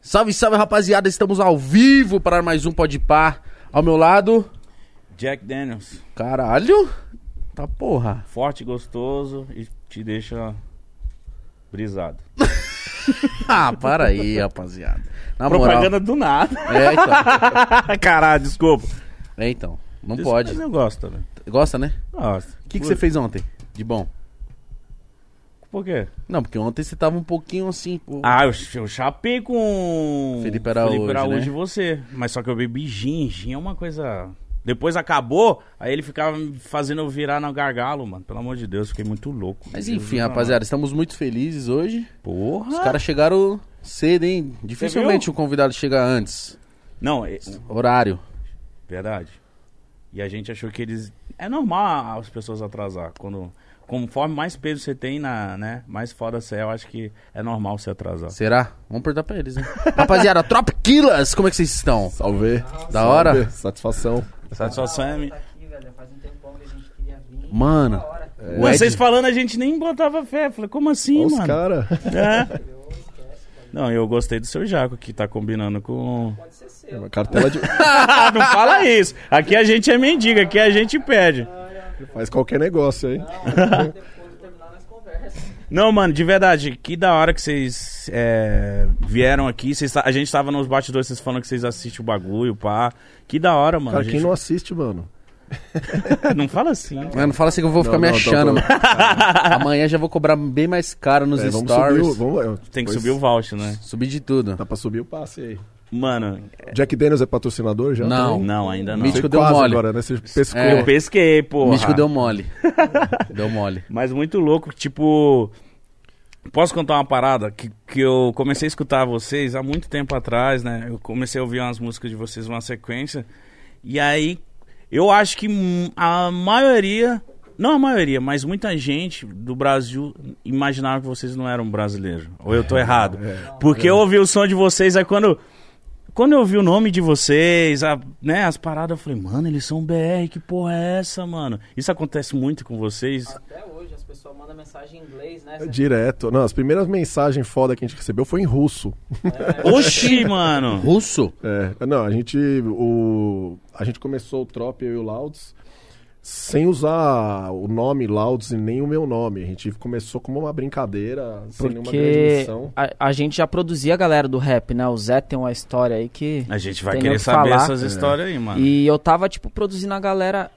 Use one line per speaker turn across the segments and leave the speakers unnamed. Salve, salve, rapaziada. Estamos ao vivo para mais um Pode Par. Ao meu lado,
Jack Daniels,
caralho. Tá porra.
forte, gostoso e te deixa brisado.
Ah, para aí, rapaziada. Na moral.
Propaganda do nada.
É, então.
Caralho, desculpa.
É, então. Não
Isso-
pode.
Mas eu gosto também.
Gosta, né?
Gosto.
O que, que você fez ontem? De bom.
Por quê?
Não, porque ontem você tava um pouquinho assim. pô.
Ah, eu, ch- eu chapei com
Felipe Araújo, né?
e você. Mas só que eu bebi gin. Gin é uma coisa... Depois acabou, aí ele ficava me fazendo eu virar no gargalo, mano. Pelo amor de Deus, fiquei muito louco.
Mas
Jesus
enfim,
amado.
rapaziada, estamos muito felizes hoje.
Porra!
Os caras chegaram cedo, hein? Dificilmente
viu?
um convidado chega antes.
Não, é-
Horário.
Verdade. E a gente achou que eles. É normal as pessoas atrasar. Quando, conforme mais peso você tem, na, né? Mais foda você é, eu acho que é normal você atrasar.
Será? Vamos perguntar pra eles, né? Rapaziada, Trop Killers, como é que vocês estão?
Salve.
Da hora?
Satisfação.
Satisfação é. mi-
Tá aqui, velho. Faz um tempão que a gente queria vir.
Mano,
Uma
É.
hora.
o
Mano,
Ed-
Vocês falando, a gente nem botava fé. Falei, como assim,
Olha os
mano?
caras.
É. Não, eu gostei do seu Jaco, que tá combinando com.
Pode ser seu.
Cartela de.
Ah, não fala isso. Aqui a gente é mendiga, aqui a gente pede.
Faz qualquer negócio aí.
Não, depois de terminar nós conversas.
Não, mano, de verdade, que da hora que vocês é, vieram aqui. Vocês tá- a gente tava nos bastidores, vocês falando que vocês assistem o bagulho, pá. Que da hora, mano.
Cara,
a
quem
gente...
não assiste, mano?
não... fala assim.
Mano, fala assim que eu vou ficar
Não,
me
não, tô-
achando,
tô-
mano. Amanhã já vou cobrar bem mais caro nos
É, vamos Tá, subir
stories.
o. Vamos,
Tem que subir o voucher, né?
Subir de tudo.
Dá pra subir o passe aí.
Mano,
Jack Daniels é patrocinador já?
Não.
também?
não, ainda não.
Mítico
Foi
deu
quase
mole.
agora, né? Você pescou.
É.
Eu pesquei, porra.
Mítico deu mole. deu mole.
Mas muito louco, tipo. Posso contar uma parada que, que eu comecei a escutar vocês há muito tempo atrás, né? Eu comecei a ouvir umas músicas de vocês uma sequência. E aí, eu acho que hum, a maioria, não a maioria, mas muita gente do Brasil imaginava que vocês não eram brasileiros. Ou eu tô errado. Porque eu ouvi o som de vocês, aí quando. Quando eu vi o nome de vocês, a- né, as paradas, eu falei, mano, eles são BR, que porra é essa, mano? Isso acontece muito com vocês?
Até hoje as pessoas mandam mensagem em inglês, né?
É Direto. Não, as primeiras mensagens foda que a gente recebeu foi em russo.
Oxi, mano.
Russo?
É, não, a gente. O, a gente começou o Trop, eu e o Louds, sem usar o nome Louds e nem o meu nome. A gente começou como uma brincadeira, sem nenhuma grande
Porque
missão.
a, a gente já produzia a galera do rap, né? O Zé tem uma história aí que.
É,
A gente vai
Tem nem
querer
o que
saber
falar.
essas histórias aí, mano.
E eu tava, tipo, produzindo a galera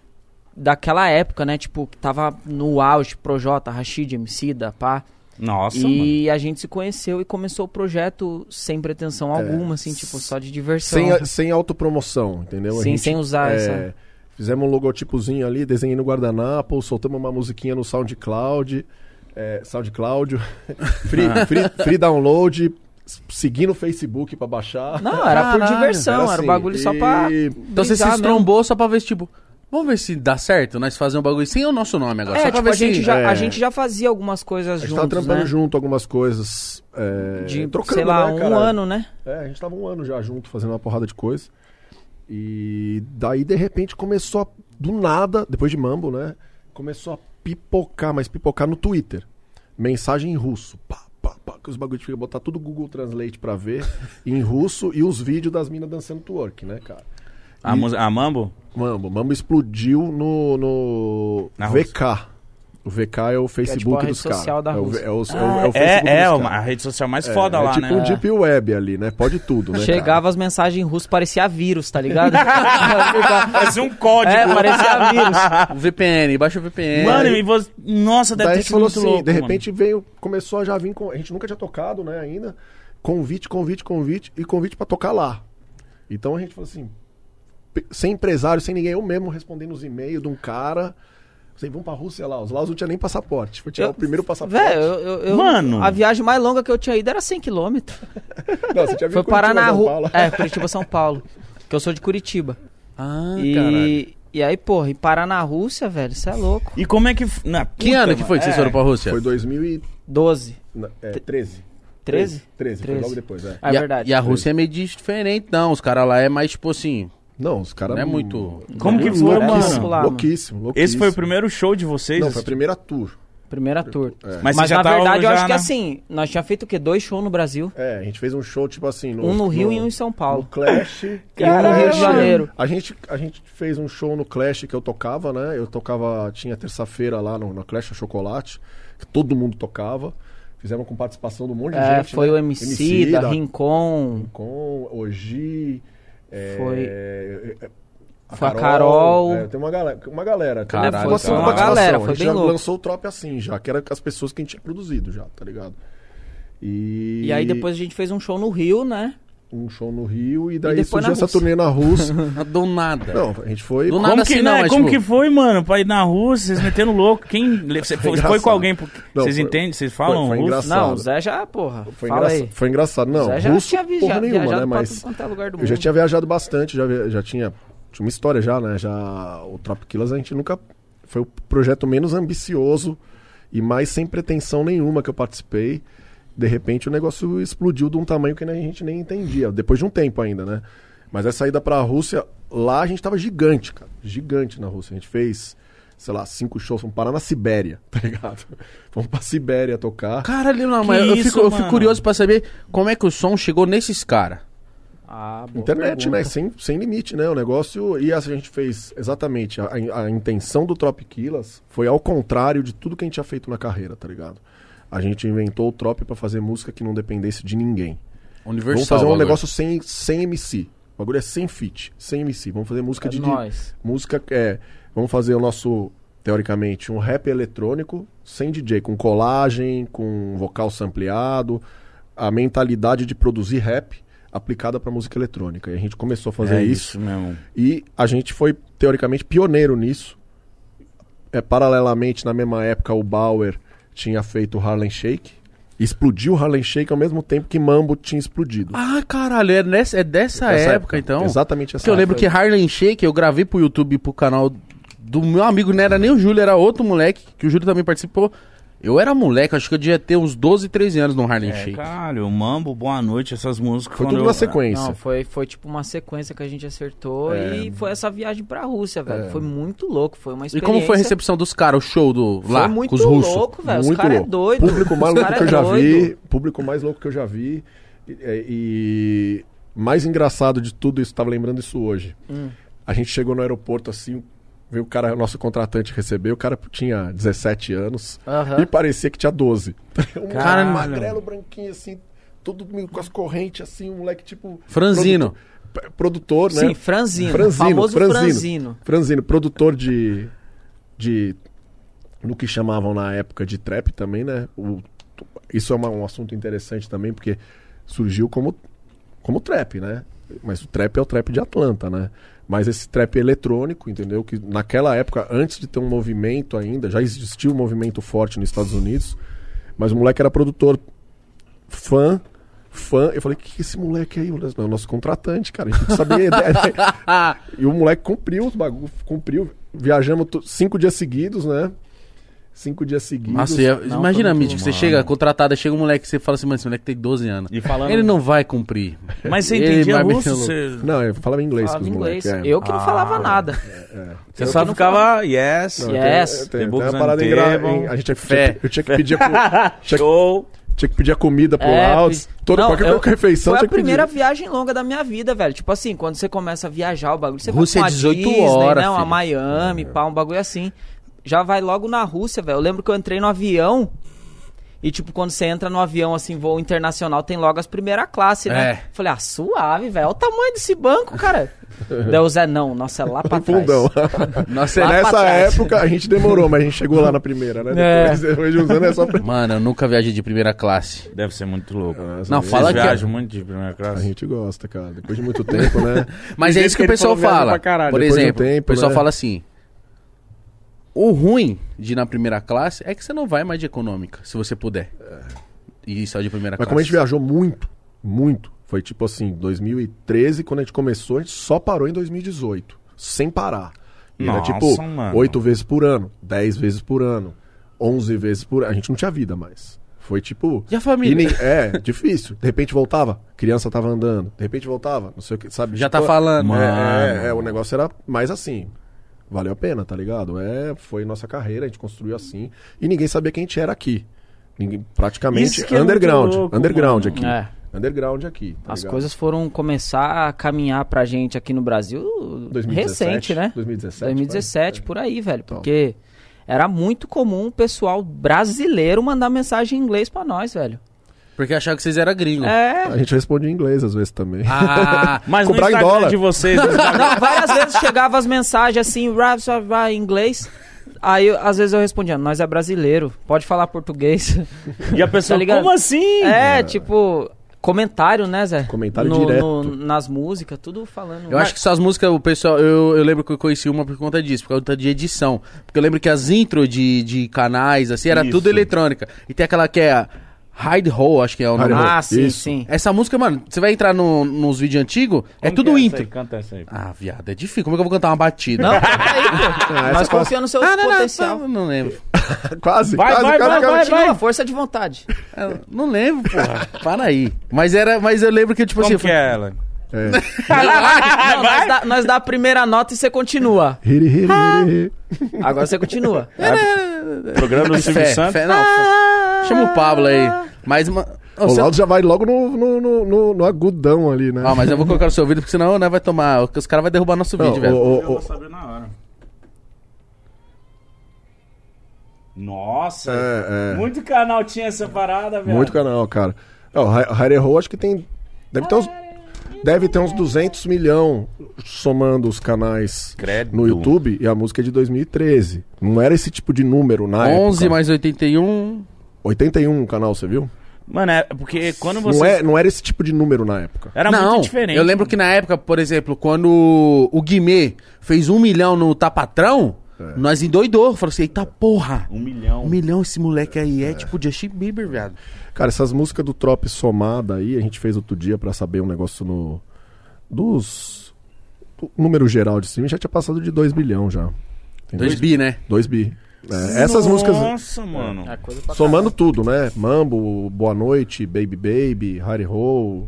daquela época, né? Tipo, que tava no auge, Projota, Rashid, MC, da pá.
Nossa, mano.
e a gente se conheceu e começou o projeto sem pretensão alguma, assim, tipo, só de diversão.
É. Sem, a- sem autopromoção, entendeu? A
Sim,
gente, é,
sem usar essa-
Fizemos um logotipozinho ali, desenhei no guardanapo, soltamos uma musiquinha no SoundCloud, é, SoundCloud, free, free, free download, s- seguir no Facebook pra baixar.
Não, era por
Caralho.
diversão, era,
assim,
o bagulho só
e-
pra.
Então você se
né?
brisar mesmo.
estrombou só pra ver, tipo, vamos ver se dá certo nós fazer um bagulho sem o nosso nome agora.
É,
só pra
tipo,
ver
a gente,
se.
já, a
é.
gente já fazia algumas coisas
A gente tava
juntos,
trampando
né?
junto algumas coisas. é,
De,
trocando,
sei lá,
né,
um
cara?
ano, né?
É, a gente tava um ano já junto, fazendo uma porrada de coisa. E daí, de repente, começou a, do nada, depois de Mambo, né? Começou a pipocar, mas pipocar no Twitter. Mensagem em russo. Pá, pá, pá, que os bagulhos tinha que botar tudo Google Translate pra ver em russo e os vídeos das minas dançando twerk, né, cara?
A, mus- a Mambo?
Mambo, Mambo explodiu no, no
Na
VK. O VK é o
tipo a
Facebook
rede
dos caras.
social da
É o,
Rússia.
é o- é o- é o Facebook
É, é,
dos
uma- a
caras.
rede social mais foda
é
lá,
tipo
né?
um deep web ali, né? Pode tudo, né? cara?
Chegava as mensagens em russo, parecia vírus, tá ligado?
Parecia um código.
é, parecia vírus.
é O VPN, baixa o VPN.
Mano, e você... Nossa, deve
Daí
ter
a gente
sido
falou
muito
assim,
louco,
de
mano.
repente veio, começou a já vir com. A gente nunca tinha tocado, né, ainda. Convite, convite, convite e convite pra tocar lá. Então a gente falou assim, pe- sem empresário, sem ninguém, eu mesmo respondendo os e-mails de um cara. Assim, vamos pra Rússia lá. Os Laos não tinha nem passaporte. Foi tirar
Eu-
o primeiro passaporte.
Velho, eu, eu- eu-
Mano.
A viagem mais longa que eu tinha ido era 100km.
não, você tinha vindo
Foi parar
Curitiba,
na
São
rua.
Paulo.
É, Curitiba, São Paulo. Que eu sou de Curitiba.
Ah, caralho.
e, e aí, porra, e parar na Rússia, velho, isso é louco.
E como é que... f- Na,
Que ano que foi que vocês foram pra Rússia?
É, Foi 2013.
12,
É, 13.
13?
13, foi
13.
logo depois, é.
É
e a,
verdade.
E a Rússia é meio diferente, não. Os caras lá é mais, tipo assim,
Não, os caras.
não é muito.
Como que
Louquíssimo.
foi,
É,
mano?
louco lá, mano.
É,
Louquíssimo, louquíssimo.
Esse foi o primeiro show de vocês? tá
Não, foi a primeira tour.
Primeiro ator.
É.
Mas
Mas,
você já
na
tava
verdade, eu
já
acho que
na-
assim, nós tinha feito o quê? Dois shows no Brasil.
É, a gente fez um show, tipo assim...
Um no Rio e um em São Paulo.
No Clash.
E um no Rio de Janeiro.
A gente, a gente fez um show no Clash que eu tocava, né? Eu tocava, tinha terça-feira lá no, no Clash Chocolate, que todo mundo tocava. Fizemos com participação do monte de
É,
gente.
foi
né?
o MC, da Rincon,
Com Oji. é,
Foi-
é, é,
foi a Carol.
é, tem uma galera. Uma galera tem
Caralho,
participação,
foi uma
participação.
galera,
A
foi
gente
bem
já
louco.
lançou o Trop assim já, que era com as pessoas que a gente tinha produzido já, tá ligado? E,
E aí depois a gente fez um show no Rio, né?
Um show no Rio e daí
depois
surgiu
na
essa
Rússia.
turnê na Rússia.
Do
É.
nada.
Não, a gente foi.
Do
Como,
nada
que,
assim,
né,
não,
É
mas,
como
tipo-
que foi, mano? Pra ir na Rússia, vocês metendo louco. Quem. Você foi, foi
engraçado.
com alguém. porque-
Não,
vocês
foi-
entendem? Vocês falam
foi
russo?
engraçado.
Não,
Sabe.
o Zé já, porra.
Foi,
fala
engraça-
aí.
foi engraçado. Não,
o Zé já
russo,
tinha via-
porra nenhuma,
viajado
né?
pra
Mas
tudo quanto é lugar do
eu
mundo.
já tinha viajado bastante, já, vi- já tinha, tinha uma história já, né? Já, o Tropiquilas a gente nunca... Foi o projeto menos ambicioso e mais sem pretensão nenhuma que eu participei. De repente o negócio explodiu de um tamanho que a gente nem entendia, depois de um tempo ainda, né? Mas essa ida pra Rússia, lá a gente tava gigante, cara. Gigante na Rússia. A gente fez, sei lá, cinco shows. Fomos parar na Sibéria, tá ligado? Fomos pra Sibéria tocar.
Caralho, não,
Que
mas eu,
isso,
fico, eu fico
mano?
curioso pra saber como é que o som chegou nesses caras.
Ah, boa
Internet,
pergunta.
né? Sem, sem limite, né? O negócio. E essa a gente fez exatamente. A, a intenção do Trop Killas foi ao contrário de tudo que a gente tinha feito na carreira, tá ligado? A gente inventou o Trop pra fazer música que não dependesse de ninguém.
Universal.
Vamos fazer um
agora.
negócio sem, sem MC. O bagulho é sem feat, sem MC. Vamos fazer música
É
de. de-
nós.
música é. Vamos fazer o nosso, teoricamente, um rap eletrônico sem DJ, com colagem, com vocal sampleado, a mentalidade de produzir rap aplicada pra música eletrônica. E a gente começou a fazer
é
isso.
isso mesmo.
E a gente foi, teoricamente, pioneiro nisso. É, paralelamente, na mesma época, o Bauer tinha feito o Harlem Shake. Explodiu o Harlem Shake ao mesmo tempo que Mambo tinha explodido.
Ah, caralho, é, nessa, é dessa
Essa
época, então?
Exatamente essa
Porque eu lembro que Harlem Shake eu gravei pro YouTube, pro canal do meu amigo, não era nem o Júlio, era outro moleque, que o Júlio também participou. Eu era moleque, acho que eu devia ter uns 12, 13 anos no Harlem
É,
Shake.
caralho, Mambo, Boa Noite, essas músicas.
Foi
quando
tudo
eu-
na sequência.
Não, foi, foi tipo uma sequência que a gente acertou
É.
e foi essa viagem pra Rússia, velho. Foi muito louco, foi uma
E
experiência.
como foi a recepção dos caras, o show do
Foi
lá,
muito
com os russos?
louco, velho. Os
Muito
caras é
louco.
doido.
Público
Os
mais louco
cara
que eu
é
já
doido.
vi. Público mais louco que eu já vi. E, e- mais engraçado de tudo isso, tava lembrando isso hoje.
Hum.
A gente chegou no aeroporto assim, veio o cara, nosso contratante receber, o cara tinha 17 anos
Aham.
e parecia que tinha 12. Um cara
Caralho.
magrelo, branquinho assim, todo meio com as correntes assim, um moleque tipo
Franzino.
produ- p- produtor, né?
Sim, Franzino.
Franzino,
famoso
Franzino.
Franzino.
Franzino, produtor de. de. no que chamavam na época de trap também, né? O- isso é uma- um assunto interessante também, porque surgiu como, como trap, né? Mas o trap é o trap de Atlanta, né? Mas esse trap eletrônico, entendeu? Que naquela época, antes de ter um movimento ainda, já existia um movimento forte nos Estados Unidos, mas o moleque era produtor, fã, fã. Eu falei, o que, que esse moleque aí? É o nosso contratante, cara. A gente sabia. E o moleque cumpriu os bagulhos, cumpriu. Viajamos to- cinco dias seguidos, né? Cinco dias seguidos.
Nossa, é- eu-
Não,
imagina,
foi muito
Mítico, você
louco.
chega contratada, chega um moleque, você fala assim, mano, esse moleque tem 12 anos.
E falando...
Ele não vai cumprir.
Mas você
Ele
entendia
vai me
russo?
ensinar
Você,
Não, eu falava inglês
Falava
com os
inglês.
moleques. é.
Eu que não falava nada.
você só ficava yes,
Não, tem-
Yes. Yes.
tem- tem
Tebogos
uma parada
Antebon,
engra- em- A gente tinha que,
fé.
tinha que- eu tinha que pedir pro- tinha que-
show.
tinha que pedir a comida pro
É,
Alves.
fiz-
Toda
Não,
qualquer,
eu-
qualquer refeição
Foi
tinha
a
que pedir.
primeira viagem longa da minha vida, velho. Tipo assim, quando você começa a viajar o bagulho, você
Rússia é
vai pra uma
18
Disney,
horas,
né? Uma
filho.
É.
Miami, pá, um bagulho assim. Já vai logo na Rússia, velho. Eu lembro que eu entrei no avião e, tipo, quando você entra no avião, assim, voo internacional, tem logo as primeira classe, né?
É.
Falei, ah, suave, velho. Olha o tamanho desse banco, cara. Daí o Zé, não, nossa, é lá pra trás.
Fundão.
Nossa, é
Lá pra
Nessa
trás.
época a gente demorou, mas a gente chegou lá na primeira, né?
É.
Depois, depois de uns anos é só pra...
Mano, eu nunca viajei de primeira classe.
Deve ser muito louco.
Não,
Vocês
fala que-
viajam muito de primeira
É, A
classe.
gente gosta, cara. Depois de muito tempo, né?
Mas é
Do jeito
isso que,
que
o
ele
pessoal
falou, viaja
fala.
pra caralho.
Por
Depois de um
exemplo,
tempo,
o pessoal
né?
fala assim: o ruim de ir na primeira classe é que você não vai mais de econômica, se você puder. E só de primeira
Mas
classe.
como a gente viajou muito, muito, foi tipo assim, 2013, quando a gente começou, a gente só parou em 2018, sem parar. E era
Nossa,
tipo
mano.
oito vezes por ano, dez vezes por ano, onze vezes por ano. A gente não tinha vida mais. Foi tipo.
E a família?
e nem- é, difícil. De repente voltava, criança tava andando. De repente voltava, não sei o que, sabe?
Já
Tipo,
tá falando.
É,
Mano.
é, é, o negócio era mais assim. valeu a pena, tá ligado? É, foi nossa carreira, a gente construiu assim. E ninguém sabia quem a gente era aqui. Ninguém, praticamente
Isso que é
underground.
muito louco,
underground
mano.
aqui.
É.
Underground aqui. tá
As
ligado?
coisas foram começar a caminhar pra gente aqui no Brasil
2017,
recente, né?
2017.
2017, por aí, velho.
Então.
Porque era muito comum o pessoal brasileiro mandar mensagem em inglês pra nós, velho.
Porque achava que vocês eram gringos.
É.
A gente responde em inglês às vezes também.
Ah,
Mas no
Cobrar em
Instagram
dólar.
de vocês, no Instagram-
Não, várias vezes chegava as mensagens assim, rá, rá, rá, em inglês. Aí, eu- às vezes eu respondia, nós é brasileiro, pode falar português.
e a pessoa,
Tá ligado?
como assim?
É, tipo, comentário, né, Zé?
Comentário
No- no-
direto.
nas músicas, tudo falando.
Eu acho que essas músicas, o pessoal, eu, eu lembro que eu conheci uma por conta disso, por conta de edição. Porque eu lembro que as intro de, de canais, assim, era
Isso.
tudo eletrônica. E tem aquela que é a Hide Hole, acho que é o nome.
Hide Hole.
Ah, sim,
Isso.
sim.
Essa música, mano, você vai entrar no- nos vídeos antigos, é
Como
tudo
que essa
intro.
aí? Canta essa aí.
Ah, viado, é difícil. Como é que eu vou cantar uma batida?
Não, canta aí, pô.
Ah, essa
Nós
quase-
confiamos no seu
Ah, não,
potencial.
não, não, não lembro.
quase,
Vai,
quase, quase,
vai, vai,
quase.
vai.
Continua, força de vontade.
É, Não lembro, porra. Para aí. Mas era, mas eu lembro que, tipo
Como
assim,
que é ela?
É.
Não, nós, dá, nós dá a primeira nota e você continua.
Hiri, hiri,
Ah.
hiri,
Agora você continua.
É, né,
Programa do Silvio
fé,
Santos?
fé, não, fé. Chama o Pablo aí. Mas, uma- Ô,
O
seu-
Laudo já vai logo no, no, no, no- no agudão ali, né?
Ah, mas eu vou colocar no seu vídeo, porque senão né, vai tomar. Os caras vão derrubar nosso
Não,
vídeo, velho.
o- o- o-
saber na hora. Nossa,
É, é.
muito canal tinha essa parada, velho.
Muito canal, cara. Ó, o Harry Ho acho que tem. Deve ter uns. Deve ter uns 200 milhão somando os canais
Credo.
no YouTube e a música é de 2013. Não era esse tipo de número na
11
época.
mais 81.
81 canal, você viu?
Mano, é porque quando
Não,
você.
é, não era esse tipo de número na época.
Era
não,
muito diferente.
eu lembro que na época, por exemplo, quando o Guimê fez um milhão no Tapatrão, nós endoidou. Falou assim, eita porra,
Um milhão.
um milhão esse moleque aí é, tipo Justin Bieber, viado.
Cara, essas músicas do Trop somada aí, a gente fez outro dia pra saber um negócio no. Dos. do número geral de streaming já tinha passado de 2 bilhão já.
2 bi, né?
2 bi. É, essas músicas. É.
Nossa, mano.
Somando tudo, né? Mambo, Boa Noite, Baby Baby, Harry Hole.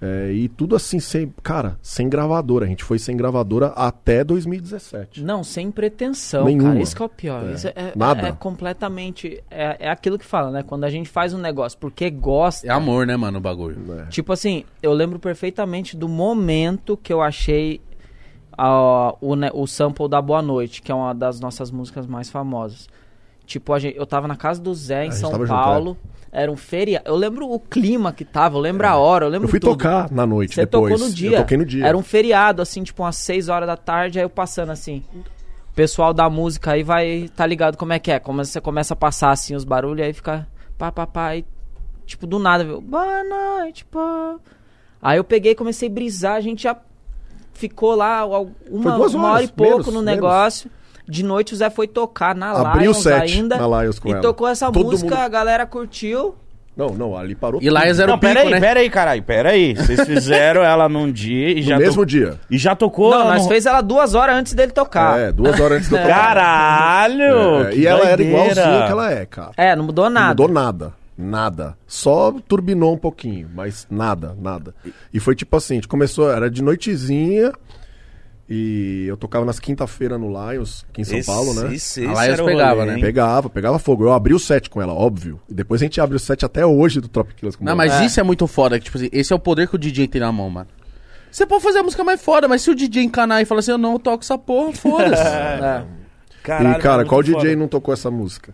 é, e tudo assim, sem, cara, sem gravadora. A gente foi sem gravadora até 2017.
Não, sem pretensão,
Nenhuma.
cara. Isso que é o pior.
É.
Isso é,
Nada.
é completamente. É, é aquilo que fala, né? Quando a gente faz um negócio porque gosta.
É amor, né, mano, o bagulho.
É.
Tipo assim, eu lembro perfeitamente do momento que eu achei a- o, ne- o sample da Boa Noite, que é uma das nossas músicas mais famosas. Tipo, a gente, eu tava na casa do Zé, em
gente
São
tava junto, é.
Paulo. Era um feriado. Eu lembro o clima que tava, eu lembro a hora, eu lembro
Eu fui
tudo.
tocar na noite
Você
tipo, depois.
tocou no dia.
Eu toquei no dia.
Era um feriado, assim, tipo umas 6 horas da tarde, aí eu passando assim. O pessoal da música aí vai, tá ligado como é que é. Como você começa a passar assim os barulhos, aí fica. Pá, pá, pá. Aí, tipo, do nada, viu? Boa noite, pô. Aí eu peguei e comecei a brisar, a gente já ficou lá al- uma,
duas
uma hora e
horas,
pouco
menos,
no
menos.
negócio. De noite o Zé foi tocar na
Abriu o
Lions
set
ainda.
na Lions com
e
ela.
tocou essa
Todo
música,
mundo-
a galera curtiu.
Não, não, ali parou.
E Lions
tudo.
era o
Não,
pico,
peraí,
né?
peraí, caralho, peraí. Vocês fizeram ela num dia e
No
já.
mesmo
to-
dia.
E já tocou.
Não,
ela
nós
no-
fez ela duas horas antes dele tocar.
É, duas horas antes do tocar.
Tá. Caralho!
É,
que
e ela era
doideira.
igualzinha que ela é, cara.
É, não mudou
Não
nada.
mudou nada. Nada. Só turbinou um pouquinho, mas nada, nada. E foi tipo assim, a gente começou, era de noitezinha. E eu tocava nas quinta-feira no Lions, aqui em São
Esse-
Paulo, né?
Esse,
A
esse
Lions
era o
pegava,
rolê,
né?
hein?
Pegava, pegava fogo. Eu abri o set com ela, óbvio. E depois a gente abre o set até hoje do Tropic Killers com
Não,
ela.
mas isso é muito foda. que, Tipo assim, esse é o poder que o DJ tem na mão, mano. Você pode fazer a música mais foda, mas se o DJ encanar e falar assim, eu não toco essa porra, foda-se.
É.
Caralho, é
e, cara,
muito
qual
foda.
DJ não tocou essa música?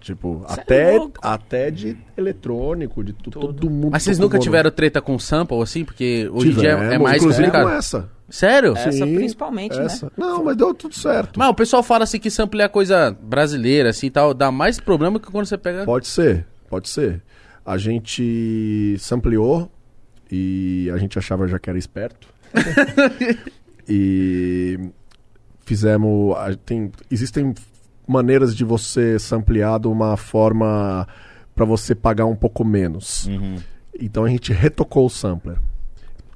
Tipo, até,
louco.
até de eletrônico, de tu- todo mundo.
Mas vocês
tocou
nunca
boa
tiveram treta com sample, assim? Porque hoje em dia
Tivemos,
é- é mais
né? inclusive é.
complicado.
com essa.
Sério?
Essa principalmente, né?
né? Não, mas deu tudo certo.
Mas o pessoal fala assim que sample é coisa brasileira, assim e tal. Dá mais problema que quando você
né?
pega.
Pode ser, pode ser. A gente sampleou e a gente achava já que era esperto. e fizemos. a- Tem, existem maneiras de você samplear de uma forma para você pagar um pouco menos.
Uhum.
Então a gente retocou o sampler.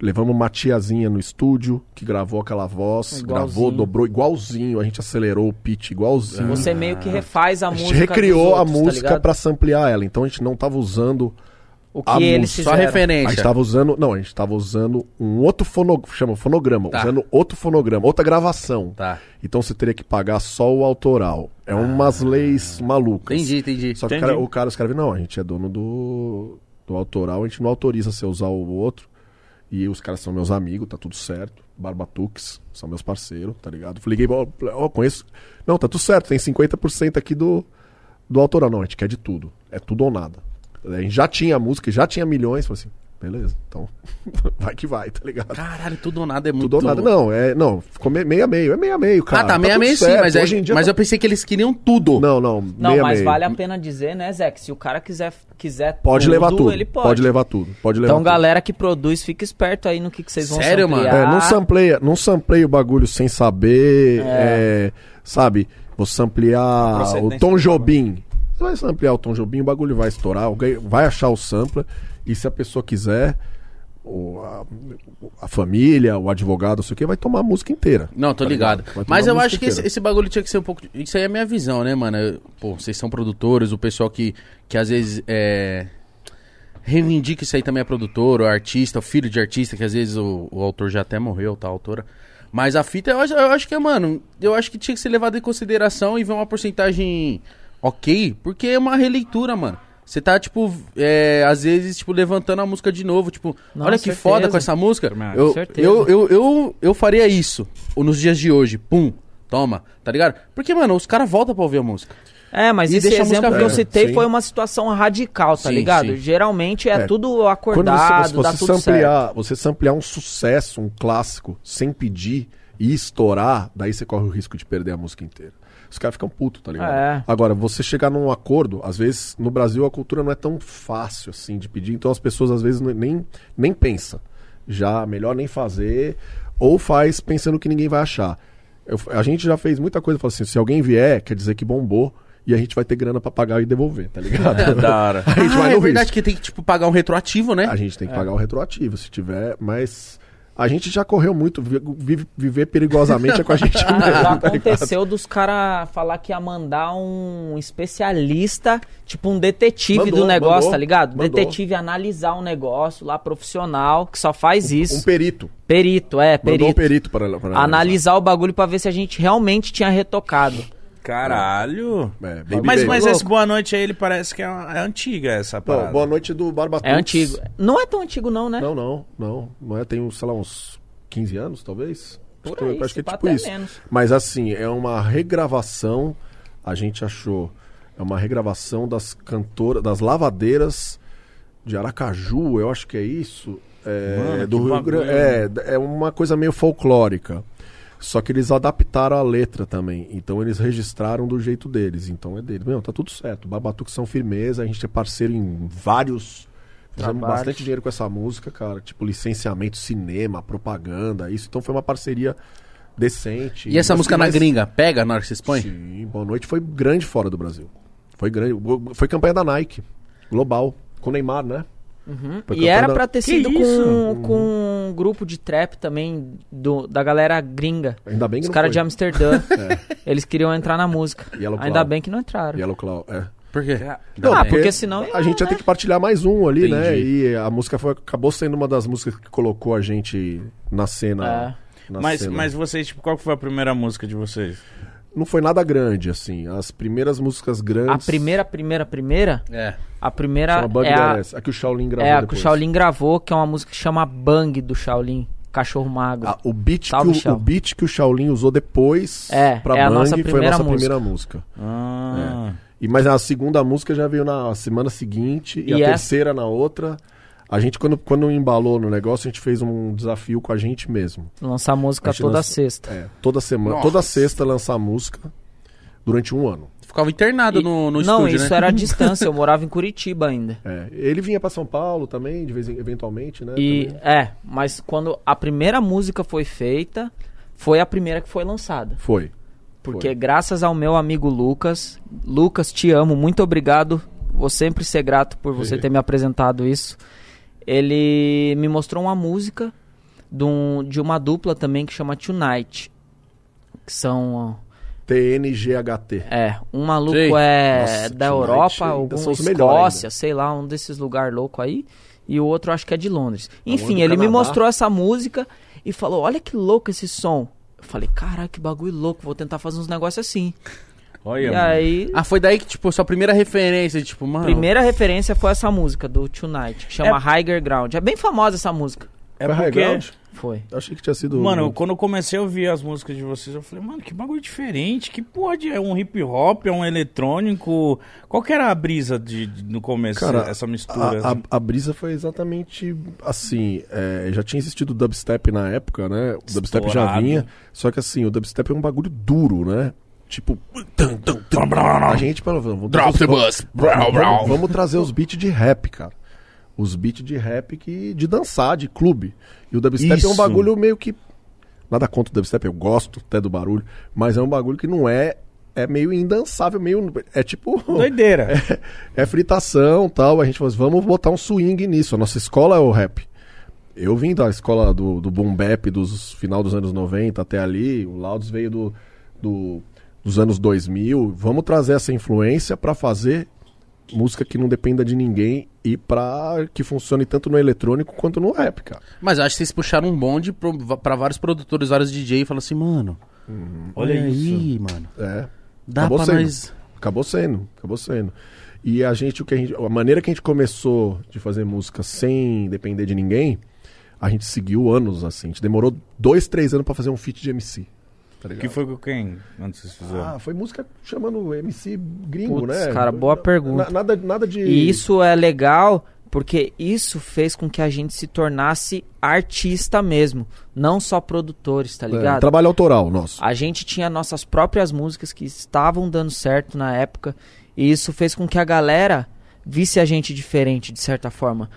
Levamos uma tiazinha no estúdio que gravou aquela voz,
Igualzinho.
gravou, dobrou igualzinho, a gente acelerou o pitch igualzinho.
Você meio que refaz a,
Ah. A gente
música. dos
recriou a
outros, tá
música
ligado?
pra samplear ela. Então a gente não tava usando
O que
A
eles
música-
Só
fizeram.
A gente
referência.
tava usando. Não, a gente tava usando um outro fonograma. Chama fonograma.
Tá.
Usando outro fonograma, outra gravação.
Tá.
Então você teria que pagar só o autoral. É umas
Ah.
leis malucas.
Entendi, entendi.
Só que o
Entendi.
cara, o cara escreve, não, a gente é dono do, do autoral, a gente não autoriza você usar o outro. E os caras são meus amigos, tá tudo certo. Barbatux, são meus parceiros, tá ligado? Falei, Liguei, ó, ó, conheço. Não, tá tudo certo, tem 50% aqui do, do autoral. Não, a gente quer de tudo. É tudo ou nada. A gente já tinha música, já tinha milhões, falei assim, beleza, então vai que vai, tá ligado?
Caralho, tudo ou nada é muito...
Tudo ou nada. Não, é. Não, ficou me- meio a meio. É meio a meio, cara.
ah, tá, meia
tudo
meia sim,
certo.
mas, é,
Hoje em dia
mas
tá-
eu pensei que eles queriam tudo.
Não, não.
Não,
meia
mas
meia.
vale a pena dizer, né, Zé, que se o cara quiser, quiser
Pode levar tudo.
ele
pode. levar tudo. Pode levar
Então,
tudo.
galera que produz, fica esperto aí no que, que vocês vão
Sério, mano?
samplear.
É, não sampleia, não sampleia o bagulho sem saber, é, sabe? Você samplear o
Procedência
Tom Jobim. Você vai samplear o Tom Jobim, o bagulho vai estourar, alguém vai achar o sampler, e se a pessoa quiser, o- a, a família, o advogado, não sei o que, vai tomar a música inteira.
Não, tô
Tá
ligado.
ligado? Vai tomar
Mas eu
música
acho que esse,
inteira.
esse bagulho tinha que ser um pouco. Isso aí é a minha visão, né, mano? Eu- Pô, vocês são produtores, o pessoal que, que às vezes é. Reivindica isso aí também é produtor, ou artista, o filho de artista, que às vezes o, o autor já até morreu, tá, a autora. Mas a fita, eu acho, eu acho que é, mano, eu acho que tinha que ser levado em consideração e ver uma porcentagem ok, porque é uma releitura, mano. Você tá, tipo, é, às vezes, tipo, levantando a música de novo, tipo,
Não,
olha que
certeza.
foda com essa música.
Também acho.
Eu,
Certeza.
eu, eu, eu, eu faria isso ou nos dias de hoje. Pum, toma, tá ligado? Porque, mano, os caras voltam pra ouvir a música.
É, mas
E
esse
deixa a música
exemplo que eu
viva.
citei
Sim.
foi uma situação radical, tá
Sim,
ligado?
sim.
Geralmente é,
É,
tudo
Quando
acordado,
você,
dá
você,
tudo certo.
samplear, você samplear um sucesso, um clássico, sem pedir e estourar, daí você corre o risco de perder a música inteira. Os caras ficam putos, tá ligado?
É.
Agora, você chegar num acordo, às vezes, no Brasil a cultura não é tão fácil assim de pedir, então as pessoas às vezes não- nem, nem pensa. Já melhor nem fazer, ou faz pensando que ninguém vai achar. Eu- a gente já fez muita coisa, fala assim, se alguém vier, quer dizer que bombou, e a gente vai ter grana pra pagar e devolver, tá ligado?
Da hora.
A gente
ah,
vai
é
no
verdade
risco.
que tem que, tipo, pagar um retroativo, né?
A gente
É.
tem que pagar o retroativo, se tiver, mas a gente já correu muito. vi- vive- viver perigosamente é com a gente
Ah,
mesmo.
já
tá ligado?
aconteceu dos caras falar que ia mandar um especialista, tipo um detetive
Mandou,
do negócio,
mandou,
tá ligado?
mandou.
Detetive analisar um negócio lá profissional, que só faz isso.
Um perito.
Perito, é,
Mandou um perito
perito.
para, para
Analisar o bagulho pra ver se a gente realmente tinha retocado.
Caralho.
É, baby
Mas,
baby.
mas
Louco.
esse boa noite aí, ele parece que é, uma- é antiga essa
Bom,
parada.
boa noite do Barbatux.
É antigo. Não é tão antigo não, né?
Não, não, não. Não é, tem, uns, sei lá, uns 15 anos, talvez.
Por
Acho que-
aí,
acho que é
se pá,
tipo
até
isso.
menos.
Mas assim, é uma regravação, a gente achou, é uma regravação das cantoras, das lavadeiras de Aracaju, eu acho que é isso. É,
Mano, que
do Rio
bagulho,
Grande. É, d- é uma coisa meio folclórica. Só que eles adaptaram a letra também. Então eles registraram do jeito deles. Então é deles. Meu, tá tudo certo. Barbatuque são firmeza, a gente é parceiro em vários. Fizemos
Trabalhos.
bastante dinheiro com essa música, cara. Tipo, licenciamento, cinema, propaganda, isso. Então foi uma parceria decente.
E essa
Mas-
música na
mas-
gringa, pega na hora que vocês põem?
Sim, Boa Noite foi grande fora do Brasil. Foi grande. Foi campanha da Nike, global, com o Neymar, né? Foi
Uhum. E
campanha
era
da-
pra ter sido
isso?
com, com um grupo de trap também, do, da galera gringa.
Ainda bem que
Os
não foi.
caras
É.
de Amsterdã, eles queriam entrar na música.
Yellow
Ainda
Claw.
bem que não entraram.
Yellow Claw, é.
Por quê?
Não,
Ah,
bem.
porque senão ia,
a gente ia
né?
ter que partilhar mais um ali, né?
Entendi.
E a música foi, acabou sendo uma das músicas que colocou a gente na cena.
É.
na
Mas,
cena.
mas vocês, tipo, qual que foi a primeira música de vocês?
não foi nada grande, assim. As primeiras músicas grandes.
A primeira, primeira, primeira,
É.
a primeira
chama Bug
é a,
DLS, a que o Shaolin gravou.
é a que o
depois.
Shaolin gravou, que é uma música que chama Bang do Shaolin, Cachorro Magro.
Ah, o, beat
Salve,
que o,
Shao.
o beat que o Shaolin usou depois
É,
pra
é a nossa
Bang foi a
primeira
nossa
música.
primeira música.
Ah,
E, mas a segunda música já veio na semana seguinte e,
E
a
essa-
terceira na outra. A gente, quando, quando embalou no negócio, a gente fez um desafio com a gente mesmo.
Lançar música
A gente
toda
lança-
sexta.
É, toda semana,
Nossa.
toda sexta lançar a música durante um ano.
Ficava internado no, no
não,
estúdio,
isso
né?
era a distância, eu morava em Curitiba ainda.
É, ele vinha pra São Paulo também, de vez em, eventualmente, né?
E
também.
é, mas quando a primeira música foi feita, foi a primeira que foi lançada.
Foi.
Porque
Foi.
graças ao meu amigo Lucas, Lucas, te amo, muito obrigado. Vou sempre ser grato por você ter me apresentado isso. Ele me mostrou uma música de, um- de uma dupla também que chama Tonight. Que são. ó,
TNGHT.
É, um maluco
Sei.
é
Nossa,
da
Tonight
Europa,
ainda
algum
são os melhores né?
Escócia,
ainda.
sei lá, um desses lugar louco aí, e o outro acho que é de Londres.
do
Enfim, ele me
Canadá.
mostrou essa música e falou: "Olha que louco esse som". Eu falei: "Caraca, que bagulho louco, vou tentar fazer uns negócios assim".
Olha,
e
mano.
aí,
Ah, foi daí que, tipo, sua primeira referência, tipo, mano.
primeira referência foi essa música do Tonight, que chama
É-
Higher Ground. É bem famosa essa música.
É
Foi High
porque-
Ground?
Foi.
Eu Achei que tinha sido. um
Mano, eu- quando eu comecei a ouvir as músicas de vocês, eu falei, mano, que bagulho diferente, que porra de... É um hip hop, é um eletrônico... Qual que era a brisa de, de- no começo,
Cara,
essa
é
mistura?
A, a,
assim?
a brisa foi exatamente assim. é, já tinha existido o dubstep na época, né? O dubstep já
Estourado.
vinha. Só que assim, o dubstep é um bagulho duro, né? Tipo. tum, tum, tum. A gente, pelo vamos,
Drop the
vamos,
bus. Brau,
vamos,
brau.
vamos, vamos trazer os beats de rap, cara. Os beats de rap que, de dançar, de clube. E o dubstep é um
Isso.
bagulho meio que. Nada contra o dubstep, eu gosto até do barulho. Mas é um bagulho que não é. É meio indançável, meio. É tipo.
Doideira.
É fritação tal. A gente falou assim, vamos botar um swing nisso. A nossa escola é o rap. Eu vim da escola do, do boom bap dos final dos anos 90 até ali. O Louds veio do, do- dos anos 2000. Vamos trazer essa influência pra fazer música que não dependa de ninguém e pra que funcione tanto no eletrônico quanto no rap, cara.
Mas eu acho que vocês puxaram um bonde pro- pra vários produtores, vários DJ e falaram assim, mano. Olha
olha
aí, mano.
É.
Dá
Uhum. Acabou
pra
sendo.
nós.
Acabou sendo, acabou sendo. E a gente, o que a gente- a maneira que a gente começou de fazer música sem depender de ninguém, a gente seguiu anos assim. A gente demorou dois, três anos pra fazer um feat de MC. Tá ligado?
Que foi com quem? Antes vocês
É.
fizeram.
Ah, foi música chamando MC gringo,
Putz,
né?
cara, boa pergunta.
Na- nada, nada de.
E isso é legal porque isso fez com que a gente se tornasse artista mesmo, não só produtores, tá
é,
ligado?
trabalho autoral nosso.
A gente tinha nossas próprias músicas que estavam dando certo na época. E isso fez com que a galera visse a gente diferente, de certa forma.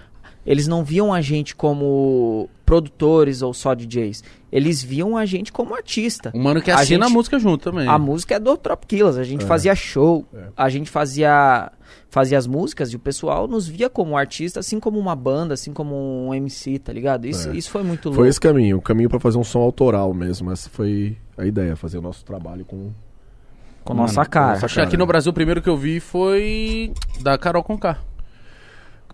Eles não viam a gente como produtores ou só DJs. Eles viam a gente como artista.
O mano que
A
assina a,
gente-
música junto também.
A música é do Trop Killers. A gente fazia show,
É.
a gente fazia, fazia as músicas e o pessoal nos via como artista, assim como uma banda, assim como um MC, tá ligado? Isso,
É.
isso foi muito louco.
Foi esse caminho, o caminho pra fazer um som autoral mesmo. Essa foi a ideia, fazer o nosso trabalho com.
Com nossa
Mano,
cara.
Só que aqui no Brasil, o primeiro que eu vi foi da Carol Conká.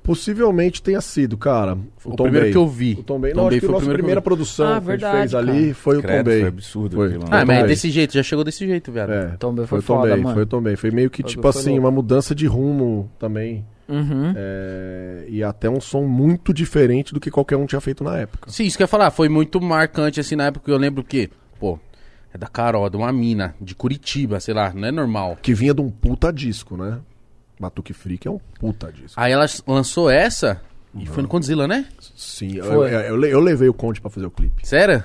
Possivelmente tenha sido, cara.
O, primeiro
Bay.
que eu vi.
O Tom Bay,
Tom
não,
Bay
acho que
foi
a
o primeiro
nossa
que eu
primeira
vi.
produção
Ah,
que a gente
verdade,
fez ali foi o Tom
Credo,
Bay.
foi absurdo
Foi.
aquilo. né?
Ah, mas é
Bay.
desse jeito, já chegou desse jeito, viado.
É,
Tom Bay
foi
foi
o Tom
foda,
Bay,
mano.
foi o Tom Bay. Foi meio que,
Foi-
tipo
foi
assim,
louco.
uma mudança de rumo também.
Uhum.
é, e até um som muito diferente do que qualquer um tinha feito na época.
Sim, isso que eu ia falar. Foi muito marcante, assim, na época que eu lembro que, pô, é da Carol, é de uma mina, de Curitiba, sei lá, não é normal.
Que vinha de um puta disco, né? Batuque Freak é um puta
Ah,
disco.
Aí ela s- lançou essa e
Uhum.
foi no Condzilla, né?
Sim, eu,
Foi.
eu, eu le- eu levei o Conde pra fazer o clipe.
Sério?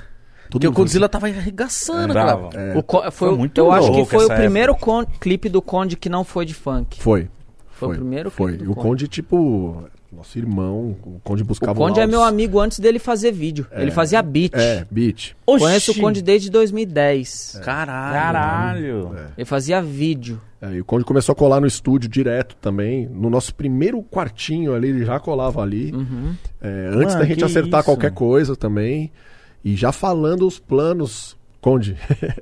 Porque o
mundo fazia- É,
Condzilla tava arregaçando,
Tava.
cara.
O co- foi, o-
muito
eu acho que
louco
foi o
essa
primeiro con- clipe do Conde que não foi de funk.
Foi.
Foi, o primeiro
Foi.
clipe
E
do
o Conde, tipo, nosso irmão. O Conde buscava
O Conde é
Laudes.
meu amigo antes dele fazer vídeo. Ele fazia beat.
É, beat.
Oxi!
Conheço o Conde desde 2010.
Caralho.
Caralho.
É.
Ele fazia vídeo.
É, e o Conde começou a colar no estúdio direto também. No nosso primeiro quartinho ali, ele já colava ali. É, antes
Mano,
da gente
que
acertar
isso?
qualquer coisa também. E já falando os planos, Conde.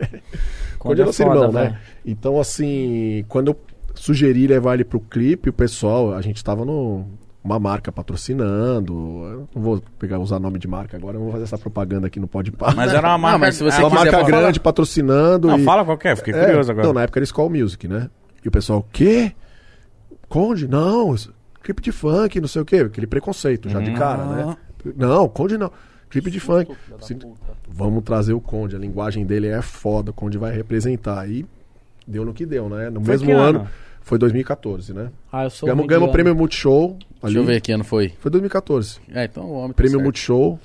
Conde é nosso irmão, né?
velho.
Então, assim, quando eu sugeri levar ele pro clipe, o pessoal, a gente tava no. Uma marca patrocinando. eu não vou pegar, usar nome de marca agora, eu não vou fazer essa propaganda aqui no Pode
Mas é era uma
Ah,
marca...
mas se você
era
uma
quiser
marca
falar-
grande patrocinando.
Não,
e-
fala qualquer, fiquei
é,
curioso agora.
Não, na época era Skull Music, né? E o pessoal, o quê? Conde? Não, isso- clipe de funk, não sei o quê. Aquele preconceito já de cara, né? Não, Conde não. Clipe de funk. Assim, vamos trazer o Conde. A linguagem dele é foda, o Conde vai representar. E deu no que deu, né? No
Foi
mesmo
que
ano,
ano?
foi 2014, né?
Ah, eu sou
Ganhamos
mediano.
ganhamos o prêmio Multishow. Ali.
Deixa eu ver que ano foi.
Foi 2014.
É, então o homem tá
Prêmio
certo.
Multishow.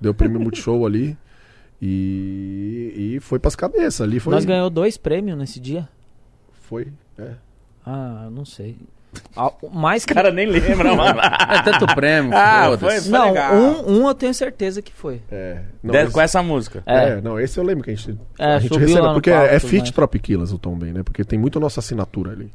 Deu prêmio Multishow ali. E, e foi pras cabeças. Ali foi.
Nós ganhamos dois prêmios nesse dia.
Foi. É.
Ah, eu não sei. Ah, o mais que...
nem lembra, mano.
É tanto prêmio,
Ah,
foda-se.
foi-
não,
legal.
um, um eu tenho certeza que foi.
É. Não,
De-
esse,
Com essa música.
É.
é, não, esse eu lembro que a gente,
É,
a gente
subiu lá
recebeu.
no
Porque
palco,
é
tudo
fit
mais.
Tropiquilas o Tom Bem, né? Porque tem muito a nossa assinatura ali.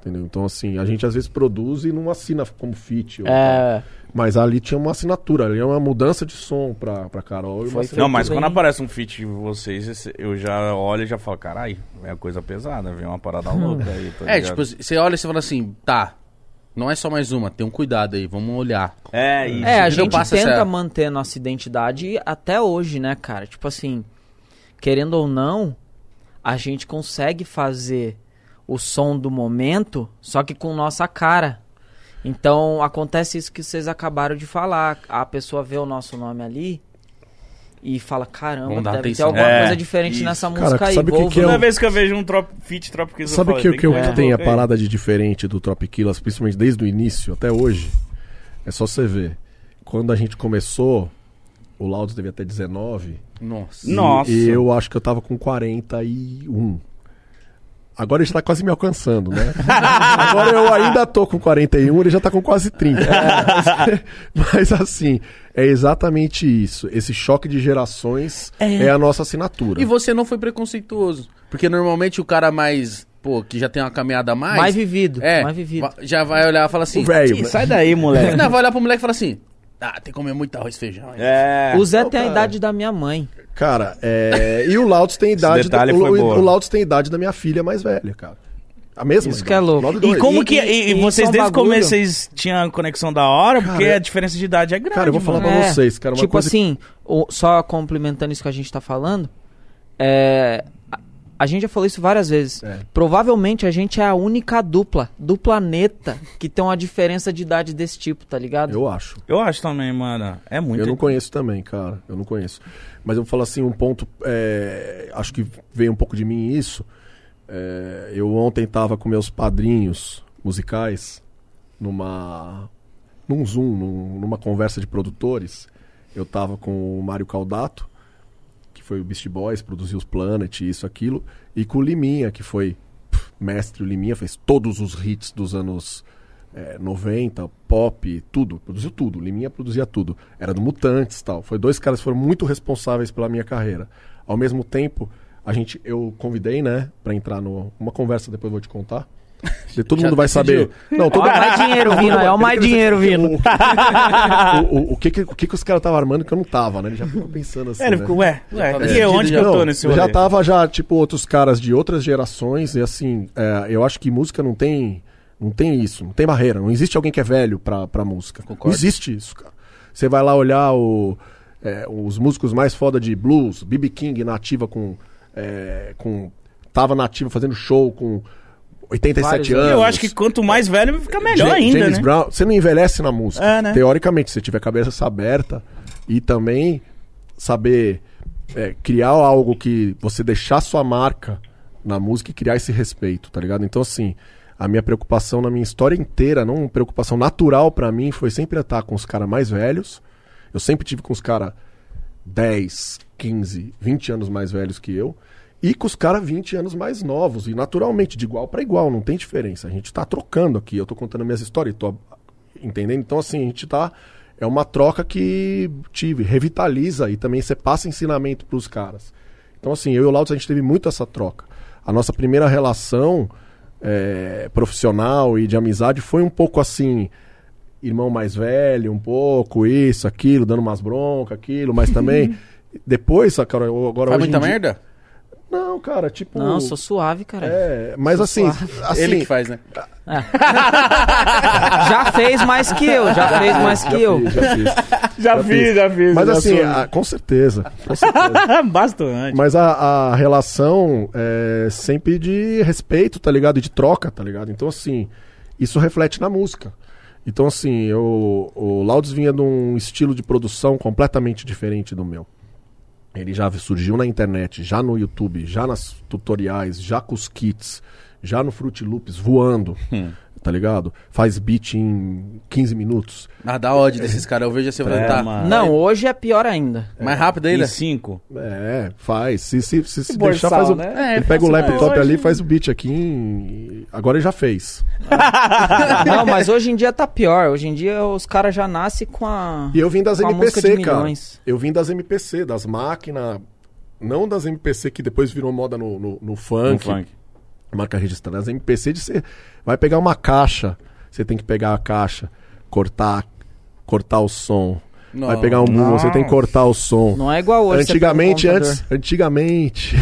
Entendeu? Então, assim, a gente às vezes produz e não assina como fit. ou tal.
É.
Mas ali tinha uma assinatura, ali é uma mudança de som pra, pra Carol. e uma
Foi
assinatura.
Não, mas
bem.
quando aparece um feat de vocês, esse- eu já olho e já falo, caralho, é coisa pesada, vem uma parada louca aí. tá
É,
ligado?"
tipo, você olha e você fala assim, tá, não é só mais uma, tem um cuidado aí, vamos olhar.
É, isso.
É, a
não
gente
passa
tenta
essa-
manter nossa identidade até hoje, né, cara? Tipo assim, querendo ou não, a gente consegue fazer o som do momento, só que com nossa cara. Então acontece isso que vocês acabaram de falar. A pessoa vê o nosso nome ali e fala: caramba,
Vamos dar
deve ter
atenção."
alguma
É,
coisa diferente
isso.
nessa
Cara,
música aí.
sabe o que
Vou
que é
ouvir.
Toda
eu-
vez que eu vejo um trop, feat Tropic
Sabe que, o que, o que
coisa
É.
tem a
louca aí.
parada de diferente do Trop Killers, principalmente desde o início até hoje? É só você ver. Quando a gente começou, o Laudos devia ter 19.
Nossa.
e-
Nossa.
E eu acho que eu tava com 41. Agora ele já tá quase me alcançando, né? Agora eu ainda tô com 41, ele já tá com quase 30. Mas assim, é exatamente isso. Esse choque de gerações é, a nossa assinatura.
E você não foi preconceituoso. Porque normalmente o cara mais, pô, que já tem uma caminhada a mais.
Mais vivido,
é,
mais vivido.
va- Já vai olhar e fala assim.
O velho, né?
Sai daí, moleque.
Não, vai olhar pro moleque e fala assim: Ah, tem que comer muito arroz e feijão. hein?"
É.
O Zé tem a
Então, cara.
idade da minha mãe.
Cara, é... e o Lautos tem idade.
detalhe
o,
foi
o,
boa.
o Lautos tem idade da minha filha mais velha, cara. A mesma.
Isso
idade.
que é louco.
Nove
E
dois.
como
E-
que. E,
e-
e vocês
isso é um
desde o
bagulho.
começo vocês tinham conexão da hora, porque
Cara,
a diferença de idade é grande.
Cara, eu vou falar
mano.
pra
É.
vocês, cara. Uma
tipo
coisa
assim, o- só complementando isso que a gente tá falando, é, a, a gente já falou isso várias vezes.
É.
Provavelmente a gente é a única dupla do planeta que tem uma diferença de idade desse tipo, tá ligado?
Eu acho.
Eu acho também, mano. É muito.
Eu não conheço também, cara. Eu não conheço. Mas eu vou falar assim, um ponto. é, Acho que veio um pouco de mim isso. É, Eu ontem tava com meus padrinhos musicais numa. num Zoom, num- numa conversa de produtores. Eu tava com o Mário Caldato, que foi o Beast Boys, produziu os Planet, isso, aquilo, e com o Liminha, que foi pff, mestre o Liminha, fez todos os hits dos anos é, 90, pop, tudo, produziu tudo. O Liminha produzia tudo. Era do Mutantes tal. Foi dois caras que foram muito responsáveis pela minha carreira. Ao mesmo tempo, a gente, eu convidei, né, pra entrar numa conversa, depois eu vou te contar. E Todo
Já
mundo vai
decidiu.
saber. Não,
Ó,
todo
mais dinheiro vindo, aí, ó, mais dinheiro vindo.
Ah!
o, o- o que, que- o que que os caras estavam armando que eu não tava, né? Ele já ficou pensando assim.
É, ele
né?
ficou, ué, ué,
tava
e
decidido
eu, onde que
já.
eu tô
Não,
nesse
eu
rolê?
já tava já, tipo, outros caras de outras gerações, e assim, é, eu acho que música não tem. Não tem isso, não tem barreira. Não existe alguém que é velho pra, pra música.
Concordo.
Não existe isso, cara. Você vai lá olhar o, é, os músicos mais foda de blues, B.B. King na ativa com. é, com tava na ativa fazendo show com 87
Vários
anos.
anos.
né? Eu acho que quanto mais velho, fica melhor
Ja-
ainda,
James
né?
Brown, você não envelhece na música.
É, né?
Teoricamente, se você tiver a cabeça aberta e também saber é, criar algo que você deixar sua marca na música e criar esse respeito, tá ligado? Então, assim, a minha preocupação na minha história inteira, não uma preocupação natural pra mim, foi sempre estar com os caras mais velhos. Eu sempre tive com os caras 10, 15, 20 anos mais velhos que eu. E com os caras 20 anos mais novos. E naturalmente, de igual pra igual, não tem diferença. A gente tá trocando aqui. Eu tô contando minhas histórias e tô entendendo. Então, assim, a gente tá. É uma troca que tive, revitaliza e também você passa ensinamento pros caras. Então, assim, eu e o Lautos, a gente teve muito essa troca. A nossa primeira relação eh, profissional e de amizade foi um pouco assim irmão mais velho, um pouco, isso, aquilo, dando umas broncas, aquilo, mas também. depois, cara, eu- agora
Uhum. Faz
hoje em
muita
dia-
merda?
Não, cara, tipo.
Não, eu sou suave, cara.
É, mas assim, assim.
Ele que faz, né?
Já fez mais que eu, já fez mais que eu.
fiz, já fiz.
Já
fiz,
já fiz.
Mas assim, ah, com certeza. Com certeza.
Bastante.
Mas a, a relação é sempre de respeito, tá ligado? E de troca, tá ligado? Então, assim, isso reflete na música. Então, assim, eu, o Laudes vinha de um estilo de produção completamente diferente do meu. Ele já surgiu na internet, já no YouTube, já nas tutoriais, já com os kits, já no Fruit Loops, voando, tá ligado? Faz beat em 15 minutos.
Ah, dá ódio desses caras. Eu vejo você levantar.
mano.
Não, hoje é pior ainda.
Mais rápido
E
ainda?
cinco.
É, faz. Se, se, se, se deixar,
borsal,
faz o.
né?
É,
ele
faz
pega o
isso
laptop
hoje.
ali e faz o beat aqui em... Agora ele já fez.
Não, mas hoje em dia tá pior. Hoje em dia os caras já nascem com a.
E eu vim das
Com a música
MPC,
de
cara.
milhões.
Eu vim das MPC, das máquinas. Não das MPC que depois virou moda no, no, no funk.
Um funk.
Marca registrada. As MPC você vai pegar uma caixa. Você tem que pegar a caixa, cortar, cortar o som.
Não.
Vai pegar um boom, você tem que cortar o som.
Não é igual hoje. você pega um
Antigamente,
computador.
antes, antigamente,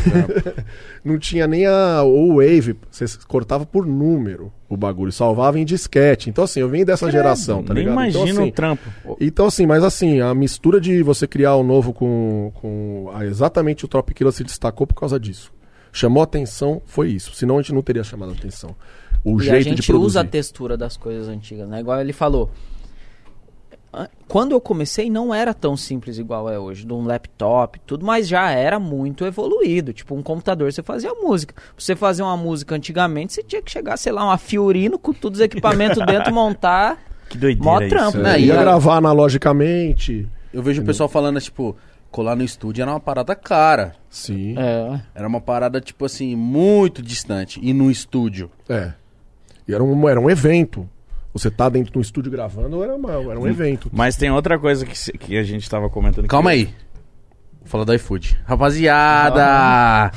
não tinha nem a o Wave, você cortava por número o bagulho, salvava em disquete. Então assim, eu vim dessa geração, tá
Nem
ligado?
imagino
então, assim,
o trampo.
então, assim, mas assim, a mistura de você criar o novo com. com ah, exatamente o Tropiquila se destacou por causa disso. Chamou atenção, foi isso. Senão a gente não teria chamado atenção. O
e
jeito
a gente
de produzir.
usa a textura das coisas antigas, né? Igual ele falou. a- Quando eu comecei, não era tão simples igual é hoje, de um laptop, tudo, mas já era muito evoluído. Tipo, um computador você fazia música. Pra você fazer uma música antigamente, você tinha que chegar, sei lá, uma Fiorino com todos os equipamentos dentro, montar.
Que doideira
Mó
isso,
trampo,
É,
né?
né? e
ia
a-
gravar analogicamente.
Eu vejo o pessoal falando, tipo, colar no estúdio era uma parada cara.
Sim.
É.
Era uma parada, tipo assim, muito distante. E no estúdio.
É. E era um, era um evento. Você tá dentro de um estúdio gravando, era, uma, era um evento.
Mas tem outra coisa que, se- que a gente tava comentando.
Calma
que...
aí. Vou falar do iFood. Rapaziada!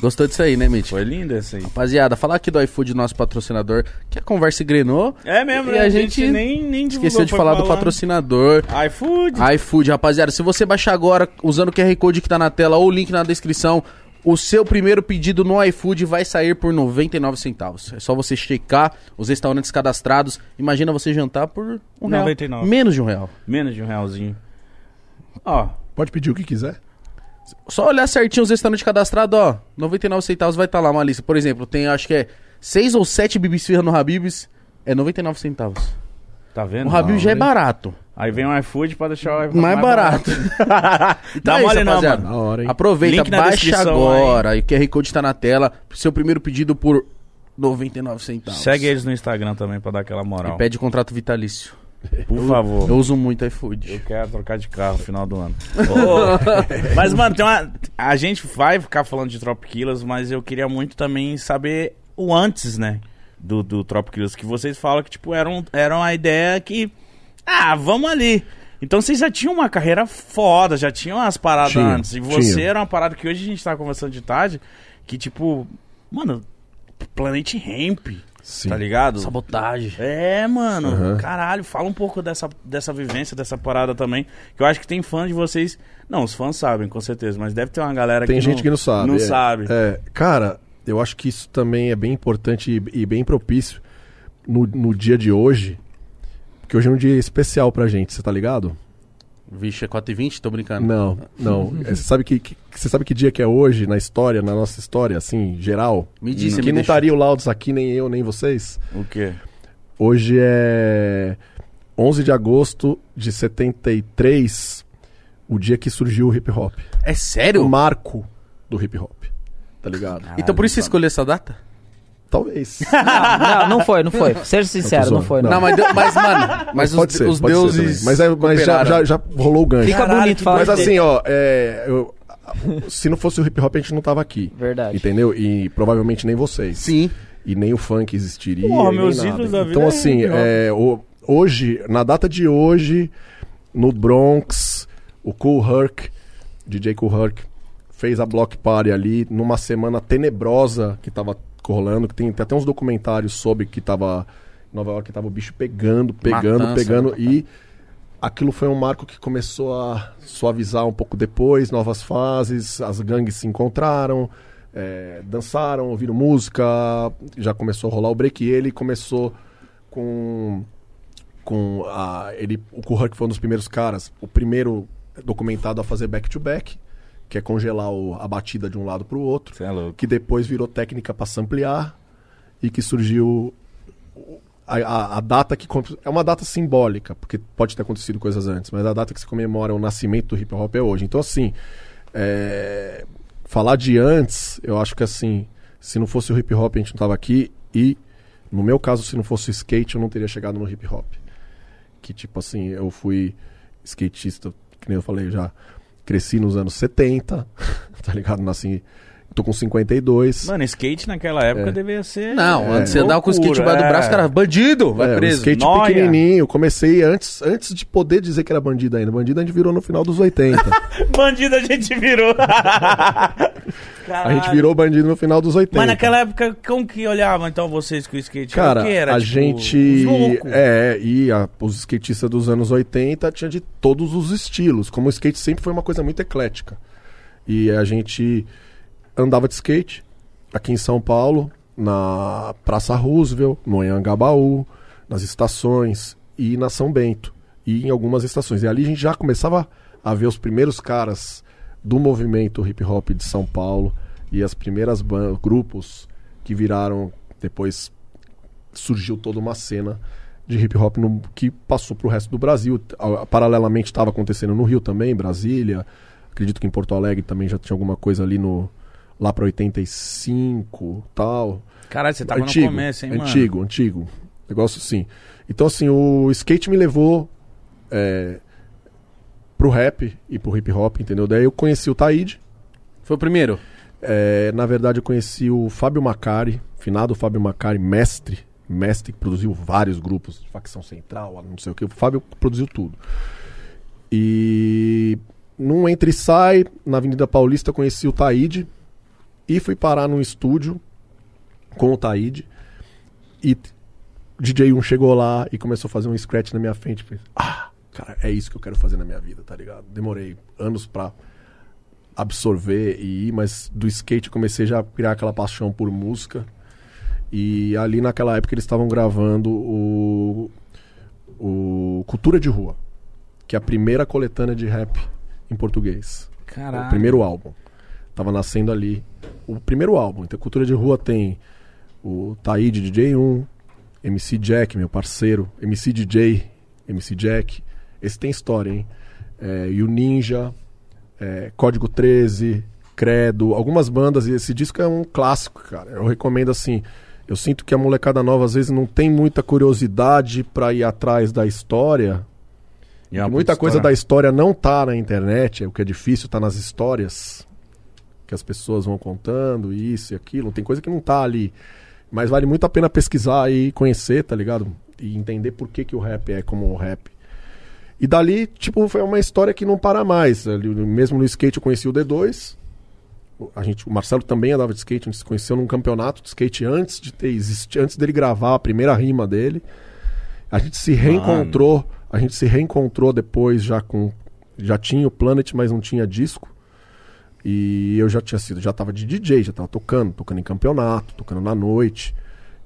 Gostou disso aí, né, Mitch?
Foi linda essa é aí.
Rapaziada, falar aqui do iFood, nosso patrocinador, que a conversa engrenou.
É mesmo,
E
né?
a gente
nem, nem divulgou,
Esqueceu de
foi
falar do
falando.
patrocinador.
iFood.
iFood, rapaziada. Se você baixar agora usando o QR Code que tá na tela ou o link na descrição, o seu primeiro pedido no iFood vai sair por 99 centavos. É só você checar os restaurantes cadastrados. Imagina você jantar por um real.
99.
Menos de um real.
Menos de um realzinho. Ó,
Pode pedir o que quiser.
Só olhar certinho os restaurantes cadastrados, ó. 99 centavos vai estar lá uma lista. Por exemplo, tem acho que é 6 ou 7 bibis firra no Habibs. É 99 centavos.
tá vendo?
O Habib já é
Não, né?
barato.
Aí vem o iFood pra deixar o iFood
Mais barato.
Dá
é isso,
mole não,
rapaziada.
mano.
Da hora, hein?
Aproveita,
Link na
baixa
descrição
agora. E o QR Code tá na tela. Seu primeiro pedido por 99 centavos.
Segue eles no Instagram também pra dar aquela moral.
E pede contrato vitalício.
Por favor.
Eu uso muito
Eu
iFood.
quero trocar de carro no final do ano. Ô, mas, mano, tem uma... a gente vai ficar falando de Tropiquilas, mas eu queria muito também saber o antes, né? Do, do Tropiquilas. Que vocês falam que, tipo, eram, eram a ideia que. Ah, vamos ali. Então vocês já tinham uma carreira foda, já tinham as paradas
Tinha,
antes. E você
tinha.
era uma parada que hoje a gente tá conversando de tarde, que, tipo, mano, Planet Ramp,
Sim.
tá ligado?
Sabotagem.
É, mano.
Aham.
Caralho, fala um pouco dessa, dessa vivência, dessa parada também. Que eu acho que tem fã de vocês. Não, os fãs sabem, com certeza. Mas deve ter uma galera
Tem
que
gente
não,
que não sabe.
Não
é.
sabe.
É, cara, eu acho que isso também é bem importante e, e bem propício no, no dia de hoje. Porque hoje é um dia especial pra gente, você tá ligado?
Vixe, é 4,20? Tô brincando.
Não, não. É, Você sabe que, que- você sabe que dia que é hoje na história, na nossa história, assim, geral?
Me disse,
Que
me
não
deixou.
estaria o Laudos aqui, nem eu, nem vocês.
O quê?
Hoje é 11 de agosto de 73, o dia que surgiu o hip hop.
É
O
sério?
marco do hip hop, tá ligado?
Então por isso você escolheu essa data?
Talvez.
Não, não foi, não foi. Seja sincero, não
zoando.
foi. Não.
Não, mas, deu- mas, mano, mas
pode
os,
ser,
os
pode ser
deuses.
também. mas é- mas já,
cooperaram.
já, já rolou o gancho.
Fica
Caralho,
bonito
que
falar
Mas
isso
assim, ó, é, eu- se não fosse o hip hop, a gente não tava aqui.
Verdade.
Entendeu? assim. E provavelmente nem vocês.
Sim.
E nem o funk existiria.
Porra,
nem
meus
nada.
ídolos da vida
Então,
é
assim,
hip hop.
é, o- hoje, na data de hoje, no Bronx, o Cool Herc, DJ Cool Herc, fez a Block Party ali numa semana tenebrosa que tava rolando, que tem, tem até uns documentários sobre que tava. em Nova York que tava o bicho pegando, pegando,
Matança,
pegando.
né?
E aquilo foi um marco que começou a suavizar um pouco depois, novas fases, as gangues se encontraram, é, dançaram, ouviram música, já começou a rolar o break e ele começou com com a ele o Kuhurk foi um dos primeiros caras, o primeiro documentado a fazer back to back, que é congelar o- a batida de um lado para o outro
Você é louco.
que depois virou técnica para ampliar e que surgiu o- a, a- a data que com- é uma data simbólica porque pode ter acontecido coisas antes mas a data que se comemora o nascimento do hip hop é hoje então assim é, falar de antes eu acho que assim se não fosse o hip hop a gente não tava aqui e no meu caso se não fosse o skate eu não teria chegado no hip hop que tipo assim eu fui skatista que nem eu falei já cresci nos anos 70 tá ligado nasci tô com 52
Mano, skate naquela época
É.
deveria ser.
Não, antes você andava com o skate
loucura,
embaixo do
é.
braço, cara, bandido, vai
é,
preso.
Um skate
Nóia.
pequenininho. Comecei antes, antes de poder dizer que era bandido ainda. Bandido a gente virou no final dos 80.
Bandido a gente virou.
A gente virou bandido no final dos 80.
Mas naquela época, como que olhavam então vocês com o skate? Era
Cara,
o que era?
a
Tipo,
gente.
os loucos?
É, e a- os skatistas dos anos 80 tinha de todos os estilos. Como o skate sempre foi uma coisa muito eclética. E a gente andava de skate aqui em São Paulo, na Praça Roosevelt, no Anhangabaú, nas estações e na São Bento. E em algumas estações. E ali a gente já começava a ver os primeiros caras do movimento hip hop de São Paulo e as primeiras ban- grupos que viraram depois surgiu toda uma cena de hip hop no- que passou pro resto do Brasil. A- Paralelamente estava acontecendo no Rio também, Brasília. Acredito que em Porto Alegre também já tinha alguma coisa ali no lá para 85, tal.
Caralho, você tava
antigo,
no começo, hein, mano?
antigo, antigo. Negócio assim. Então assim, o skate me levou é, pro rap e pro hip hop, entendeu? Daí eu conheci o Taíde,
Foi o primeiro?
é, na verdade, eu conheci o Fábio Macari, finado Fábio Macari, mestre, mestre que produziu vários grupos, facção central, não sei o que. O Fábio produziu tudo. E num entre e sai, na Avenida Paulista, eu conheci o Taíde e fui parar num estúdio com o Taíde. E t- DJ 1 chegou lá e começou a fazer um scratch na minha frente. Falei, ah, cara, é isso que eu quero fazer na minha vida, tá ligado? Demorei anos pra absorver e ir, mas do skate eu comecei já a criar aquela paixão por música. E ali naquela época eles estavam gravando o, o Cultura de Rua, que é a primeira coletânea de rap em português.
Caralho.
O primeiro álbum. Tava nascendo ali o primeiro álbum. Então, Cultura de Rua tem o Taíde DJ 1, MC um, Jack, meu parceiro, MC DJ, MC Jack. Esse tem história, hein? É, e o Ninja, é, Código 13, Credo, algumas bandas. E esse disco é um clássico, cara. Eu recomendo assim. Eu sinto que a molecada nova às vezes não tem muita curiosidade pra ir atrás da história,
E é uma
Muita
puta
coisa da
história.
história não tá na internet, é o que é difícil tá nas histórias que as pessoas vão contando, isso e aquilo. Tem coisa que não tá ali. Mas vale muito a pena pesquisar e conhecer, tá ligado? E entender por que, que o rap é como o rap. E dali, tipo, foi uma história que não para mais. Ali, mesmo no skate eu conheci o D2. O- A gente, o Marcelo também andava de skate, a gente se conheceu num campeonato de skate antes de ter existi- antes dele gravar a primeira rima dele. A gente se reencontrou, a gente se reencontrou depois já com já tinha o Planet, mas não tinha disco. E eu já tinha sido, já tava de DJ, já tava tocando, tocando em campeonato, tocando na noite.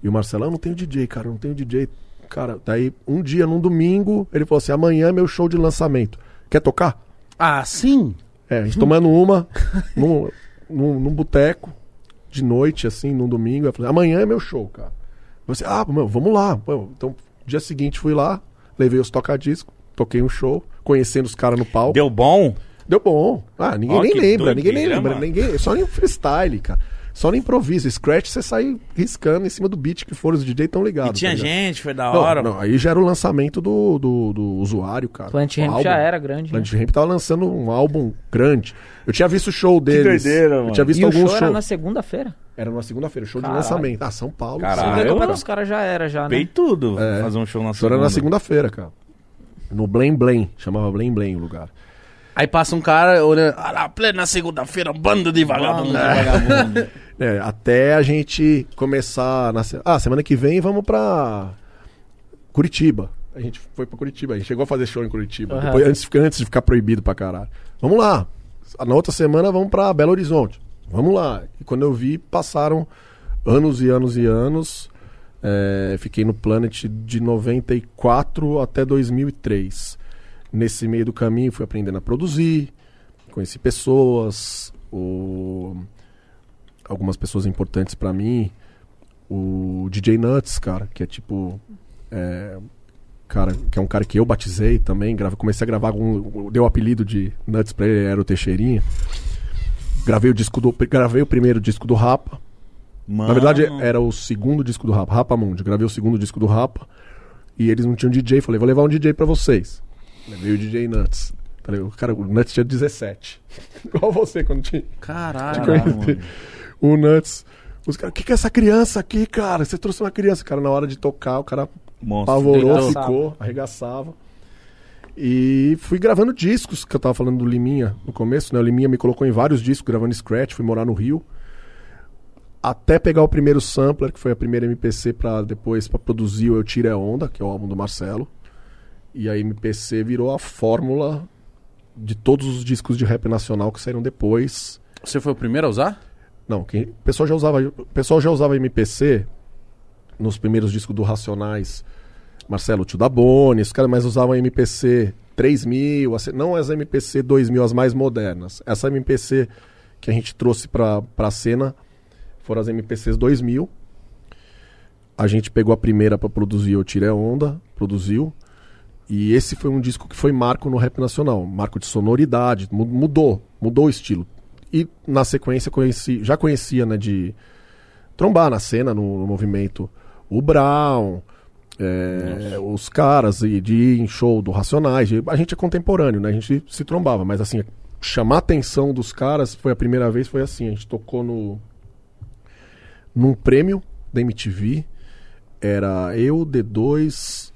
E o Marcelo, "Ah, eu não tenho DJ, cara, eu não tenho DJ. Cara, daí um dia, num domingo, ele falou assim: amanhã é meu show de lançamento. Quer tocar?
Ah, sim.
É, a gente tomando uma num, num, num boteco de noite, assim, num domingo. Eu falei, amanhã é meu show, cara. Você, ah, meu, vamos lá. Pô, Então, dia seguinte fui lá, levei os tocadiscos, toquei um show, conhecendo os caras no palco. Deu,
Deu bom?
bom. Ah, ninguém
Ó,
nem
que
lembra, ninguém nem
doideira,
lembra.
mano.
Ninguém, só nem freestyle, cara. Só no improviso. Scratch, você sai riscando em cima do beat que for, os DJ tão
E
ligados.
tinha
tá ligado?
gente, foi da
Não,
hora.
não, aí já era o lançamento do, do, do usuário, cara.
Plant
O
Ramp já
álbum.
era grande. né?
Planet Ramp tava lançando um álbum grande. Eu tinha visto o show deles.
doideira,
Eu
mano.
tinha visto
E o show
alguns shows.
era
Era,
na segunda-feira.
numa segunda-feira, show
Caralho.
de lançamento. Ah, São Paulo.
Caralho.
Você
São
vê como é que
mano.
os caras já era já, né?
Pei tudo.
É.
Fazer um show na
Paulo. Show era na
segunda.
segunda-feira, cara. No Blém Blém. Chamava Blém Blém o lugar.
Aí passa um cara olhando. Ah lá, plena segunda-feira, bando de vagabundo.
É, até a gente começar. Na... se- Ah, semana que vem vamos pra Curitiba. A gente foi pra Curitiba. A gente chegou a fazer show em Curitiba.
Aham.
Depois, antes, antes de ficar proibido pra caralho. Vamos lá. Na outra semana vamos pra Belo Horizonte. Vamos lá. E quando eu vi, passaram anos e anos e anos. É, fiquei no Planet de 94 até 2003. Nesse meio do caminho, fui aprendendo a produzir, conheci pessoas, o algumas pessoas importantes pra mim. O DJ Nuts, cara, que é tipo. é, cara, que é um cara que eu batizei também. Grave, comecei a gravar algum. Deu o apelido de Nuts pra ele, era o Teixeirinha. Gravei o disco do. Gravei o primeiro disco do Rapa.
Mano.
Na verdade, era o segundo disco do Rapa, Rapa Mundi. Gravei o segundo disco do Rapa. E eles não tinham DJ. Falei, vou levar um DJ pra vocês. Levei o DJ Nuts. Falei, o cara, o Nuts tinha 17. Igual você quando tinha.
Caralho.
Caralho, mano.
O Nuts. Os caras, o que, que é essa criança aqui, cara? Você trouxe uma criança. Cara, na hora de tocar, o cara
Monstro.
apavorou,
arregaçava.
ficou, arregaçava. E fui gravando discos, que eu tava falando do Liminha no começo, né? O Liminha me colocou em vários discos, gravando scratch, fui morar no Rio. Até pegar o primeiro sampler, que foi a primeira MPC para depois para produzir o Eu Tiro é Onda, que é o álbum do Marcelo. E a MPC virou a fórmula de todos os discos de rap nacional que saíram depois.
Você foi o primeiro a usar?
Não, quem, o, pessoal já usava, o pessoal já usava MPC nos primeiros discos do Racionais. Marcelo Tio da Boni, os caras mais usavam a MPC 3000, assim, não as MPC 2000, as mais modernas. Essa MPC que a gente trouxe pra, pra cena foram as MPCs 2000. A gente pegou a primeira pra produzir Eu Tirei a Onda, produziu. E esse foi um disco que foi marco no rap nacional. Marco de sonoridade, mu- mudou, mudou o estilo. E na sequência conheci, já conhecia, né, de trombar na cena, no, no movimento, o Brown, é, os caras e de ir em show do Racionais. de- a gente é contemporâneo, né? A gente se trombava, mas assim, chamar a atenção dos caras foi a primeira vez, foi assim, a gente tocou no num prêmio da MTV. Era eu, D2,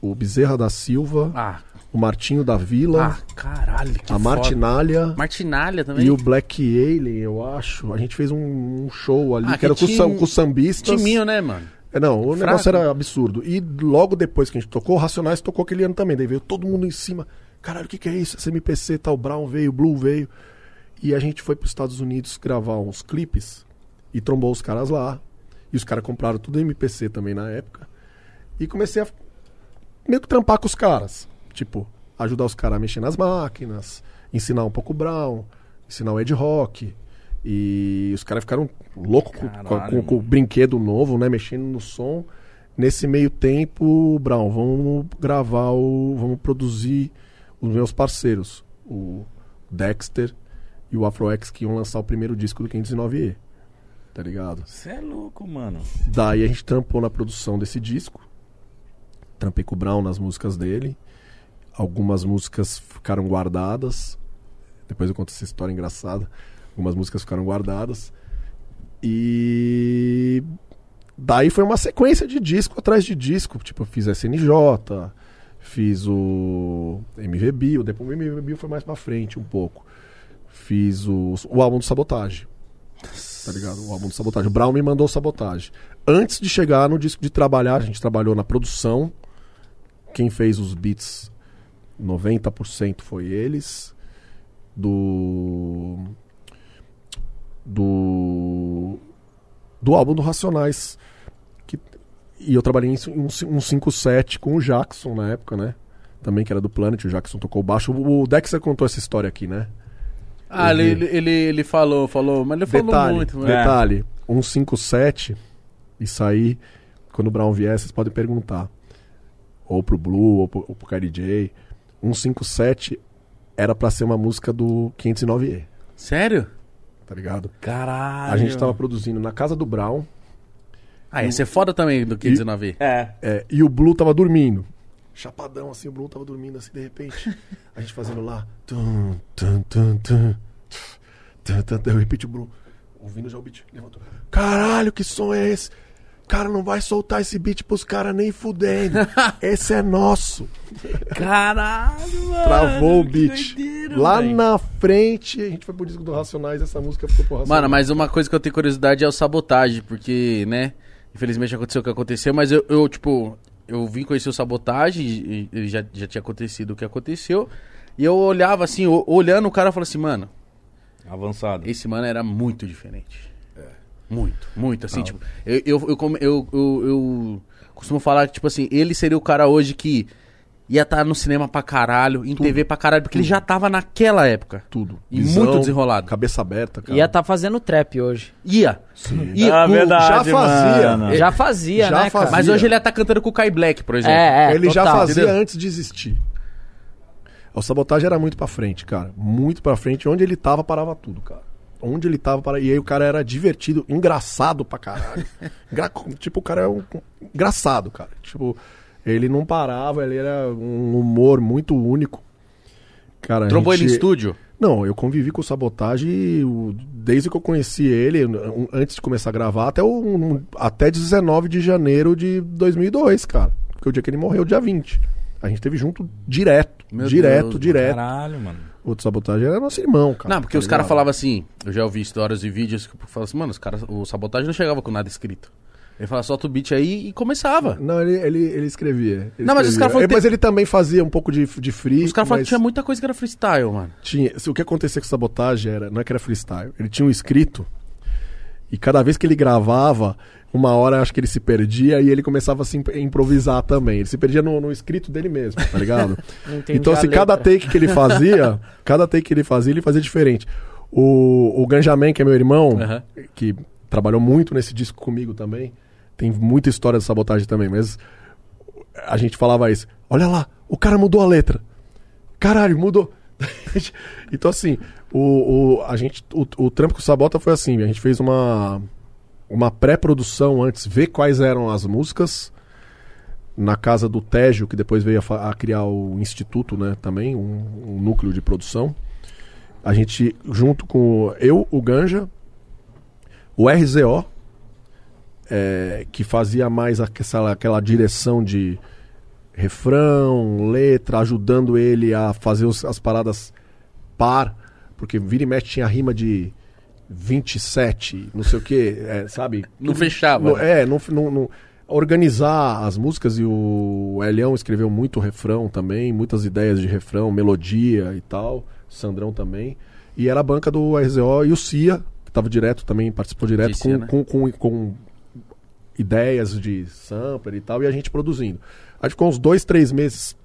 o Bezerra da Silva,
Ah,
o Martinho da Vila,
ah caralho, que
a
foda.
Martinalha
Martinalha também.
e o Black Alien, eu acho. A gente fez um, um show ali,
Ah,
que era
que
com, o
tinha
sam,
um-
com os sambistas.
Timinho, né, mano?
É, não, o
Fraco.
negócio era absurdo. E logo depois que a gente tocou, o Racionais tocou aquele ano também. Daí veio todo mundo em cima. Caralho, o que, que é isso? Esse MPC, tal, Brown veio, Blue veio. E a gente foi para os Estados Unidos gravar uns clipes e trombou os caras lá. E os caras compraram tudo MPC também na época. E comecei a meio que trampar com os caras. Tipo, ajudar os caras a mexer nas máquinas, ensinar um pouco o Brown, ensinar o Ed Rock. E os caras ficaram loucos com, com, com-
Caralho,
com o brinquedo novo, né? Mexendo no som. Nesse meio tempo, Brown, vamos gravar o. Vamos produzir os meus parceiros, o Dexter e o Afroex, que iam lançar o primeiro disco do 509E. Tá ligado?
Você é louco, mano.
Daí a gente trampou na produção desse disco. Trampei com o Brown nas músicas dele. Algumas músicas ficaram guardadas. Depois eu conto essa história engraçada. Algumas músicas ficaram guardadas. E daí foi uma sequência de disco atrás de disco. Tipo, eu fiz SNJ, fiz o MVB, o depois o MVB foi mais pra frente um pouco. Fiz o, o álbum do Sabotagem. Tá ligado? O álbum do Sabotagem. O Brown me mandou Sabotagem. Antes de chegar no disco de trabalhar, a gente trabalhou na produção. Quem fez os beats, 90% foi eles. Do. Do. Do álbum do Racionais. Que, e eu trabalhei em um, ci- um 5-7 com o Jackson na época, né? Também que era do Planet, o Jackson tocou baixo. O o Dexter contou essa história aqui, né?
Ah,
Eu
ele,
vi.
ele, ele, ele falou, falou, mas ele falou
Detalhe,
muito, né? mano.
detalhe, 157, isso aí, quando o Brown vier, vocês podem perguntar. Ou pro Blue, ou pro, ou pro Cardi J. 157 era pra ser uma música do 509E,
Sério?
tá ligado?
Caralho.
A gente tava produzindo na casa do Brown
Ah, ia ser foda também do que 19
É.
é, e o Blue tava dormindo. Chapadão, assim, o Blue tava dormindo, assim, de repente. A gente fazendo lá. Tum, tum, tum, tum, tum, tum, tum. Eu repito o Blue. Ouvindo já o beat. Levantou. Caralho, que som é esse? Cara, não vai soltar esse beat pros caras nem fudendo. Esse é nosso.
Caralho, mano.
Travou o
que
beat.
doideira,
Lá
velho.
na frente, a gente foi pro disco do Racionais, essa música ficou pro Racionais.
Mano, mas uma coisa que eu tenho curiosidade é o sabotagem, porque, né? Infelizmente aconteceu o que aconteceu, mas eu, eu, tipo, eu vim conhecer o sabotagem e, e já, já tinha acontecido o que aconteceu. E eu olhava assim, o- olhando o cara, eu falava assim, mano,
Avançado.
esse mano era muito diferente. Muito, muito, assim, tipo, eu, eu, eu, come- eu, eu, eu costumo falar que, tipo assim, ele seria o cara hoje que ia estar no cinema pra caralho, em TV pra caralho, porque ele já tava naquela época.
tudo.
E muito desenrolado.
Cabeça aberta, cara.
Ia tá fazendo trap hoje.
Ia. Ia
Ah,
com-
verdade,
já fazia.
mano.
Já fazia,
Ah. Já
né, cara?
fazia.
Mas hoje ele ia tá cantando com o Kai Black, por exemplo.
É, é.
ele já
total.
fazia
entendeu?
antes de existir. O sabotagem era muito pra frente, cara. Muito pra frente. Onde ele tava, parava tudo, cara. Onde ele tava, parava. E aí o cara era divertido, engraçado pra caralho. Engra- Tipo, o cara é um. Engraçado, cara. Tipo, ele não parava, ele era um humor muito único. Cara, a
Trombou ele em
gente-
estúdio?
não, eu convivi com o Sabotage o- desde que eu conheci ele, um- antes de começar a gravar, até, o, um- até 19 de janeiro de 2002, cara. Porque o dia que ele morreu, dia 20. A gente teve junto direto.
Meu
direto,
Deus,
direto.
Caralho, mano.
O de sabotagem era nosso irmão, cara.
não, porque
tá
os caras
ligado?
falavam assim, eu já ouvi histórias e vídeos que falavam assim, mano, os caras, o sabotagem não chegava com nada escrito. Ele falava, solta o beat aí e começava.
Não, ele, ele, ele escrevia. Ele
Não, mas os
escrevia.
caras falam que
Ele- Mas ele também fazia um pouco de, de free.
Os caras falavam
mas
que tinha muita coisa que era freestyle, mano.
tinha- se O que acontecia com sabotagem era. Não é que era freestyle. Ele tinha um escrito. E cada vez que ele gravava, uma hora acho que ele se perdia e ele começava a se imp- improvisar também. Ele se perdia no, no escrito dele mesmo, tá ligado?
Não entendi
então,
a
se cada
letra.
take que ele fazia, cada take que ele fazia, ele fazia diferente. O, o Ganjamin, que é meu irmão,
Aham.
que trabalhou muito nesse disco comigo também, tem muita história de sabotagem também, mas a gente falava isso. Olha lá, o cara mudou a letra. Caralho, mudou. então, assim, o, o, a gente, o, o trampo com o Sabota foi assim: a gente fez uma, uma pré-produção antes, ver quais eram as músicas na casa do Tejo, que depois veio a, fa- a criar o Instituto, né, também, um, um núcleo de produção. A gente, junto com eu, o Ganja, o RZO, é, que fazia mais aque- essa- aquela direção de refrão, letra, ajudando ele a fazer os- as paradas par, porque vira e mexe tinha rima de 27, não sei o que, sabe?
Não fechava. né?
No- é, não, não- não- organizar as músicas e o Elião escreveu muito refrão também, muitas ideias de refrão, melodia e tal, Sandrão também. E era a banca do RZO e o Cia, que estava direto também, participou direto
Cia,
com-
né?
com, com, com ideias de sampler e tal, e a gente produzindo. A gente ficou uns dois, três meses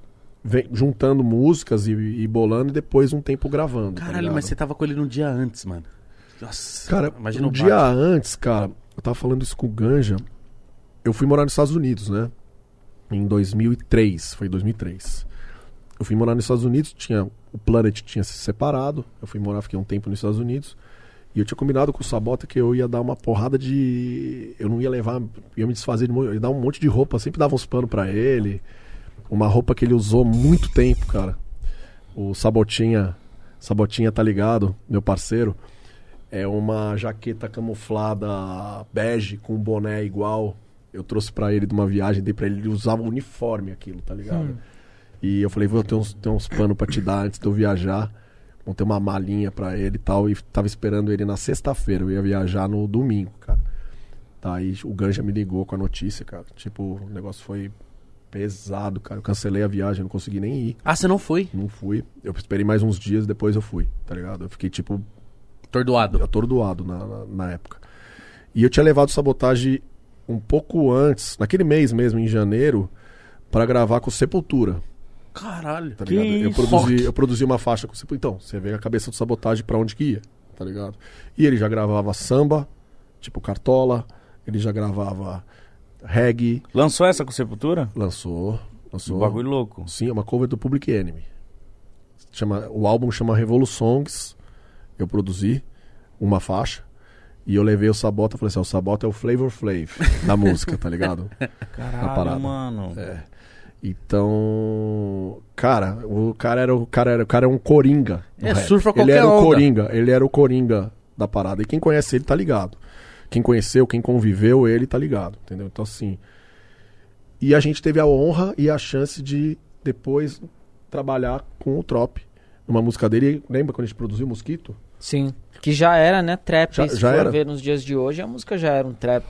ve- juntando músicas e, e bolando, e depois um tempo gravando. tá
Caralho,
ligado?
mas você tava com ele no dia antes, mano. Nossa,
Cara,
imagina
um
o
dia
baque.
antes, cara, eu tava falando isso com o Ganja. Eu fui morar nos Estados Unidos, né? Em 2003, foi 2003. Eu fui morar nos Estados Unidos, tinha o Planet tinha se separado. Eu fui morar, fiquei um tempo nos Estados Unidos. E eu tinha combinado com o Sabota que eu ia dar uma porrada de. Eu não ia levar. Ia me desfazer de. mo- Eu ia dar um monte de roupa. Sempre dava uns panos pra ele. Uma roupa que ele usou muito tempo, cara. O Sabotinha. Sabotinha tá ligado, meu parceiro. É uma jaqueta camuflada bege com um boné igual. Eu trouxe pra ele de uma viagem, dei pra ele, ele usava uniforme aquilo, tá ligado? E eu falei, vou ter uns, ter uns panos pra te dar antes de eu viajar. Montei uma malinha pra ele e tal. E tava esperando ele na sexta-feira. Eu ia viajar no domingo, cara. Tá, aí o Ganja me ligou com a notícia, cara. Tipo, o negócio foi pesado, cara. Eu cancelei a viagem, não consegui nem ir.
Ah, você não foi?
Não fui. Eu esperei mais uns dias, depois eu fui, tá ligado? Eu fiquei, tipo,
Tordoado.
atordoado na, na, na época. E eu tinha levado sabotagem um pouco antes, naquele mês mesmo, em janeiro, pra gravar com Sepultura.
Caralho.
Tá
Que
ligado? Eu
isso?
produzi,
Rock.
eu produzi uma faixa com Sepultura. Então, você vê a cabeça do sabotagem pra onde que ia, tá ligado? E ele já gravava samba, tipo Cartola, ele já gravava reggae,
Lançou essa com Sepultura?
lançou. lançou
Um bagulho louco.
Sim, é uma cover do Public Enemy. Chama, o álbum chama Revoluções. Eu produzi uma faixa. E eu levei o Sabota, falei assim, "Ó, o Sabota é o Flavor Flav da música, tá ligado? parada. É.
Caralho, mano.
Então, cara, o cara era o cara era, o cara é um coringa. do
É,
rap.
surfa
Ele
qualquer
era o
onda.
coringa, ele era o coringa da parada. E quem conhece ele tá ligado. Quem conheceu, quem conviveu ele tá ligado, entendeu? Então assim, e a gente teve a honra e a chance de depois trabalhar com o Trop numa música dele. Lembra quando a gente produziu Mosquito?
Sim. Que já era, né? Trap.
Já-
Se
já
for
era.
ver nos dias de hoje, a música já era um trap.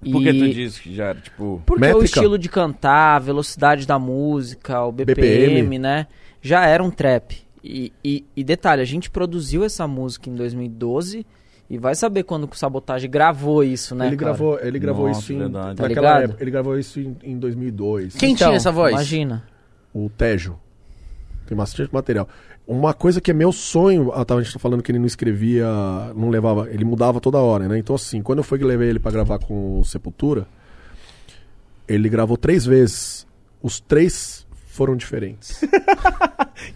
Por que tu
E-
disse que já era, tipo...
Porque o
Métrica.
estilo de cantar, a velocidade da música, o BPM,
BPM.
né? Já era um trap. E, e- e detalhe, a gente produziu essa música em 2012 e vai saber quando que o Sabotage gravou isso, né?
ele
cara?
gravou, ele gravou
Nossa,
isso em,
verdade.
Tá
naquela
ligado?
época, ele gravou isso em, em 2002.
Quem
Então,
tinha essa voz?
Imagina.
o Tejo. Tem bastante material. Uma coisa que é meu sonho, ah, tá, a gente tá falando que ele não escrevia, não levava, ele mudava toda hora, né? Então assim, quando eu fui que levei ele pra gravar com o Sepultura, ele gravou três vezes. Os três foram diferentes.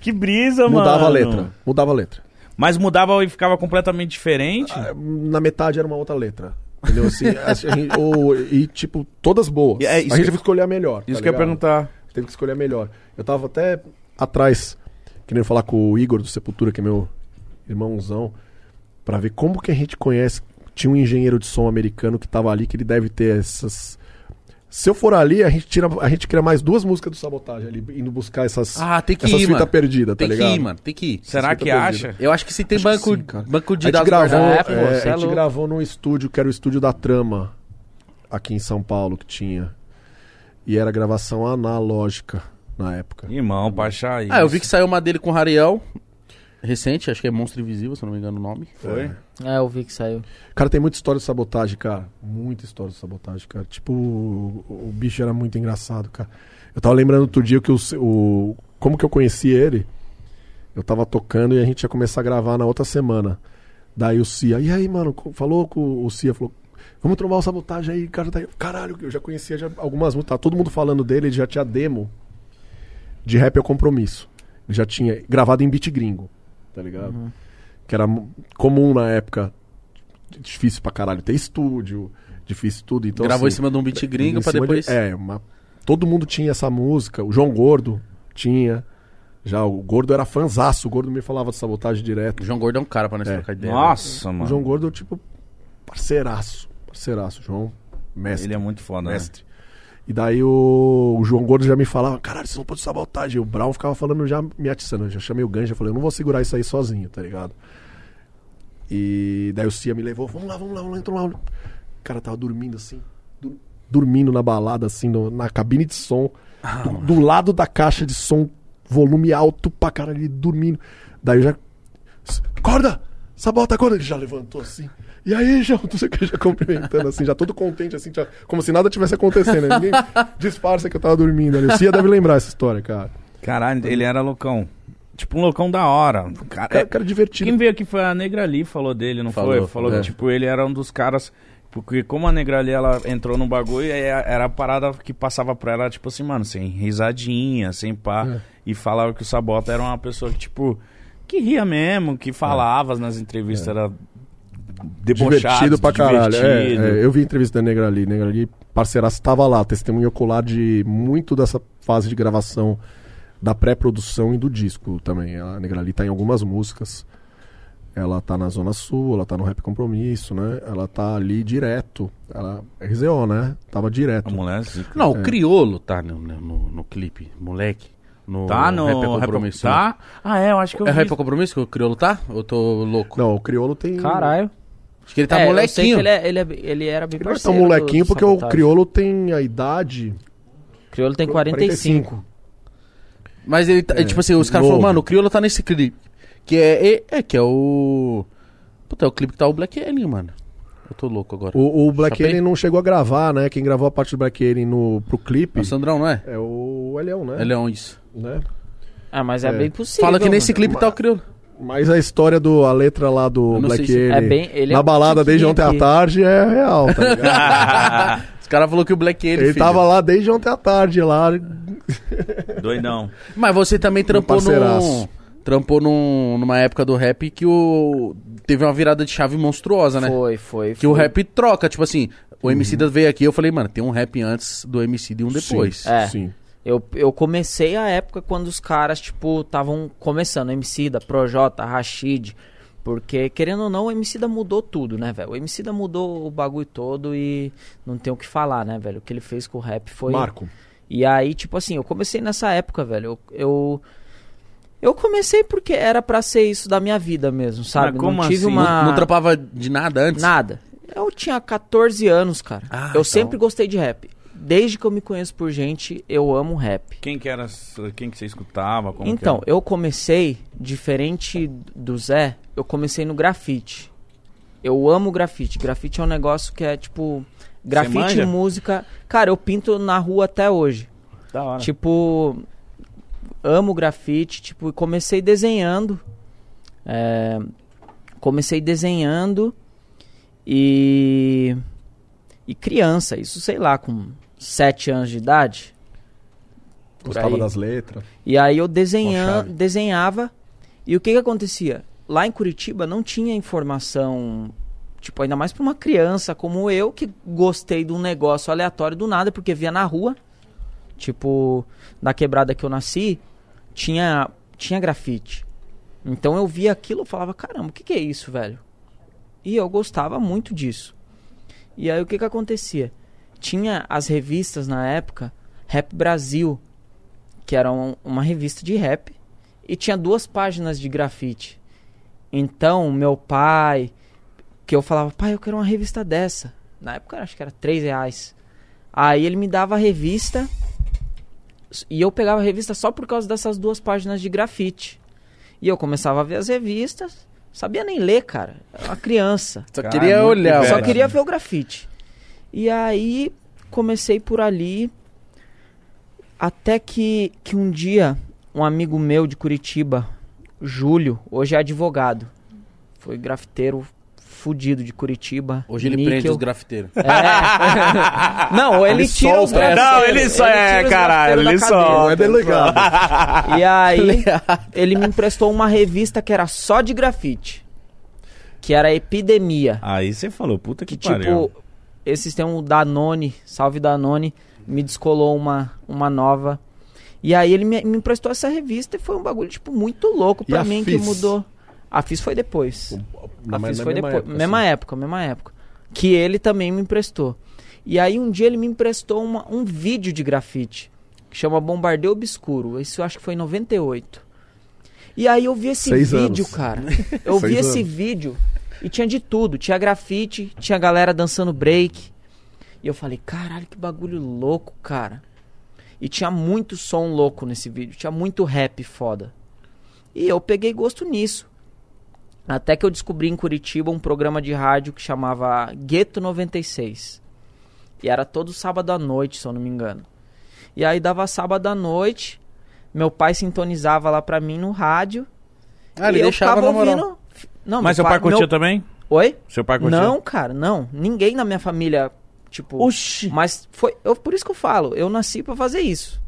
Que brisa,
mudava a
mano.
letra, mudava a letra.
Mas mudava e ficava completamente diferente?
Ah, Na metade era uma outra letra. Entendeu? Assim, a gente- ou- e tipo, todas boas.
E é isso
a gente
que-
teve que escolher a melhor.
Isso
tá
que eu ia
ligado?
perguntar.
Teve que escolher a melhor. Eu tava até atrás, querendo falar com o Igor do Sepultura, que é meu irmãozão, pra ver como que a gente conhece. Tinha um engenheiro de som americano que tava ali, que ele deve ter essas, Se eu for ali, a gente, tira, a gente cria mais duas músicas do Sabotagem ali, indo buscar essas,
Ah, tem que
essas
ir,
fitas
mano.
perdidas, tá
Tem que
ligado?
ir, mano. Tem que ir.
Será
Esse
que
tá
acha?
perdido.
Eu acho que se tem
Acho que
banco,
sim, cara.
banco de
a gente
dados
gravou,
guardados-
É, pô,
é,
você é
a gente
louco.
gravou num estúdio que era o estúdio da Trama aqui em São Paulo que tinha e era gravação analógica na época.
Irmão, Pachá aí.
Ah, eu vi que saiu uma dele com o Rariel. Recente, acho que é Monstro Invisível, se eu não me engano o nome.
Foi?
É, eu vi que saiu.
Cara, tem muita história de sabotagem, cara. Muita história de sabotagem, cara. Tipo, o, o bicho era muito engraçado, cara. Eu tava lembrando outro dia que o, se- o- Como que eu conheci ele? Eu tava tocando e a gente ia começar a gravar na outra semana. Daí o Cia, e aí, mano, co- falou com o Cia, falou. Vamos trombar o sabotagem aí, cara. Daí, eu, Caralho, eu já conhecia já algumas músicas. Tava todo mundo falando dele, ele já tinha demo de rap é o compromisso. Ele já tinha gravado em beat gringo, tá ligado? Que era mu- comum na época. Difícil pra caralho ter estúdio, difícil tudo. Então,
Gravou em
assim,
cima de um beat gringo
em
pra
cima de-
depois.
É, uma- todo mundo tinha essa música. O João Gordo tinha. Já o Gordo era fanzaço. O Gordo me falava de sabotagem direto.
O João Gordo é um cara pra nós
É.
trocar ideia.
Nossa, mano.
O João Gordo, tipo, parceiraço. Parceiraço, João. Mestre.
Ele é muito foda, né?
mestre. E daí o, o João Gordo já me falava, caralho, você não pode sabotagem. E o Brown ficava falando já me atiçando. Eu já chamei o Ganja, falei, eu não vou segurar isso aí sozinho, tá ligado? E daí o Cia me levou, vamos lá, vamos lá, vamos lá, entrou lá. O cara tava dormindo assim, dur- dormindo na balada, assim, no- na cabine de som, do, do lado da caixa de som, volume alto pra caralho, ele dormindo. Daí eu já. Acorda! Sabota, acorda! Ele já levantou assim. E aí, João, não sei o que, já cumprimentando assim, já todo contente, assim, já- como se nada tivesse acontecendo. né? Ninguém disfarça que eu tava dormindo ali. O Cia deve lembrar essa história, cara.
Caralho, ele era loucão. Tipo um loucão da hora. Cara,
Cara,
é-
cara divertido.
Quem veio aqui foi a Negra Lee, falou dele, não
Falou,
foi? Falou
é.
que, tipo, ele era um dos caras. Porque como a Negra Lee, ela entrou no bagulho, é- era a parada que passava pra ela, tipo assim, mano, sem risadinha, sem pá. E falava que o Sabota era uma pessoa que, tipo, que ria mesmo, que falava nas entrevistas, era debochado,
divertido pra caralho. É,
divertido.
é, eu vi a entrevista da Negra ali. Negra ali, parceiraça, estava lá, testemunho ocular de muito dessa fase de gravação da pré-produção e do disco também. A Negra ali tá em algumas músicas. Ela tá na Zona Sul, ela tá no Rap Compromisso, né? Ela tá ali direto. Ela RZO, né? Tava direto.
A mulher, zica.
Não, o Criolo tá no, no, no- no clipe, moleque. No
tá no...
Rap é Compromisso.
Tá? Ah, é, eu acho que eu
É
vi.
Rap é Compromisso que o Criolo tá? Ou eu tô louco?
Não, o Criolo tem.
Caralho.
Acho que ele tá
é, eu sei
molequinho.
que ele, é- ele, é- ele era bem
Ele não é
parceiro.
tão molequinho
do
porque o
Sabotage.
Criolo tem a idade.
Criolo tem 45.
Mas ele, tá- é, tipo assim, os caras
novo.
falaram, mano, o Criolo tá nesse clipe. Que é, é, é que é o... Puta, é o clipe que tá o Black Alien, mano. Eu tô louco agora.
O, o Black
Chapei?
Alien não chegou a gravar, né? Quem gravou a parte do Black Alien no, pro clipe
É o Sandrão, não é?
é o Elião, né?
É Leão, isso.
né?
Ah, mas é,
É.
bem possível.
Fala que nesse
mano.
clipe tá o Criolo.
Mas a história do a letra lá do
Eu não
Black
sei se-
Alien,
é bem- ele é
na
um
balada desde ontem à
tiquinho
tarde é real, tá
um
ligado?
Os caras falaram que o Black Alien,
Ele
filho.
tava lá desde ontem à tarde lá.
Doidão.
Mas você também trampou num,
parceiraço.
trampou num, numa época do rap que o teve uma virada de chave monstruosa, né?
Foi, foi. Uhum.
Que o rap troca, tipo assim, o MC da veio aqui, eu falei, mano, tem um rap antes do MC e um depois.
Sim,
É.
sim.
Eu, eu comecei a época quando os caras, tipo, estavam começando. MC da Projota, Rashid. Porque, querendo ou não, o MC da mudou tudo, né, velho? O MC da mudou o bagulho todo e não tem o que falar, né, velho? O que ele fez com o rap foi.
Marco.
E aí, tipo assim, eu comecei nessa época, velho. Eu. eu... eu comecei porque era pra ser isso da minha vida mesmo, sabe?
como
não tive
assim?
uma.
Não trampava de nada antes?
Nada. Eu tinha 14 anos, cara.
Ah,
eu
então.
sempre gostei de rap. Desde que eu me conheço por gente, eu amo rap.
Quem que era... Quem que você escutava? Como que é?
então,
era?
eu comecei, diferente do Zé, eu comecei no grafite. Eu amo grafite. Grafite é um negócio que é tipo. Grafite,
manja?
música. Cara, eu pinto na rua até hoje.
Da hora.
Tipo, amo grafite, tipo, e comecei desenhando. É, comecei desenhando e e criança, isso sei lá, com sete anos de idade. Por
Gostava
aí.
das letras.
E aí eu
Com
desenha,
chave.
desenhava. E o que que acontecia? Lá em Curitiba não tinha informação, tipo, ainda mais pra uma criança como eu, que gostei de um negócio aleatório do nada, porque via na rua. Tipo, na quebrada que eu nasci, tinha, tinha grafite. Então eu via aquilo e falava, caramba, o que que é isso, velho? E eu gostava muito disso. E aí o que que acontecia? tinha as revistas na época, Rap Brasil, que era um- uma revista de rap, e tinha duas páginas de grafite. Então, meu pai, que eu falava, pai, eu quero uma revista dessa. Na época, eu acho que era 3 reais. Aí ele me dava a revista e eu pegava a revista só por causa dessas duas páginas de grafite. E eu começava a ver as revistas, sabia nem ler, cara. Era uma criança.
Só
Cara,
queria
muito
olhar.
velho.
mano.
Só queria ver o grafite. E aí comecei por ali. Até que, que um dia, um amigo meu de Curitiba, Júlio, hoje é advogado. Foi grafiteiro fudido de Curitiba.
Hoje ele
níquel.
prende os grafiteiros.
É. Não, ou ele,
Ele
tira os
solta essa.
grafiteiros.
Não, ele só- é,
tira os
caralho,
grafiteiros
ele
da cadeia.
solta.
Não é
Ah,
delegado.
é
E aí, ele me emprestou uma revista que era só de grafite. Que era Epidemia.
Aí você falou, puta que,
Que
pariu.
tipo, esses tem um Danone, salve Danone, me descolou uma, uma nova. E aí ele me, me emprestou essa revista e foi um bagulho, tipo, muito louco
E
pra
a
mim que
Fis?
mudou. A FIS foi depois.
Não,
A
mas
Fis
na
foi
mesma
depois.
época,
mesma
assim.
época, mesma época. Que ele também me emprestou. E aí um dia ele me emprestou uma- um vídeo de grafite. Que chama Bombardeio Obscuro. Isso eu acho que foi em 98. E aí eu vi esse
Seis
vídeo,
anos.
cara. Eu
Né? Seis
vi esse
anos.
vídeo e tinha de tudo. Tinha grafite, tinha galera dançando break. E eu falei, caralho, que bagulho louco, cara. E tinha muito som louco nesse vídeo. Tinha muito rap foda. E eu peguei gosto nisso. Até que eu descobri em Curitiba um programa de rádio que chamava Gueto 96. E era todo sábado à noite, se eu não me engano. E aí dava sábado à noite, meu pai sintonizava lá pra mim no rádio.
Ah, ele
e eu
deixava
ficava
na moral.
ouvindo. Não,
Mas
meu
seu pai curtia
meu-
também?
Oi?
Seu pai curtia?
Não, cara, não. Ninguém na minha família, tipo.
Oxi.
Mas foi. Eu, por isso que eu falo, eu nasci pra fazer isso.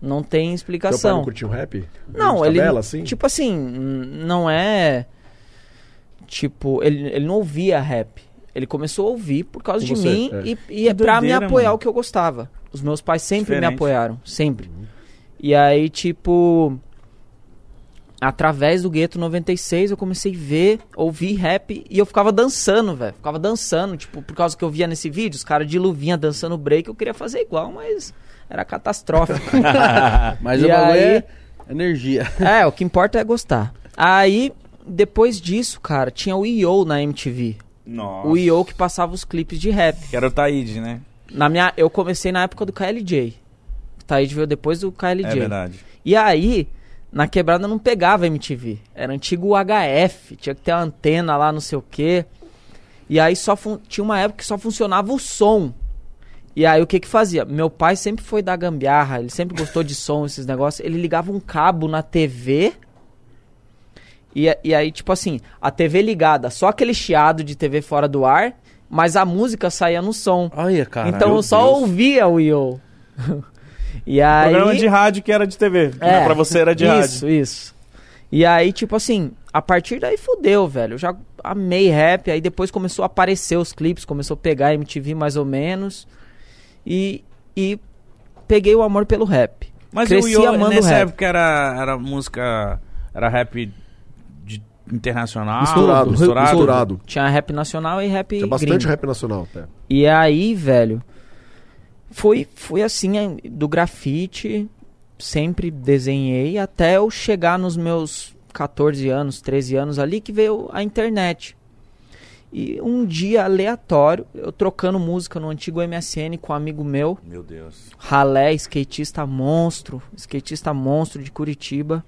Não tem
Teu pai não
explicação.
curtiu rap?
Não,
Uma
ele.
Tabela, assim?
Tipo assim, n- não é. Tipo, ele, ele não ouvia rap. Ele começou a ouvir por causa
Com
de
você,
mim
é.
e, e é
Que
pra me
doideira,
apoiar
mano.
o que eu gostava. Os meus pais sempre
Diferente.
me apoiaram, sempre.
Uhum.
E aí, tipo. Através do Gueto 96, eu comecei a ver, ouvir rap e eu ficava dançando, velho. Ficava dançando, tipo, por causa que eu via nesse vídeo, os caras de luvinha dançando break, eu queria fazer igual, mas era catastrófico.
Mas
E
o bagulho
aí-
é energia.
É, o que importa é gostar. Aí, depois disso, cara, tinha o I.O. na MTV.
Nossa.
O I.O. que passava os clipes de rap.
Que era o Taíde, né?
Na minha, eu comecei na época do KLJ. O Taíde veio depois do KLJ.
É verdade.
E aí, na quebrada não pegava MTV. Era antigo HF, tinha que ter uma antena lá, não sei o quê. E aí só fun- tinha uma época que só funcionava o som. E aí o que que fazia? Meu pai sempre foi da gambiarra, ele sempre gostou de som, esses negócios. Ele ligava um cabo na TV. E, a- e aí, tipo assim, a TV ligada, só aquele chiado de TV fora do ar, mas a música saía no som.
Olha, cara.
então eu só ouvia o Yo. e aí. É.
Programa de rádio que era de TV.
é
né? Pra você era de rádio.
Isso, isso. E aí, tipo assim, a partir daí fudeu, velho. Eu já amei rap, aí depois começou a aparecer os clipes, começou a pegar MTV mais ou menos. E, e peguei o amor pelo rap.
Mas
Cresci
o Yo,
amando
nessa
rap.
época, era, era música... Era rap de-
Ah,
internacional?
Misturado,
misturado.
misturado.
Tinha rap nacional e rap
Tinha bastante
gringo.
rap nacional até.
E aí, velho, foi, foi assim, eh, do grafite, sempre desenhei, até eu chegar nos meus 14 anos, 13 anos ali, que veio a internet. E um dia aleatório, eu trocando música no antigo MSN com um amigo meu,
Meu Deus.
Ralé, skatista monstro, skatista monstro de Curitiba.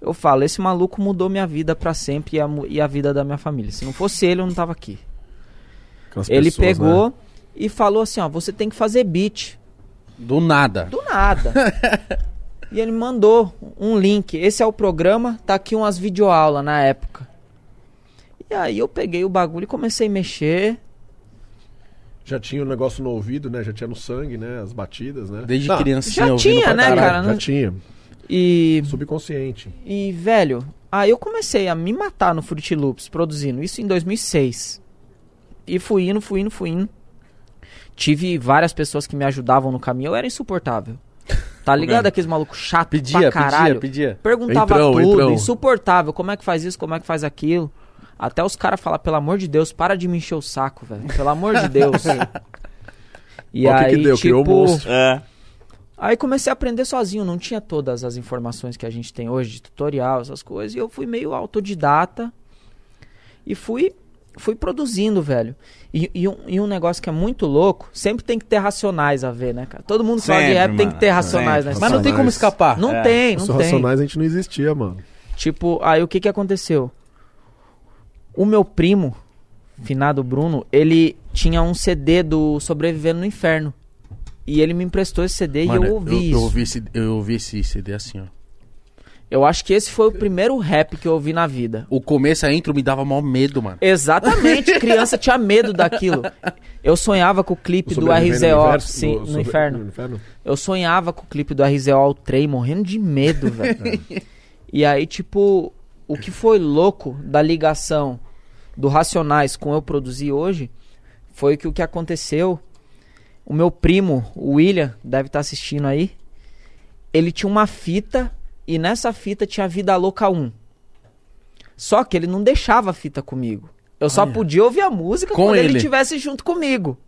Eu falo, esse maluco mudou minha vida pra sempre e a, mu- e a vida da minha família. Se não fosse ele, eu não tava aqui.
Aquelas
Ele
pessoas, né?
pegou e falou assim, ó, você tem que fazer beat.
Do nada.
Do nada. e ele mandou um link. Esse é o programa, tá aqui umas videoaulas na época. E aí eu peguei o bagulho e comecei a mexer.
Já tinha o negócio no ouvido, né? Já tinha no sangue, né? As batidas, né?
Desde
Ah,
criancinha
já
ouvindo
tinha,
pra
né,
caralho.
cara?
Já
não-
tinha.
E,
Subconsciente.
e velho, aí eu comecei a me matar no Fruit Loops, produzindo isso em 2006. E fui indo, fui indo, fui indo. Tive várias pessoas que me ajudavam no caminho. Eu era insuportável. Tá ligado aqueles malucos chato
Pedia,
pra caralho?
pedia, pedia.
Perguntava
Entrão,
tudo,
entrão.
insuportável. Como é que faz isso? Como é que faz aquilo? Até os caras falar, pelo amor de Deus, para de me encher o saco, velho. Pelo amor de Deus. E
Ó, o que
aí,
que deu? Criou
tipo,
o monstro.
É.
aí comecei a aprender sozinho, não tinha todas as informações que a gente tem hoje, de tutorial, essas coisas, e eu fui meio autodidata e fui fui produzindo, velho. E, e um, e um negócio que é muito louco, sempre tem que ter racionais a ver, né, cara? Todo mundo que fala de
Sempre,
rap tem
mano,
que ter racionais,
sempre.
né?
Mas não tem como
Racionais.
escapar.
Não
É.
tem,
Os
não tem.
Racionais a gente não existia, mano.
Tipo, aí o que que aconteceu? O meu primo, finado Bruno, ele tinha um CD do Sobrevivendo no Inferno. E ele me emprestou esse CD
Mano,
e eu ouvi
eu
isso. Eu,
ouvi esse, eu ouvi esse CD assim, ó.
acho que esse foi o primeiro rap que eu ouvi na vida.
O começo, a intro, me dava mó medo, mano.
Exatamente, criança tinha medo daquilo. Eu sonhava com o clipe do
Sobrevivendo no
RZO,
Universo,
sim,
do-
no
sobre-
inferno. Eu sonhava com o clipe do RZO ao trem, morrendo de medo, velho. e aí, tipo, o que foi louco da ligação do Racionais com eu produzir hoje foi que o que aconteceu. O meu primo, o William, deve estar assistindo aí. Ele tinha uma fita e nessa fita tinha Vida Louca 1. Só que ele não deixava a fita comigo. Eu só podia ouvir a música
Com
quando ele
ele.
estivesse junto comigo.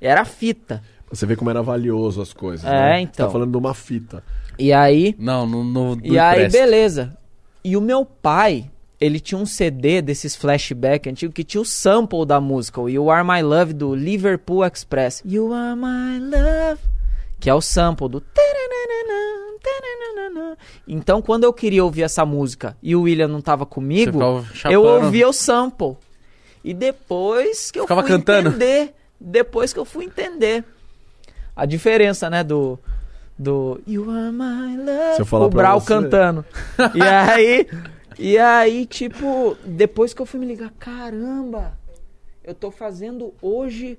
Era a fita.
Você vê como era valioso as coisas.
É,
né?
então.
Tá falando de uma fita.
E aí.
Não, não, não, não
E aí,
presta.
beleza. E o meu pai, ele tinha um CD desses flashback antigo que tinha o sample da música, o You Are My Love do Liverpool Express. You Are My Love, que é o sample do. taranana, taranana. Então, quando eu queria ouvir essa música e o William não tava
Você
comigo,
ficava chapando.
eu ouvia o sample. E depois que eu
Ficava
fui
cantando.
entender. Depois que eu fui entender. A diferença, né, do. Do You Are My Love.
Se eu falar
o
pra
Brau
você-
cantando. e aí. E aí, tipo, depois que eu fui me ligar, caramba, eu tô fazendo hoje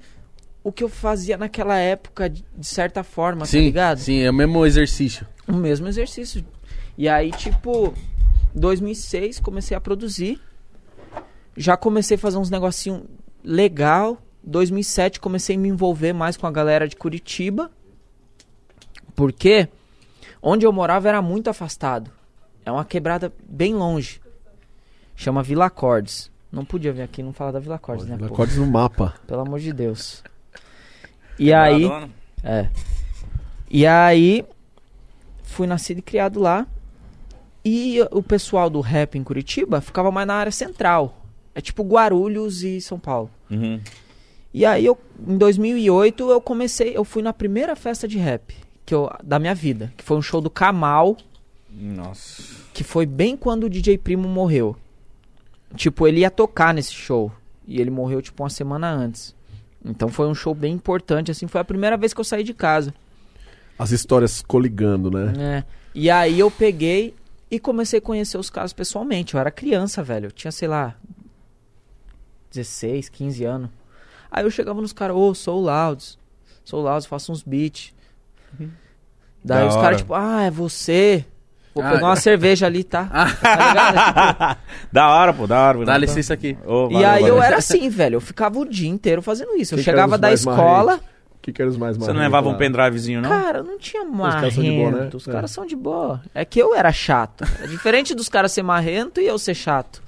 o que eu fazia naquela época, de de certa forma, tá
Sim,
ligado?
sim, é o mesmo exercício.
o mesmo exercício. E aí, tipo, 2006 comecei a produzir. Já comecei a fazer uns negocinho legal. 2007 comecei a me envolver mais com a galera de Curitiba. Porque onde eu morava era muito afastado. É uma quebrada bem longe. Chama Vila Cordes. Não podia vir aqui e não falar da Vila Cordes, É né? pô?
Acordes no mapa.
Pelo amor de Deus. E aí, é. E aí, fui nascido e criado lá. E o pessoal do rap em Curitiba ficava mais na área central. É tipo Guarulhos e São Paulo.
Uhum.
E aí, eu, em 2008, eu comecei... Eu fui na primeira festa de rap que eu, da minha vida. Que foi um show do Kamal,
Nossa.
que foi bem quando o DJ Primo morreu. Tipo, ele ia tocar nesse show. E ele morreu, tipo, uma semana antes. Então foi um show bem importante, assim. Foi a primeira vez que eu saí de casa.
As histórias coligando, né?
É. E aí eu peguei e comecei a conhecer os caras pessoalmente. Eu era criança, velho. Eu tinha, sei lá, 16, 15 anos. Aí eu chegava nos caras, ô, sou o Louds. Sou o Louds, faço uns beats.
Uhum.
Daí
Da
os
hora.
caras, tipo, ah, é você. Vou
Ah,
pegar uma cerveja ali, tá?
Ah,
da hora, pô, da hora.
Dá licença aqui.
Ô,
e
valeu,
aí eu
valeu.
era assim, velho. Eu ficava o dia inteiro fazendo isso. eu
Quem que eram
chegava
os
da
mais
escola,
O que, que era os mais
Você não
marrentos
levava
lá?
um pendrivezinho, não?
Cara, não tinha
caras são de boa, né?
marrento. Os
É.
caras são de boa. É que eu era chato. É diferente dos caras ser marrento e eu ser chato.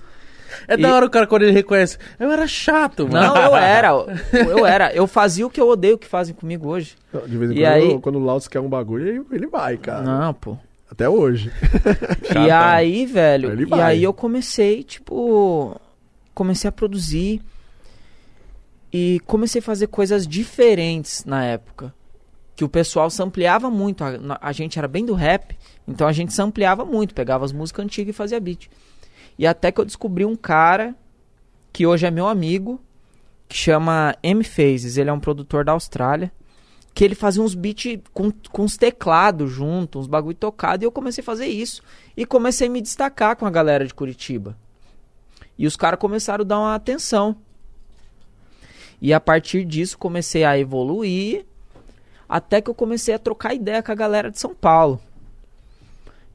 É
E-
da hora o cara quando ele reconhece. Eu era chato, mano.
Não, eu era. Eu era. Eu fazia o que eu odeio que fazem comigo hoje.
Não, Ah, De vez em
E
quando,
aí-
quando o Lautz quer um bagulho, ele- ele vai, cara.
Não, pô.
Até hoje.
Chatão.
E aí, velho,
é. Ele
e
vai.
aí eu comecei, tipo, comecei a produzir e comecei a fazer coisas diferentes na época. Que o pessoal sampleava muito. A, na- a gente era bem do rap, então a gente sampleava muito, pegava as músicas antigas e fazia beat. E até que eu descobri um cara que hoje é meu amigo, que chama M Phases, ele é um produtor da Austrália. Que ele fazia uns beats com, com uns teclados junto, uns bagulho tocado, e eu comecei a fazer isso. E comecei a me destacar com a galera de Curitiba. E os caras começaram a dar uma atenção. E a partir disso comecei a evoluir, até que eu comecei a trocar ideia com a galera de São Paulo.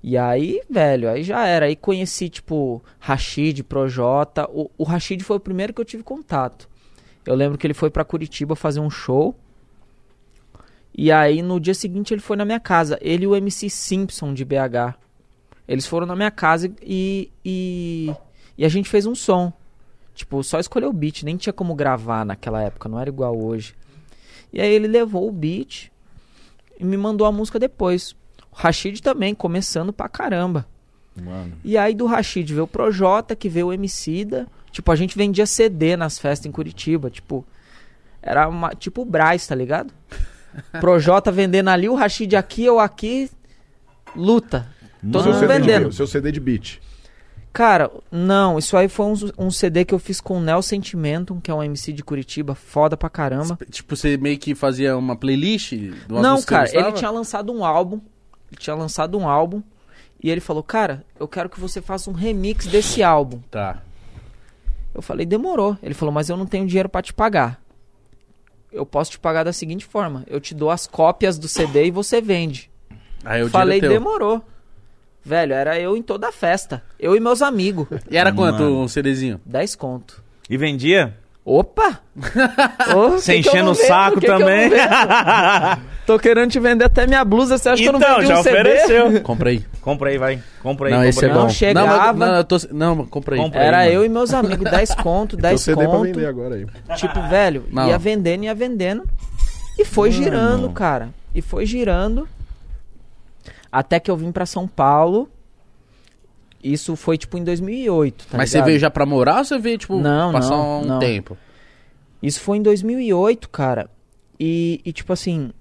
E aí, velho, aí já era. Aí conheci, tipo, Rashid, Projota. O, o Rashid foi o primeiro que eu tive contato. Eu lembro que ele foi pra Curitiba fazer um show. E aí, no dia seguinte, ele foi na minha casa. Ele e o MC Simpson de BH. Eles foram na minha casa e, e, e a gente fez um som. Tipo, só escolheu o beat, nem tinha como gravar naquela época, não era igual hoje. E aí ele levou o beat e me mandou a música depois. O Rashid também, começando pra caramba.
Mano.
E aí do Rashid veio o Projota, que veio o Emicida. Tipo, a gente vendia CD nas festas em Curitiba, tipo... Era uma, tipo o Braz, tá ligado? Projota vendendo ali, o Rashid aqui, eu aqui, luta. Todo
Seu
Mano.
mundo
CD de-
vendendo.
Seu CD de beat.
Cara, não, isso aí foi um, um CD que eu fiz com o Nel Sentimentum, que é um MC de Curitiba, foda pra caramba.
Tipo, você meio que fazia uma playlist do
não, cara, ele tinha lançado um álbum, ele tinha lançado um álbum, e ele falou, cara, eu quero que você faça um remix desse álbum.
Tá.
Eu falei, demorou. Ele falou, mas eu não tenho dinheiro pra te pagar. Eu posso te pagar da seguinte forma, eu te dou as cópias do CD e você vende.
Aí eu
falei,
falei
demorou. Velho, era eu em toda a festa, eu e meus amigos,
E era quanto
Mano.
um CDzinho?
10 conto.
E vendia?
Opa! Ô,
Você
que que eu
enchendo
não
o
vendo?
saco
Que que eu não
também.
vendo? Tô querendo te vender até minha blusa, você acha que eu não
então,
vendi
já
um CD?
ofereceu.
Compra aí.
compra aí, vai. Compra aí.
não,
compra
esse é
aí.
bom.
Não chegava.
Não, mas- não, eu tô- não, compra aí.
Compra.
Era
Aí, mano.
eu e meus amigos, 10 conto,
Então
Seu
10
CD pra
conto.
vender agora aí.
Tipo, velho,
Não.
ia vendendo, ia vendendo. E foi girando, cara. E foi girando. Até que eu vim pra São Paulo. Isso foi tipo em 2008, tá
mas você
ligado?
veio já pra morar ou você veio, tipo,
Não,
passar
não,
um
não.
tempo?
Isso foi em 2008, cara. E, e, tipo assim,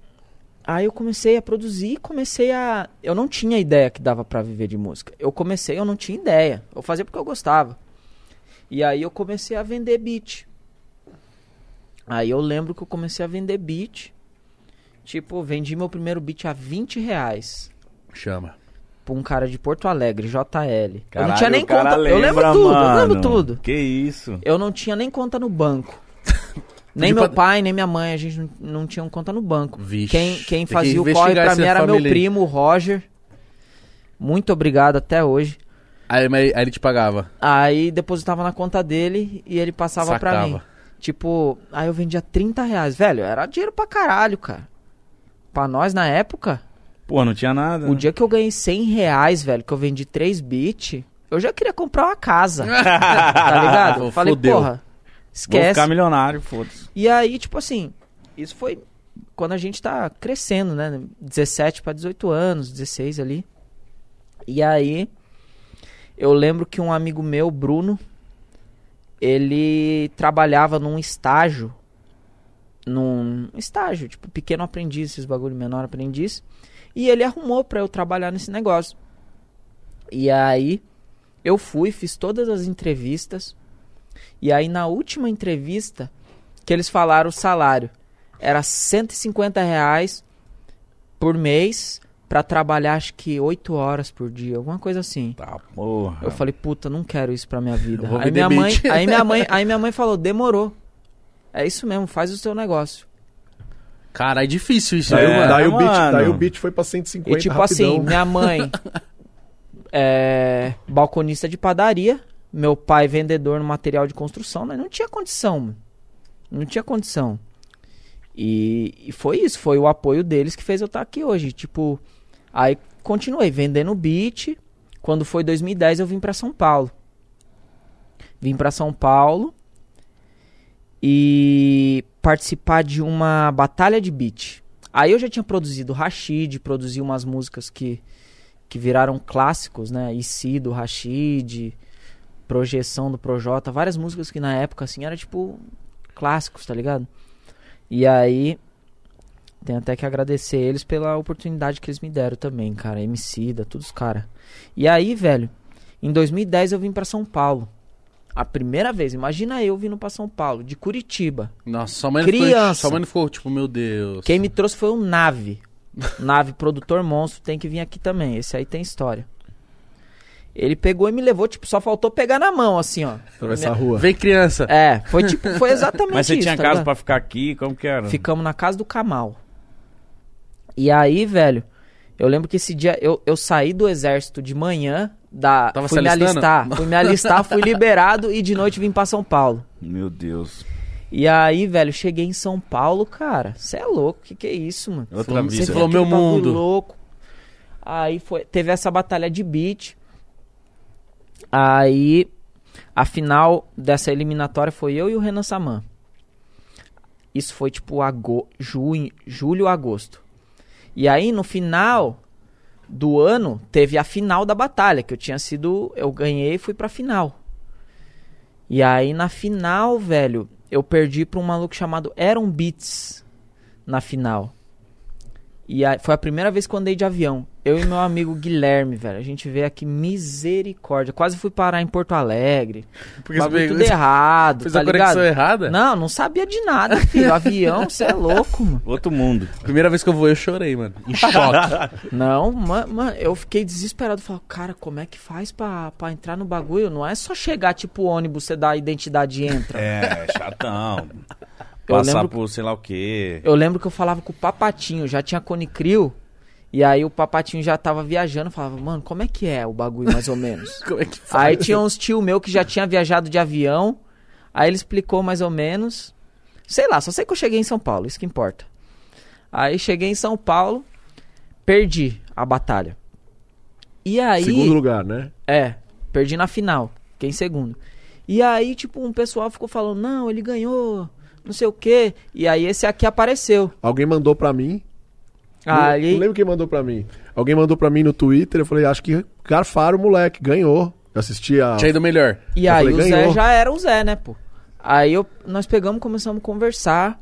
aí eu comecei a produzir, comecei a. Eu não tinha ideia que dava pra viver de música. Eu comecei, eu não tinha ideia. Eu fazia porque eu gostava. E aí eu comecei a vender beat. Aí eu lembro que eu comecei a vender beat. Tipo, eu vendi meu primeiro beat a 20 reais.
Chama.
Pra um cara de Porto Alegre, JL. eu
Caralho,
não tinha nem
o cara
conta. eu lembro
lembra,
tudo, eu
mano.
lembro tudo.
Que isso.
Eu não tinha nem conta no banco. nem
Pedi
meu
pra-
pai, nem minha mãe, a gente não, não tinha conta no banco.
Vixe.
Quem, quem
Tem que
fazia o corre
investigar
pra
essa
mim era meu
família aí.
primo, o Roger. Muito obrigado até hoje.
Aí, mas- aí ele te pagava.
Aí depositava na conta dele e ele passava pra
Sacava.
mim. Tipo, aí eu vendia 30 reais. Velho, era dinheiro pra caralho, cara. Pra nós na época,
Pô, não tinha nada.
o dia que eu ganhei 100 reais, velho, que eu vendi 3 bits, eu já queria comprar uma casa. tá ligado? Eu Falei,
Fudeu.
porra,
Vou
esquece.
ficar milionário, foda-se.
E aí, tipo assim, isso foi quando a gente tá crescendo, né? 17 pra 18 anos, 16 ali. E aí, eu lembro que um amigo meu, Bruno, ele trabalhava num estágio, num estágio, tipo pequeno aprendiz, esses bagulho menor aprendiz, e ele arrumou pra eu trabalhar nesse negócio. E aí, eu fui, fiz todas as entrevistas, e aí na última entrevista, que eles falaram o salário. Era 150 reais por mês pra trabalhar acho que 8 horas por dia, alguma coisa assim.
Tá, porra.
Eu falei, puta, não quero isso pra minha vida.
Eu vou
Aí
vender
minha, mãe,
beat.
aí, minha mãe, aí minha mãe falou, demorou. É isso mesmo, faz o seu negócio.
Cara, é difícil isso,
É,
viu, mano?
dá-
daí, o beat,
mano.
daí o beat foi pra 150
E tipo assim, minha mãe é balconista de padaria, meu pai vendedor no material de construção, né? Não tinha condição, mano. não tinha condição. E, e foi isso, foi o apoio deles que fez eu estar aqui hoje. Tipo, aí continuei vendendo beat. Quando foi 2010 eu vim pra São Paulo. Vim pra São Paulo e participar de uma batalha de beat. Aí eu já tinha produzido Rashid, produzi umas músicas que, que viraram clássicos, né? Ici do Rashid, Projeção do Projota, várias músicas que na época assim era tipo clássicos, tá ligado? E aí tenho até que agradecer eles pela oportunidade que eles me deram também, cara, Emicida, todos os caras. E aí, velho, em 2010 eu vim pra São Paulo. A primeira vez, imagina eu vindo pra São Paulo, de Curitiba.
Nossa, sua mãe, não ficou,
Criança.
sua mãe não ficou, tipo, meu Deus.
Quem me trouxe foi o Nave. Nave, produtor monstro, tem que vir aqui também. Esse aí tem história. Ele pegou e me levou, tipo, só faltou pegar na mão, assim, ó.
Atravessar a rua.
Vem criança.
É, foi tipo, foi exatamente
Mas você
isso,
tinha
tá
casa
né?
ligado?
pra ficar aqui? Como que era?
Ficamos na casa do Kamal. E aí, velho, eu lembro que esse dia eu, eu saí do exército de manhã, da,
Tava
fui
se
me
alistando?
alistar, fui me alistar, fui liberado e de noite vim pra São Paulo.
Meu Deus.
E aí, velho, cheguei em São Paulo, cara. Cê é louco, que que é isso, mano?
Outra
Você
vida.
falou-
né?
meu
Aquele bagulho
mundo.
tá louco. Aí foi, teve essa batalha de beat. Aí a final dessa eliminatória foi eu e o Renan Saman. Isso foi tipo ago... junho, julho, agosto. E aí no final do ano teve a final da batalha, que eu tinha sido, eu ganhei e fui pra final. E aí na final, velho, eu perdi pra um maluco chamado Aaron Beats na final. E aí, foi a primeira vez que eu andei de avião. Eu e meu amigo Guilherme, velho. A gente veio aqui, misericórdia. Quase fui parar em Porto Alegre.
Porque
Bagulho
você
tudo errado,
fez
tá
a conexão
ligado?
errada?
Não, não sabia de nada, filho. Avião, você é louco, mano.
Outro mundo.
Primeira vez que eu vou, eu chorei, mano. Em choque.
Não, mano, eu fiquei desesperado. Falei, cara, como é que faz pra, pra entrar no bagulho? Não é só chegar, tipo, ônibus, você dá a identidade e entra.
É, chatão.
Eu
Passar
lembro-
por sei lá o quê.
Eu lembro que eu falava com o Papatinho, já tinha Conicrio. E aí o Papatinho já tava viajando. eu Falava, mano, como é que é o bagulho, mais ou menos?
Como é que faz?
Aí tinha uns tio meu que já tinha viajado de avião. Aí ele explicou mais ou menos. Sei lá, só sei que eu cheguei em São Paulo, isso que importa. Aí cheguei em São Paulo, perdi a batalha. E aí.
Segundo lugar, né?
É, perdi na final. Fiquei em segundo. E aí, tipo, um pessoal ficou falando, não, ele ganhou, não sei o quê. E aí esse aqui apareceu.
Alguém mandou pra mim. Não,
Aí.
não lembro quem mandou pra mim. Alguém mandou pra mim no Twitter. Eu falei, acho que garfaram o moleque, ganhou. Eu assisti a.
Tinha ido melhor.
E
Eu
aí
falei,
o Zé
ganhou.
já era o Zé, né, pô? Aí eu- nós pegamos, começamos a conversar.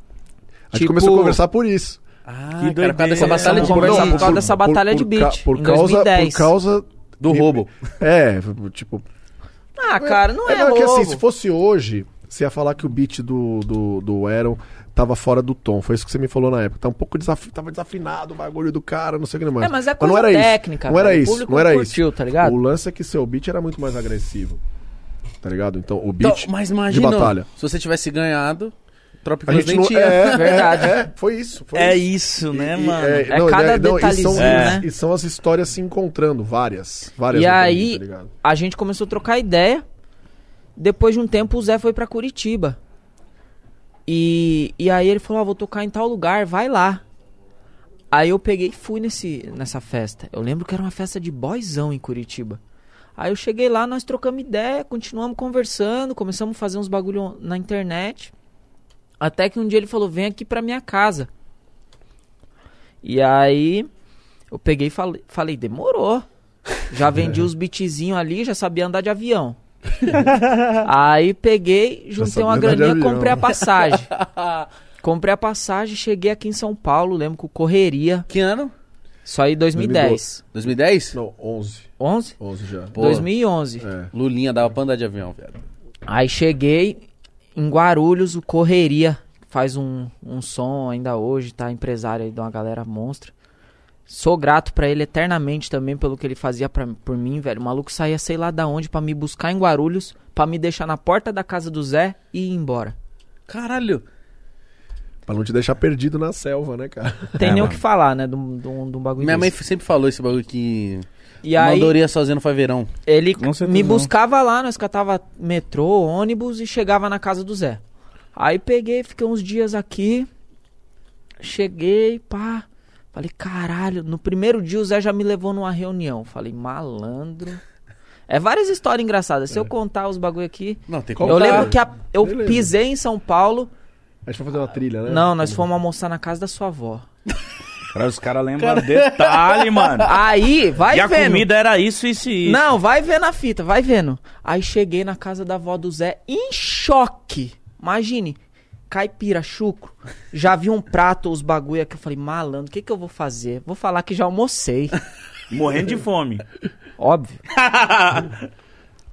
A gente começou a conversar por isso.
Ah,
Que
cara, por causa dessa
doideira.
batalha de
Não,
conversa.
Tipo, por causa dessa batalha de
ca-
beat,
Por
em
causa,
2010.
por causa.
Do roubo.
É, tipo.
Ah, cara, não é,
não,
louco.
que assim, se fosse hoje, você ia falar que o beat do, do, do Aaron tava fora do tom. Foi isso que você me falou na época. Tá um pouco desaf... tava desafinado o bagulho do cara, não sei o que mais.
É, mas é
não
coisa
era
técnica,
Isso. Não era
velho. O
isso,
público
não era
curtiu,
isso.
tá ligado?
O lance é que seu beat era muito mais agressivo. Tá ligado? Então, o
Então,
beat
mas
de
imagina,
batalha.
se você tivesse ganhado,
A
Tropicus
gente
nem
não...
tinha.
é,
Verdade.
é, é, foi isso. Foi
É
isso.
isso, né,
E- e-
mano?
É cada
e- não, e são,
detalhezinho, né?
E são as histórias se encontrando, várias. várias
E
no caminho,
aí-
tá ligado?
A gente começou a trocar ideia. Depois de um tempo, o Zé foi pra Curitiba. E, e aí ele falou: ah, vou tocar em tal lugar, vai lá. Aí eu peguei e fui nesse, nessa festa. Eu lembro que era uma festa de boyzão em Curitiba. Aí eu cheguei lá, nós trocamos ideia, continuamos conversando, começamos a fazer uns bagulho na internet. Até que um dia ele falou: vem aqui pra minha casa. E aí eu peguei e falei, falei demorou. Já vendi
É.
os beatzinhos ali, já sabia andar de avião. Aí peguei, juntei
sabia
uma
andar de
graninha,
avião.
comprei a passagem. comprei a passagem, cheguei aqui em São Paulo, lembro que correria.
Que ano?
Só aí 2010.
2010?
Não, 11.
11?
11 já.
Pô.
2011.
É.
Lulinha dava pra andar de avião, velho.
Aí cheguei em Guarulhos, o Correria faz um, um som ainda hoje, tá? Empresário aí de uma galera monstra. Sou grato pra ele eternamente também pelo que ele fazia pra, por mim, velho. O maluco saía sei lá da onde pra me buscar em Guarulhos, pra me deixar na porta da casa do Zé e ir embora.
Caralho.
Pra não te deixar perdido na selva, né, cara?
Tem
É,
nem o
mano.
que falar, né? De um de um- de um bagulho
Minha mãe
desse.
sempre falou esse bagulho que
E aí,
mandoria sozinha não faz verão.
ele
Com certeza
me
não.
buscava lá, nós catava metrô, ônibus e chegava na casa do Zé. Aí peguei, fiquei uns dias aqui. Cheguei, pá. Falei, caralho, no primeiro dia o Zé já me levou numa reunião. Falei, malandro. É várias histórias engraçadas. Se eu contar os bagulho aqui.
Não, tem
Qual
como.
eu
tá?
lembro que é? a- eu
Beleza.
pisei em São Paulo.
A gente vai fazer uma trilha, né?
Não, nós fomos almoçar na casa da sua avó.
Cara, os caras lembram detalhe, mano.
Aí, vai
e a
vendo.
comida era isso, isso e isso.
Não, vai vendo a fita, vai vendo. Aí cheguei na casa da avó do Zé em choque. Imagine, caipira, chucro. Já vi um prato, os bagulho aqui. Eu falei, malandro, o que, que eu vou fazer? Vou falar que já almocei.
Morrendo de fome.
Óbvio.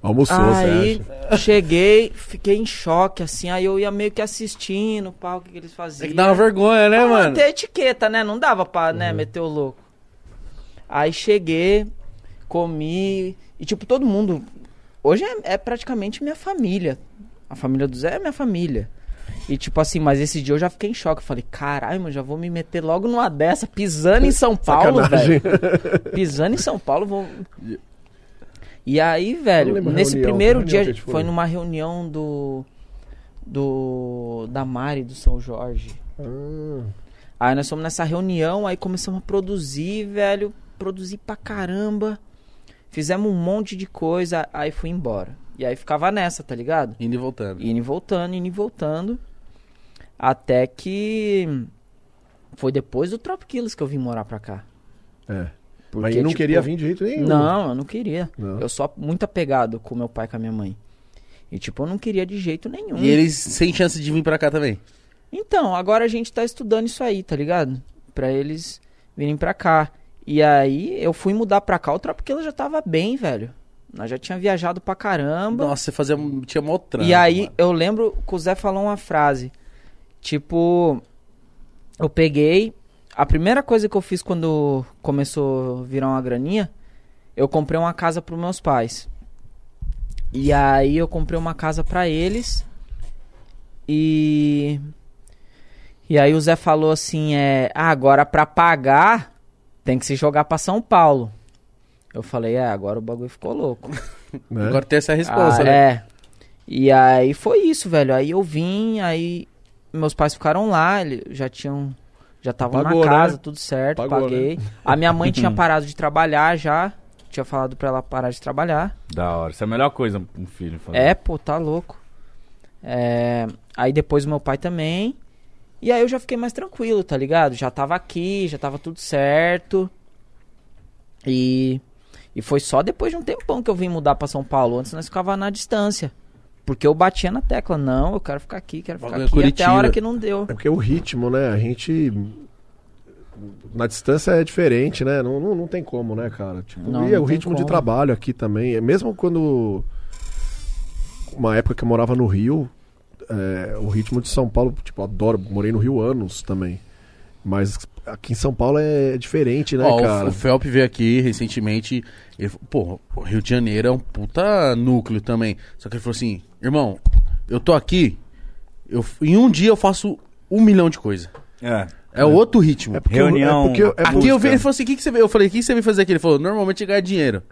Almoçou,
aí
você acha?
cheguei, fiquei em choque, assim. Aí eu ia meio que assistindo, pá, o que, que eles faziam.
Tem que dar uma vergonha, né,
Pra
mano? Uhum.
manter a etiqueta, né? Não dava pra, né, meter o louco. Aí cheguei, comi. E, tipo, todo mundo. Hoje é, é praticamente minha família. A família do Zé é minha família. E, tipo assim, mas esse dia eu já fiquei em choque. Eu falei, caralho, mano, já vou me meter logo numa dessa, pisando em São Paulo, velho.
Sacanagem.
Pisando em São Paulo, vou. E aí, velho,
lembro a
nesse
reunião,
primeiro
que
dia
reunião que a gente
foi
foi?
numa reunião do. do. da Mari do São Jorge.
Ah,
Aí nós fomos nessa reunião, aí começamos a produzir, velho. Produzir pra caramba. Fizemos um monte de coisa, aí fui embora. E aí ficava nessa, tá ligado?
Indo e voltando.
Indo e voltando, indo e voltando. Até que foi depois do Trop Killers que eu vim morar pra cá.
É.
Porque,
Mas eu não
tipo,
queria vir de jeito nenhum.
Não, eu não queria.
Não.
Eu só muito apegado com meu pai e com a minha mãe. E tipo, eu não queria de jeito nenhum.
E eles sem chance de vir pra cá também.
Então, agora a gente tá estudando isso aí, tá ligado? Pra eles virem pra cá. E aí eu fui mudar pra cá, o Tropiquilo já tava bem, velho. Nós já tinha viajado pra caramba.
Nossa, você fazia, um, tinha mó trampo.
E aí
mano.
eu lembro que o Zé falou uma frase. Tipo, eu peguei. A primeira coisa que eu fiz quando começou a virar uma graninha, eu comprei uma casa pros meus pais. E aí eu comprei uma casa pra eles. E. E aí o Zé falou assim: é, "Ah, agora pra pagar, tem que se jogar pra São Paulo. Eu falei: é, agora o bagulho ficou louco.
Né?
Agora tem essa resposta,
Ah,
né?
É. E aí foi isso, velho. Aí eu vim, aí meus pais ficaram lá, ele- já tinham. Já estavam na
Pagou, né?
casa, tudo certo,
Pagou,
paguei. A minha mãe tinha parado de trabalhar já. Tinha falado pra ela parar de trabalhar.
Da hora. Isso é a melhor coisa pra um filho fazer.
É, pô, tá louco. É, aí depois meu pai também. E aí eu já fiquei mais tranquilo, tá ligado? Já tava aqui, já tava tudo certo. E, e foi só depois de um tempão que eu vim mudar pra São Paulo. Antes nós ficava na distância. Porque eu batia na tecla, não, eu quero ficar aqui, quero ficar
Bagulho é
aqui. Até
Curitiba.
a hora que não deu.
É porque o ritmo, né? A gente. Na distância é diferente, né? Não, não, não tem como, né, cara? Tipo,
Não,
e
não
o
tem
ritmo de
como.
trabalho aqui também. É Mesmo quando. Uma época que eu morava no Rio, é, o ritmo de São Paulo, tipo, adoro. Morei no Rio anos também. Mas aqui em São Paulo é diferente, né,
Ó, o-
cara?
o Felp veio aqui recentemente. Ele, falou, pô, o Rio de Janeiro é um puta núcleo também. Só que ele falou assim: irmão, eu tô aqui, eu, em um dia eu faço um milhão de coisas.
É.
É outro ritmo.
porque eu-
Reunião,
é porque, eu- é
aqui
porque-
eu vi, ele falou assim: o que, que você veio? Eu falei: o que, que você veio fazer aqui? Ele falou: normalmente é ganhar dinheiro.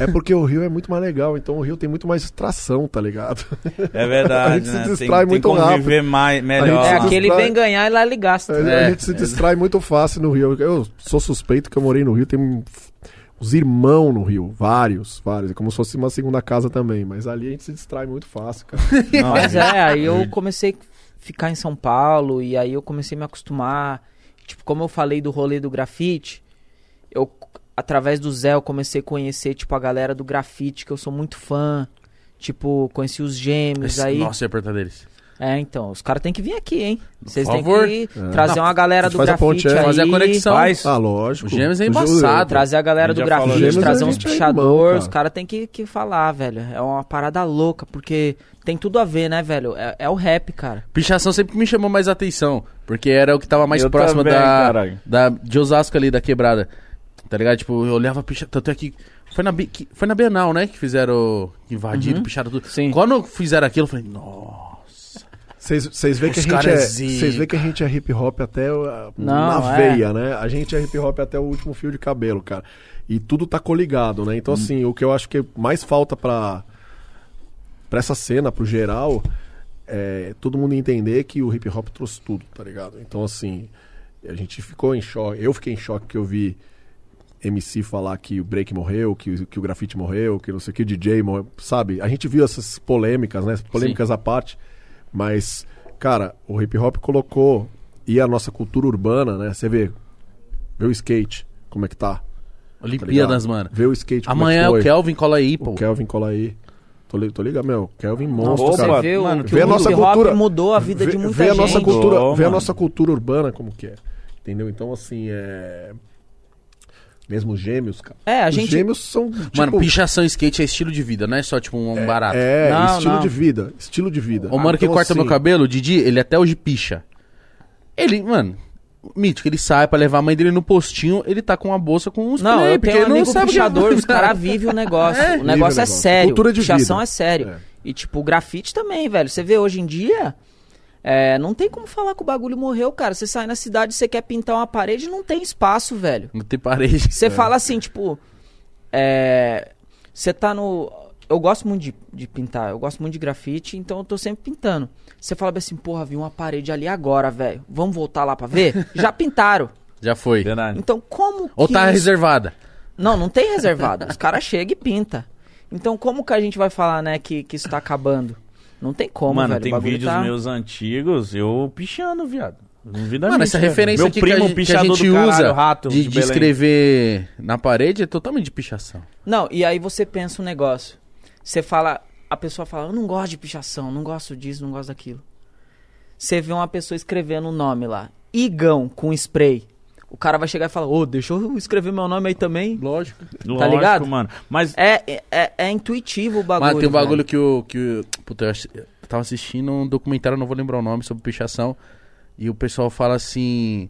é porque o Rio é muito mais legal. Então o Rio tem muito mais tração, tá ligado?
É verdade,
A gente se
né? Tem-
distrai
tem,
muito
como
rápido.
viver mais, melhor.
A
É,
gente se
aquele
distrai.
vem ganhar e lá ele gasta.
É.
A gente se distrai muito fácil no Rio. Eu sou suspeito que eu morei no Rio, tem um- uns irmãos no Rio, vários, vários. É como se fosse uma segunda casa também, mas ali a gente se distrai muito fácil, cara.
Mas é, aí eu comecei a ficar em São Paulo e aí eu comecei a me acostumar. Tipo, como eu falei do rolê do grafite, eu, através do Zé, eu comecei a conhecer, tipo, a galera do grafite, que eu sou muito fã. Tipo, conheci os gêmeos aí.
Nossa, ia apertar deles.
É, então, os caras têm que vir aqui, hein? Vocês têm
favor.
que trazer uma galera
A gente
do
faz a
grafite
ponte, é.
aí.
Fazer a conexão.
Faz.
Ah, lógico.
O Gêmeos é
Ju-
embaçado.
Trazer a galera
A gente
do
já falou
grafite,
disso,
trazer
né?
uns
Gente, é
pichador,
irmão, cara.
os caras tem que, que falar, velho. É uma parada louca, porque tem tudo a ver, né, velho? É- é o rap, cara.
Pichação sempre me chamou mais atenção, porque era o que tava mais
Eu
próximo
também,
da,
caralho.
da de Osasco ali, da quebrada. Tá ligado? Tipo, eu olhava picha, tanto é que foi na, Bi- que- foi na Bienal, né, que fizeram, que invadiram, picharam tudo.
Sim.
Quando fizeram aquilo, eu falei, nossa.
Vocês vocês veem que, a
Os
gente
caras
é-
é zica.
vocês veem que a gente é hip hop até uh,
Não,
na
é.
veia, né? A gente é hip hop até o último fio de cabelo, cara. E tudo tá coligado, né? Então, assim, o que eu acho que mais falta pra, pra essa cena, pro geral, é todo mundo entender que o hip hop trouxe tudo, tá ligado? Então, assim, a gente ficou em choque. Eu fiquei em choque que eu vi MC falar que o break morreu, que, o- que o grafite morreu, que não sei o que, o DJ morreu, sabe? A gente viu essas polêmicas, né? Polêmicas à parte. Mas, cara, o hip hop colocou. E a nossa cultura urbana, né? Você vê. Vê o skate, como é que tá? tá
Olimpíadas,
ligado?
mano.
Vê o skate. como
Amanhã
é
é
que
o
foi.
Kelvin, cola aí, pô.
O Kelvin cola aí. Tô, li- tô ligado, meu. Kelvin monstro,
Nossa,
cara.
você vê,
Mano,
o,
vê a
o
nossa
hip hop
cultura.
mudou a vida de muita
vê
gente.
A nossa cultura,
Mudou,
vê a
mano.
nossa cultura urbana como que é. Entendeu? Então, assim, é. Mesmo os gêmeos, cara.
É, a
Os
gente-
gêmeos são. Tipo,
Mano, pichação e skate é estilo de vida, não é só tipo um barato.
É,
Não,
estilo
não.
de vida. Estilo de vida.
O mano que
Então,
corta
assim,
meu cabelo, o Didi, ele até hoje picha. Ele, mano, mítico, ele sai pra levar a mãe dele no postinho, ele tá com uma bolsa com uns
Não,
spray,
é
eu tenho um
ele
amigo
sabe o que-
pichador, os caras vivem o negócio.
É,
o
vive
negócio
o
é
negócio.
sério.
Cultura de
pichação
vida.
é sério.
É.
E tipo, o grafite também, velho. Você vê hoje em dia, é, não tem como falar que o bagulho morreu, cara. Você sai na cidade, você quer pintar uma parede, não tem espaço, velho.
Não tem parede.
Você fala assim, tipo. É. Você tá no. Eu gosto muito de, de pintar, eu gosto muito de grafite, então eu tô sempre pintando. Você fala bem assim, porra, vi uma parede ali agora, velho. Vamos voltar lá pra ver? Já pintaram.
Já
É
foi.
Verdade.
Então como
Ou
que
tá
isso-
reservada.
Não, não tem reservado. Os caras chegam e pinta. Então como que a gente vai falar, né, que, que isso tá acabando? Não tem como,
mano,
velho. o
tem
bagulho
vídeos
tá-
meus antigos, eu pichando, viado. Não vi da
Mano,
minha,
essa
né?
velho.
referência
Meu
aqui que a
primo,
gente, que a
pichador
gente
do
usa
caralho, rato
de,
de
de
Belém.
escrever na parede é totalmente de pichação.
Não, e aí você pensa um negócio. Você fala, a pessoa fala, eu não gosto de pichação, não gosto disso, não gosto daquilo. Você vê uma pessoa escrevendo um nome lá, Igão com spray. O cara vai chegar e falar, ô, deixa eu escrever meu nome aí também.
Lógico.
Lógico,
ligado?
mano. Mas
É, é, é intuitivo o bagulho.
Mas tem um bagulho
velho.
que o. Que, o- puta, eu acho- eu tava assistindo um documentário, não vou lembrar o nome, sobre pichação. E o pessoal fala assim.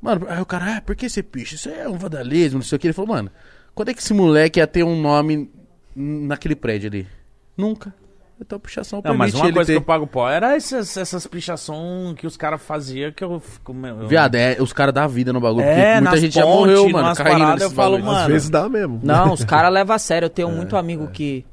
Mano, aí o cara, ah, por que você picha? Isso é um vandalismo, não sei o que. Ele falou, mano, quando é que esse moleque ia ter um nome n- naquele prédio ali? Nunca. Então a pichação
Não, mas
permite
uma
ele
coisa
ter-
que eu pago pau era essas, essas pichações que os caras faziam que eu fico. meu, eu-
Viado, é, os caras dá vida no bagulho.
É,
porque muita
nas
gente já
pontes,
morreu, mano,
nas
caindo
paradas,
nesse
eu falo,
bagulho.
mano,
Às vezes dá mesmo.
Não, os caras levam a sério. Eu tenho
É,
muito amigo que,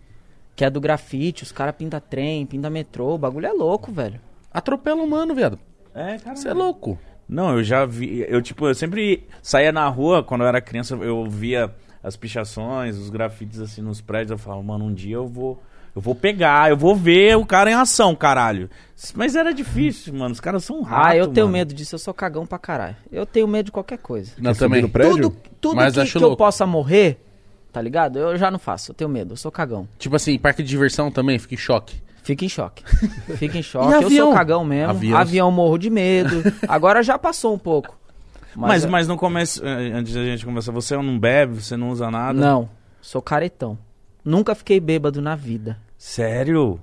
que é do grafite, os caras pintam trem, pintam metrô. O bagulho é louco, velho.
Atropela o mano, viado.
É, cara.
Você é louco.
Não, eu já vi. Eu, tipo, eu sempre saía na rua quando eu era criança, eu via as pichações, os grafites assim nos prédios. Eu falava, mano, um dia eu vou. Eu vou pegar, eu vou ver o cara em ação, caralho. Mas era difícil, mano. Os caras são ratos.
ah, eu tenho
mano.
medo disso, eu sou cagão pra caralho. Eu tenho medo de qualquer coisa.
Não,
subir
também.
no prédio?
Tudo, tudo
Mas
que,
acho
que eu
louco.
possa morrer, tá ligado? Eu já não faço, eu tenho medo, eu sou cagão.
Tipo assim, parque de diversão também, fica em choque.
Fica em choque. Fica em choque. eu
avião?
sou cagão mesmo.
Avião.
Avião. morro de medo. Agora já passou um pouco. Mas,
Mas,
é-
mas no começo, eh, antes da gente conversar, você não bebe, você não usa nada?
Não, sou caretão. Nunca fiquei bêbado na vida.
Sério?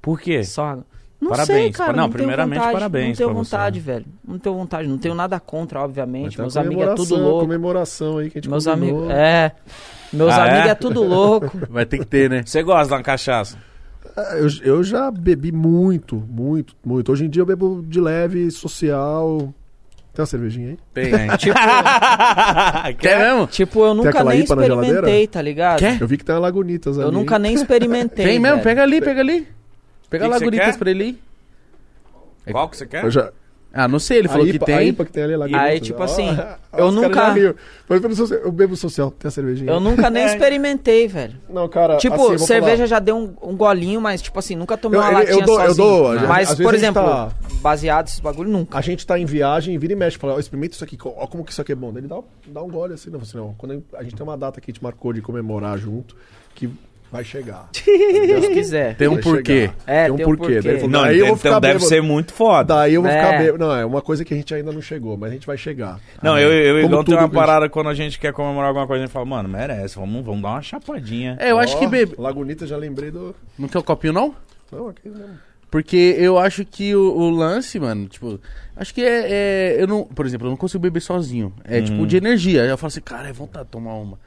Por quê?
Só. Não sei,
Parabéns.
cara.
Não,
Não, tenho
primeiramente,
vontade,
parabéns
Não tenho
pra você.
vontade, velho. Não tenho vontade. Não tenho nada contra,
Mas tá
obviamente.
tem
Meus
uma
amigos é tudo
comemoração,
louco.
comemoração aí que a gente
Meus
combinou.
amigos. É. Meus
Ah, é?
amigos é tudo louco.
Vai ter que ter, né?
Você gosta da cachaça?
Ah, Eu, eu já bebi muito, muito, muito. Hoje em dia eu bebo de leve, social. Tem uma cervejinha aí?
Tem. né?
tipo,
É
Quer mesmo?
tipo, eu nunca
aquela
nem
IPA na geladeira?
experimentei, tá ligado?
Quer?
Eu vi que tem uma Lagunitas ali.
Eu nunca nem experimentei.
Tem, mesmo?
velho.
Pega ali, pega ali. Pega
Que
lá,
que cê
guritas
quer?
pra ele aí.
Qual que você quer?
Eu já...
Ah, não sei, ele falou
a IPA,
que
A
tem.
IPA que tem ali é Lagunitas.
Aí, tipo
Ó,
assim,
ó,
eu
os caras
nunca-
já riam. Mas pelo social, eu bebo social, tem a cervejinha.
Eu
aí.
nunca nem experimentei, velho.
Não, cara.
Tipo,
assim, eu vou falar.
cerveja já deu um, um golinho, mas, tipo assim, nunca tomei
Eu-
uma
eu- eu
latinha
dou- eu
sozinho.
dou, às vezes-
mas,
às
por
vezes a gente
exemplo,
tá-
baseado esses bagulho, nunca.
A gente tá em viagem, vira e mexe, fala, ó, experimenta isso aqui, ó como que isso aqui é bom. Daí ele dá, dá um gole assim, não, assim, não. Quando a gente tem uma data que a gente marcou de comemorar junto, que vai chegar.
Se quiser.
Tem um
Vai
porquê.
chegar.
É,
tem um porquê. Daí ele falou,
Não,
Aí eu vou
então
ficar
deve
bêbado.
ser muito foda.
Daí eu vou
É.
ficar bem. Não, é uma coisa que a gente ainda não chegou, mas a gente vai chegar.
Não, eu, eu, eu
é, Como
igual tem
tudo
uma
que a gente-
parada quando a gente quer comemorar alguma coisa, a gente fala, mano, merece, vamos, vamos dar uma chapadinha.
É, eu acho
Ó,
que bebe.
Lagunita, já lembrei do.
Não quer o copinho, não?
Não, né? aqui mesmo.
Porque eu acho que o, o lance, mano, tipo, acho que é, é- Eu não. Por exemplo, eu não consigo beber sozinho. É
Hum.
tipo de energia. Eu falo assim, cara, é vontade de tomar uma.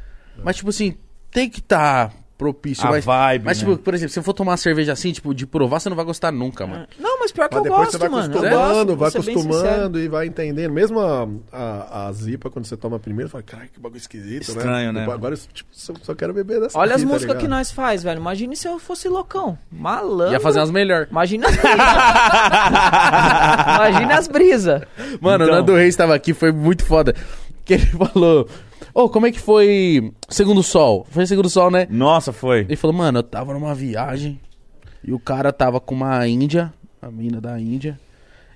Mas, tipo assim, tem que tá propício.
A
mas,
vibe,
Mas,
né?
tipo, por exemplo, se eu for tomar uma cerveja assim, tipo, de provar, você não vai gostar nunca, mano.
Não, mas pior que
Mas
eu
depois você
gosto,
vai
mano. Eu
acostumando,
gosto,
vai
vou ser bem sincero.
acostumando assim, e vai entendendo. Mesmo a, a, a zipa, quando você toma primeiro, fala, caralho, que bagulho esquisito, né?
Estranho, né?
Depois- Agora eu tipo, só, só quero beber dessa
Olha as
aqui, tá
músicas que
ligado?
nós faz, velho. Imagina se eu fosse loucão. Malandro.
Ia fazer umas melhores.
Imagina as brisas. Imagina as brisas.
Mano,
Então.
o Nando Reis tava aqui, foi muito foda. Que ele falou: Ô, como é que foi Segundo Sol? Foi Segundo Sol, né?
Nossa, foi.
Ele falou, mano, eu tava numa viagem e o cara tava com uma índia, a mina da índia,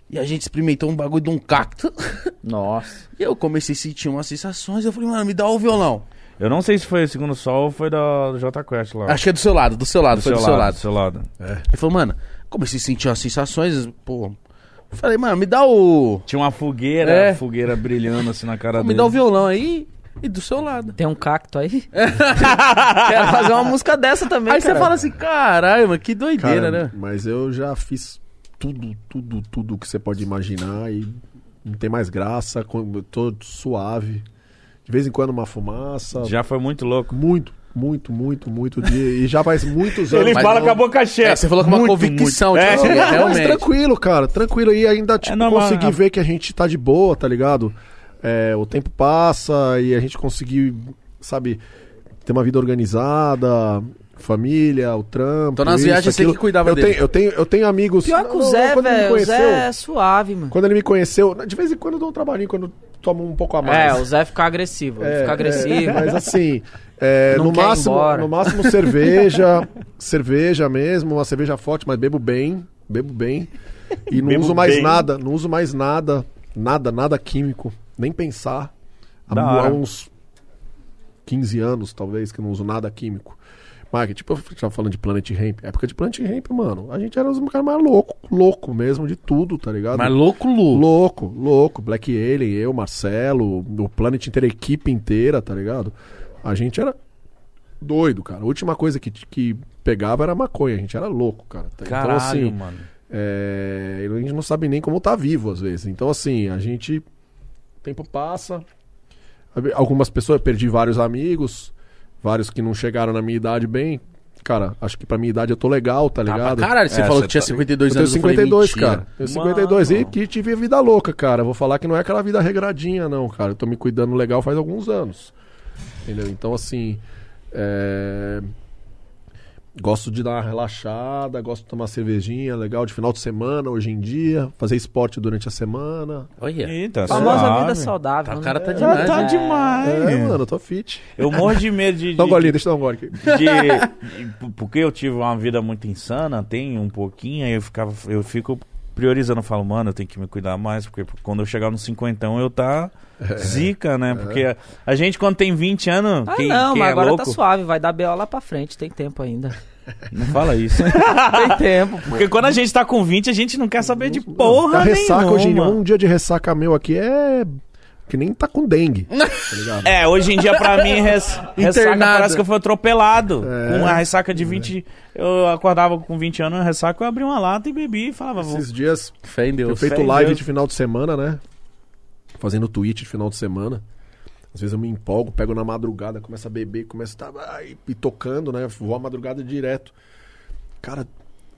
e a gente experimentou um bagulho de um cacto.
Nossa.
e eu comecei a sentir umas sensações, eu falei, mano, me dá o violão.
Eu não sei se foi o segundo sol ou foi da do J Quest lá.
Acho que é do seu lado, do seu lado, foi do seu lado.
do seu lado.
Ele falou, mano, comecei a sentir umas sensações, pô. Eu falei, mano, me dá o.
Tinha uma fogueira,
É.
fogueira brilhando assim na cara
Me
dele.
dá o violão aí e do seu lado.
Tem um cacto aí?
É.
Quero fazer uma música dessa também,
Aí você
cara.
fala assim, caralho, mano, que
Cara,
doideira, né?
mas eu já fiz tudo, tudo, tudo que você pode imaginar e não tem mais graça, com- eu tô suave. De vez em quando uma fumaça.
Já foi muito louco.
Muito, muito, muito, muito dia. E já faz muitos anos.
Ele
Mas
fala
eu-
com a boca cheia.
É, você falou com uma
Muito,
convicção,
muito.
tipo,
É.
assim,
Não, mas
realmente. É
tranquilo, cara, tranquilo. E ainda tipo,
normal,
consegui
né?
ver que a gente tá de boa, tá ligado? É, o tempo passa e a gente conseguiu, sabe, ter uma vida organizada, família, o trampo.
Então, nas
isso,
viagens, você
aquilo.
que cuidava
eu
dele.
Tenho, eu, tenho, eu tenho amigos.
Pior que o
Não,
Zé,
quando ele me
velho. O
conheceu-
Zé é suave, mano.
Quando ele me conheceu, de vez em quando eu dou um trabalhinho quando eu tomo um pouco a mais.
É, o Zé fica agressivo. Ele
É,
fica agressivo.
é, mas assim, É,
Não
no,
quer ir
máximo,
embora.
no máximo, cerveja, cerveja mesmo, uma cerveja forte, mas bebo bem, bebo bem. E não
Bebo
uso mais
bem.
nada, não uso mais nada, nada, nada químico, nem pensar. Há,
Da
mu- há
hora.
uns 15 anos, talvez, que eu não uso nada químico. Mark, tipo, eu tava falando de Planet Ramp. Época de Planet Ramp, mano, a gente era os caras mais louco, louco mesmo, de tudo, tá ligado?
Mas louco, Lu.
Louco, louco. Black Alien, eu, Marcelo, o Planet inteira, a equipe inteira, tá ligado? A gente era doido, cara. A última coisa que, que pegava era maconha. A gente era louco, cara. Tá-
Caralho,
então, assim,
mano.
é, a gente não sabe nem como tá vivo, às vezes. Então, assim, a gente... O tempo passa. Algumas pessoas... Eu perdi vários amigos. Vários que não chegaram na minha idade bem. Cara, acho que pra minha idade eu tô legal, tá
Tá pra
ligado?
caralho, você
É,
falou
você
que tinha
tá-
52
Eu tenho
anos. falei,
52,
mentira.
cara. Eu tenho 52 e, e tive vida louca, cara. Vou falar que não é aquela vida regradinha, não, cara. Eu tô me cuidando legal faz alguns anos. Entendeu? Então, assim. é, Gosto de dar uma relaxada, gosto de tomar cervejinha, legal, de final de semana, hoje em dia, fazer esporte durante a semana.
Olha,
Eita,
Famosa
suave.
vida saudável.
o
né?
cara tá
Já
demais.
tá
né?
demais.
É, mano, eu tô fit.
Eu morro de medo de.
Dá um
de-
golinho, deixa eu dar um gole aqui.
de- de- porque eu tive uma vida muito insana, tem um pouquinho, aí eu, ficava, eu fico priorizando, eu falo, mano, eu tenho que me cuidar mais, porque quando eu chegar nos 50 eu tá zica, né? Porque a, a gente quando tem 20 anos,
Ah,
quem,
não,
quem
mas
é
agora
louco,
tá suave, vai dar BO lá pra frente, tem tempo ainda.
não fala isso.
tem tempo, pô.
porque quando a gente tá com 20, a gente não quer saber de
Dá
porra
tá ressaca
nenhuma.
hoje em dia. Um dia de ressaca meu aqui é. Que nem tá com dengue. tá ligado?
É, hoje em dia pra mim res, ressaca
Internado.
parece que eu fui atropelado.
É.
Com a ressaca de 20, eu acordava com 20 anos, ressaca, eu abri uma lata e bebi e falava, vou
Esses dias
Fé em
Eu
Deus.
feito
fé em
live
Deus.
de final de semana, né? Fazendo tweet de final de semana. Às vezes eu me empolgo, pego na madrugada, começo a beber, começo a tá, ai, e tocando, né? Vou a madrugada direto. Cara,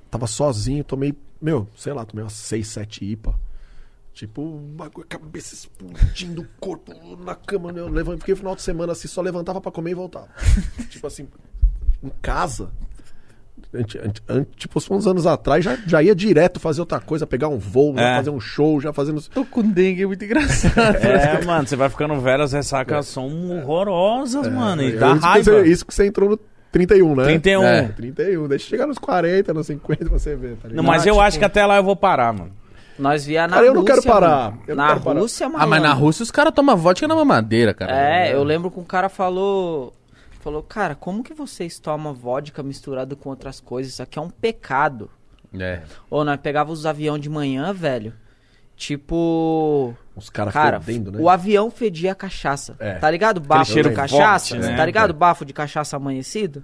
tava sozinho, tomei, meu, sei lá, tomei umas 6, 7 IPA. Tipo, um bagulho, cabeça explodindo, o corpo na cama, né? Eu levantei, fiquei o final de semana assim, só levantava pra comer e voltava. tipo assim, em casa. Ante- ante- ante- tipo, uns anos atrás já, já ia direto fazer outra coisa, pegar um voo, já
É.
fazer um show, já fazendo.
Tô com dengue, é muito engraçado.
É, mano, você vai ficando velho, as ressacas são horrorosas, mano. E dá
É, isso, que
raiva.
você, isso que você entrou no 31, né?
31.
É.
31, deixa eu chegar nos 40, nos 50 pra você ver, tá ligado?
Não, mas
Não,
eu
tipo-
acho que até lá eu vou parar, mano.
Nós via na
Cara, eu não quero
Rússia,
parar.
mano.
Eu não
na
quero parar.
Rússia, mano.
ah, mas na Rússia os caras tomam vodka na mamadeira, cara.
É, eu lembro que um cara falou. Falou, cara, como que vocês tomam vodka misturado com outras coisas? Isso aqui é um pecado.
É.
Ou nós pegava os aviões de manhã, velho. Tipo.
Os caras
Cara,
fedendo, né?
o avião fedia a cachaça.
É.
Tá ligado? Bafo
cheiro
de cachaça.
forte, né?
Tá ligado? Bafo de cachaça amanhecido.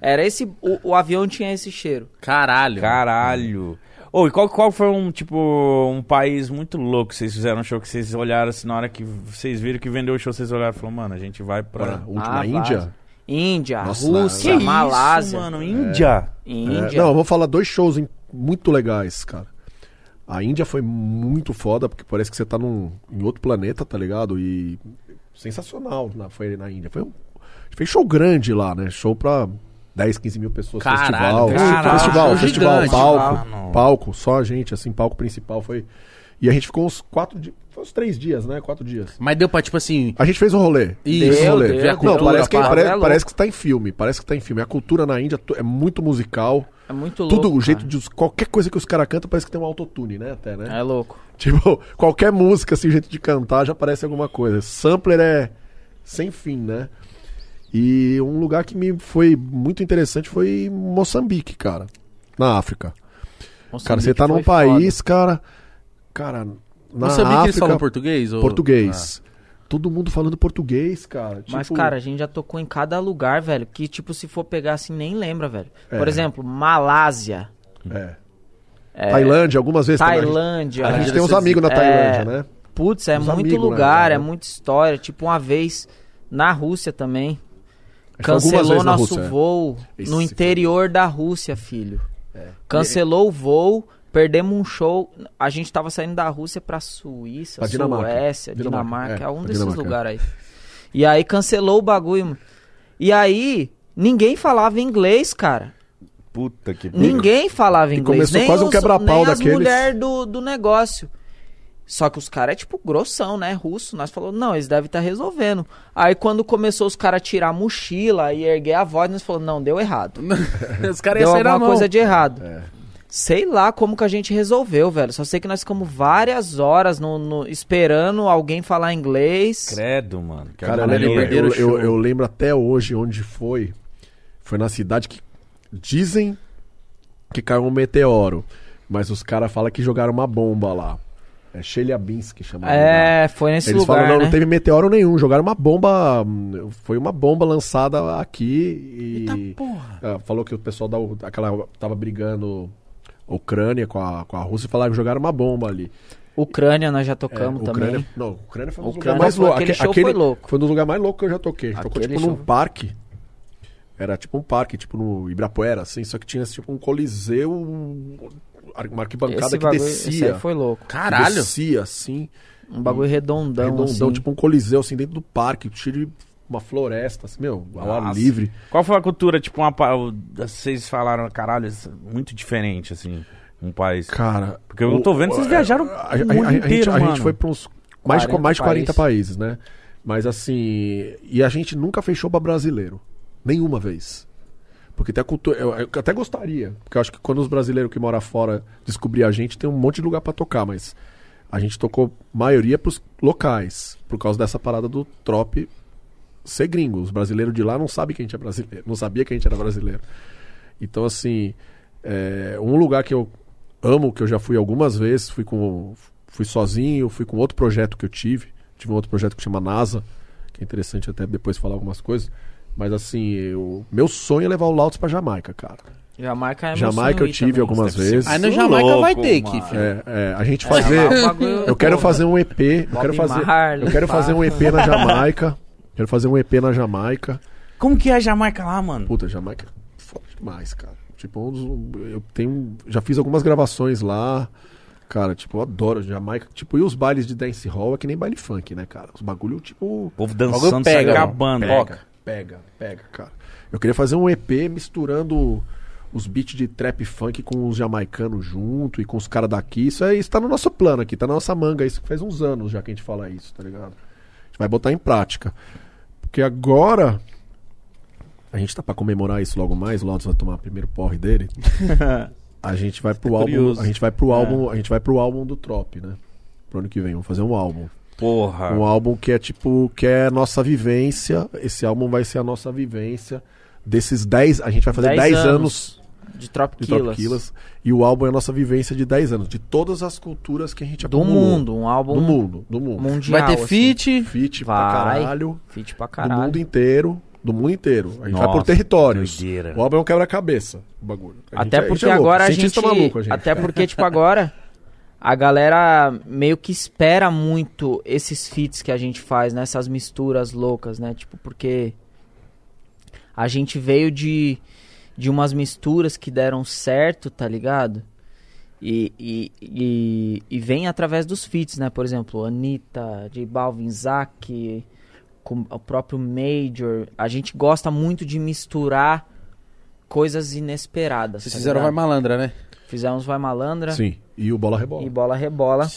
É.
Era esse. O, o avião tinha esse cheiro.
Caralho.
Caralho. Ô, e qual, qual foi um, tipo, um país muito louco que vocês fizeram um show que vocês olharam assim, na hora que vocês viram que vendeu o show, vocês olharam e falaram, mano, a gente vai pra.
Agora, o último na
Ah,
Índia.
vaza. Índia,
Nossa,
Rússia,
Que isso,
Malásia.
mano, Índia.
Índia.
É, não, eu vou falar dois shows em- muito legais, cara. A Índia foi muito foda, porque parece que você tá num, em outro planeta, tá ligado? E sensacional na, foi na Índia. Foi um, fez show grande lá, né? Show pra 10, 15 mil pessoas.
Caralho,
festival,
caralho,
festival,
show
festival,
gigante.
palco,
Mano.
palco, só a gente, assim, palco principal. foi E a gente ficou uns quatro dias, foi uns três dias, né? Quatro dias.
Mas deu pra, tipo assim...
A gente fez um rolê.
Isso,
fez um rolê.
deu,
ver a
deu.
cultura,
Não, parece que,
a
parada
parece,
é louca.
parece que tá em filme, parece que tá em filme. A cultura na Índia é muito musical.
É muito louco.
Tudo, o jeito
cara.
de. os- Qualquer coisa que os caras cantam parece que tem um autotune, né? Até, né?
É louco.
Tipo, qualquer música, assim, o jeito de cantar já parece alguma coisa. Sampler é sem fim, né? E um lugar que me foi muito interessante foi Moçambique, cara. Na África. cara, você tá num
Moçambique foi foda.
país, cara. Cara, na
Não sabia que eles
África.
falam português? Ou...
português. Todo mundo falando português, cara.
ah. Mas,
Tipo,
cara, a gente já tocou em cada lugar, velho. Que, tipo, se for pegar assim, nem lembra, velho.
É.
Por exemplo, Malásia,
é. Tailândia, algumas vezes também.
Tailândia.
A gente,
Tailândia
tem uns
vocês-
amigos na
é.
Tailândia, né?
Putz, é
Os
muito
amigos, né,
lugar,
cara?
é muita história. Tipo, uma vez na Rússia também.
foi algumas
Cancelou
vezes na
nosso
Rússia, é.
voo
Esse
no
foi- É.
interior da Rússia, filho. Cancelou o voo, perdemos um show. A gente tava saindo da Rússia pra Suíça,
Pra Ah, Dinamarca.
Suécia, Dinamarca,
Dinamarca, é,
é, um
pra
desses
Dinamarca, é.
lugares aí. E aí cancelou o bagulho, mano. E aí, ninguém falava inglês, cara.
Puta que
Ninguém falava inglês.
começou
nem
quase um
os-
quebra-pau
nem
daqueles.
as mulheres do, do negócio. Só que os caras é tipo grossão, né? Russo. Nós falou, não, eles devem estar resolvendo. Aí quando começou os caras a tirar a mochila e erguer a voz, nós falou, não, deu errado.
Ah. Os caras
Deu
iam sair na mão.
alguma coisa de errado.
É.
Sei lá como que a gente resolveu, velho. Só sei que nós ficamos várias horas no, no- esperando alguém falar inglês.
Credo, mano. Que
Cara, é eu
Caralho,
lembro, eu-
perderam o
eu,
show.
eu- eu lembro até hoje onde foi. Foi na cidade que dizem que caiu um meteoro. Mas os caras falam que jogaram uma bomba lá. É Chelyabinsk, chamava.
É, foi nesse
Eles
lugar,
falam, não,
né?
não teve meteoro nenhum, jogaram uma bomba. hum, Foi uma bomba lançada aqui e. Ah, falou que o pessoal da. U- Aquela, tava brigando Ucrânia com a, com a Rússia e falaram que jogaram uma bomba ali.
Ucrânia nós já
É,
tocamos
Ucrânia,
também.
não, Ucrânia foi um dos
Ucrânia
lugares mais
foi-
loucos.
aquele show foi louco.
Foi um dos lugares mais loucos que eu já toquei. A gente tocou
Aquele
tipo num
show.
parque. Era tipo um parque, tipo no Ibirapuera, assim, só que tinha tipo um coliseu, um- uma arquibancada
Esse
que
bagulho, esse
descia.
aí foi louco.
Caralho.
Descia, assim.
Um bagulho redondão,
redondão,
assim.
tipo um coliseu, assim, dentro do parque, cheio de uma floresta, assim, meu, ao ar
Nossa.
livre.
Qual foi a cultura, tipo, uma. pa- o- Vocês falaram, caralho, isso é muito diferente, assim, um país.
Cara,
Porque eu
o-
tô vendo que vocês
o- é,
viajaram
a,
o
a-
mundo
a- a gente-
inteiro,
a gente,
mano.
foi para uns mais, de-
40
mais de 40 países, né? Mas assim, e a gente nunca fechou para brasileiro, nenhuma vez. Porque tem a cultura, eu, eu até gostaria, porque eu acho que quando os brasileiros que moram fora descobrir a gente, tem um monte de lugar para tocar, mas a gente tocou maioria pros locais, por causa dessa parada do trop ser gringo. Os brasileiros de lá não sabem que a gente é brasileiro, não sabia que a gente era brasileiro. Então, assim, é, um lugar que eu amo, que eu já fui algumas vezes, fui com fui sozinho, fui com outro projeto que eu tive, tive um outro projeto que chama NASA, que é interessante até depois falar algumas coisas, mas assim, eu, meu sonho é levar o Lautos pra Jamaica, cara.
Jamaica é meu
Jamaica eu
sonho ir
tive
também.
algumas
deve ser
vezes.
Aí no
Isso
Jamaica
louco,
vai ter,
mano.
Kiff.
É, é, a gente
É,
fazer,
lá o bagulho-
eu quero
Pô,
fazer um EP, eu
Bob
quero fazer,
Marley,
eu quero fazer um EP na Jamaica. Quero fazer um EP na Jamaica.
Como que é a Jamaica lá, mano?
Puta, Jamaica é foda demais, cara. Tipo, um dos- eu tenho. Já fiz algumas gravações lá. Cara, tipo, eu adoro Jamaica. Tipo, e os bailes de dance hall é que nem baile funk, né, cara? Os bagulho, tipo.
O povo
Logo
dançando, se
pega,
acabando.
pega.
Pega, pega, cara. Eu queria fazer um EP misturando os beats de trap funk com os jamaicanos junto e com os caras daqui. Isso aí está no nosso plano aqui, tá na nossa manga. Isso faz uns anos já que a gente fala isso, tá ligado? A gente vai botar em prática. Porque agora. A gente tá pra comemorar isso logo mais, o Lotus vai tomar o primeiro porre dele. a gente vai pro álbum.
curioso.
A gente vai pro álbum. A gente vai pro álbum do Trop, né? Pro ano que vem, vamos fazer um álbum.
Ah.
Porra.
Um álbum que é tipo, que é nossa vivência. Esse álbum vai ser a nossa vivência. Desses 10, a gente vai fazer 10,
Dez
anos,
anos de Trop
de Top
Killers.
Killers. E o álbum é a nossa vivência de 10 anos, de todas as culturas que a gente
Do
acumulou.
mundo, um álbum
Do mundo, do mundo.
mundial.
Vai ter
assim.
fit.
Fit pra
Vai.
caralho,
Fit pra
do
caralho.
mundo inteiro, do mundo inteiro. A gente vai por
Nossa,
territórios.
doideira.
O álbum é um quebra-cabeça, o bagulho. A gente
Até
é-
porque
é louco.
agora a gente,
Cientista maluco, a gente.
Até porque, tipo, agora a galera meio que espera muito esses feats que a gente faz, né? Essas misturas loucas, né? Tipo, porque a gente veio de, de umas misturas que deram certo, tá ligado? E, e, e, e vem através dos feats, né? Por exemplo, Anitta, J Balvin, Zack, com o próprio Major. A gente gosta muito de misturar coisas inesperadas.
Vocês
tá
fizeram
ligado?
Vai Malandra, né?
Fizemos Vai Malandra
Sim, e o Bola Rebola.
e Bola Rebola.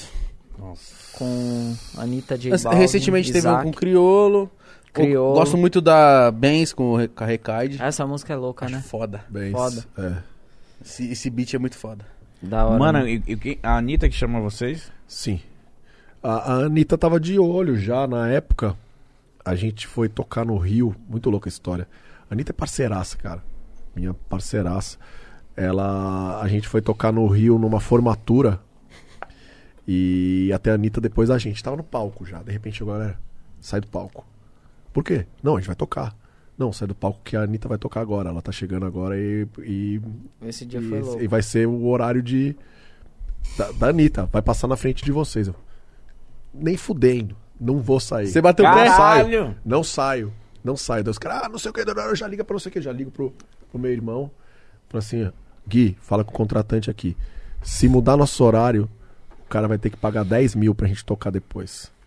Com Anitta de
Mas, Recentemente teve um com Criolo.
Criolo.
Eu gosto muito da Benz com o Re- com a Recaide.
Essa música é louca,
Acho
né?
foda.
Bens,
Foda.
é.
Esse, esse beat é muito foda.
Da hora.
Mano,
né?
e- e quem- a Anitta que chama vocês?
Sim. A, a Anitta tava de olho já na época. A gente foi tocar no Rio. Muito louca a história. A Anitta é parceiraça, cara. Minha parceiraça. Ela. A gente foi tocar no Rio numa formatura. E até a Anitta depois da gente. Tava no palco já. De repente chegou, galera. Sai do palco. Por quê? Não, a gente vai tocar. Não, sai do palco que a Anitta vai tocar agora. Ela tá chegando agora e- e
Esse dia foi louco.
e, e vai ser o horário de. Da, da Anitta. Vai passar na frente de vocês. Eu, nem fudendo. Não vou sair.
Você bateu o
não
pé?
saio. Não saio. Não saio. Daí os caras, ah, não sei o que, não, não, eu já liga pra não sei o que. Já ligo pro, pro meu irmão. Falei assim, ó, Gui, fala com o contratante aqui. Se mudar nosso horário, o cara vai ter que pagar 10 mil pra gente tocar depois.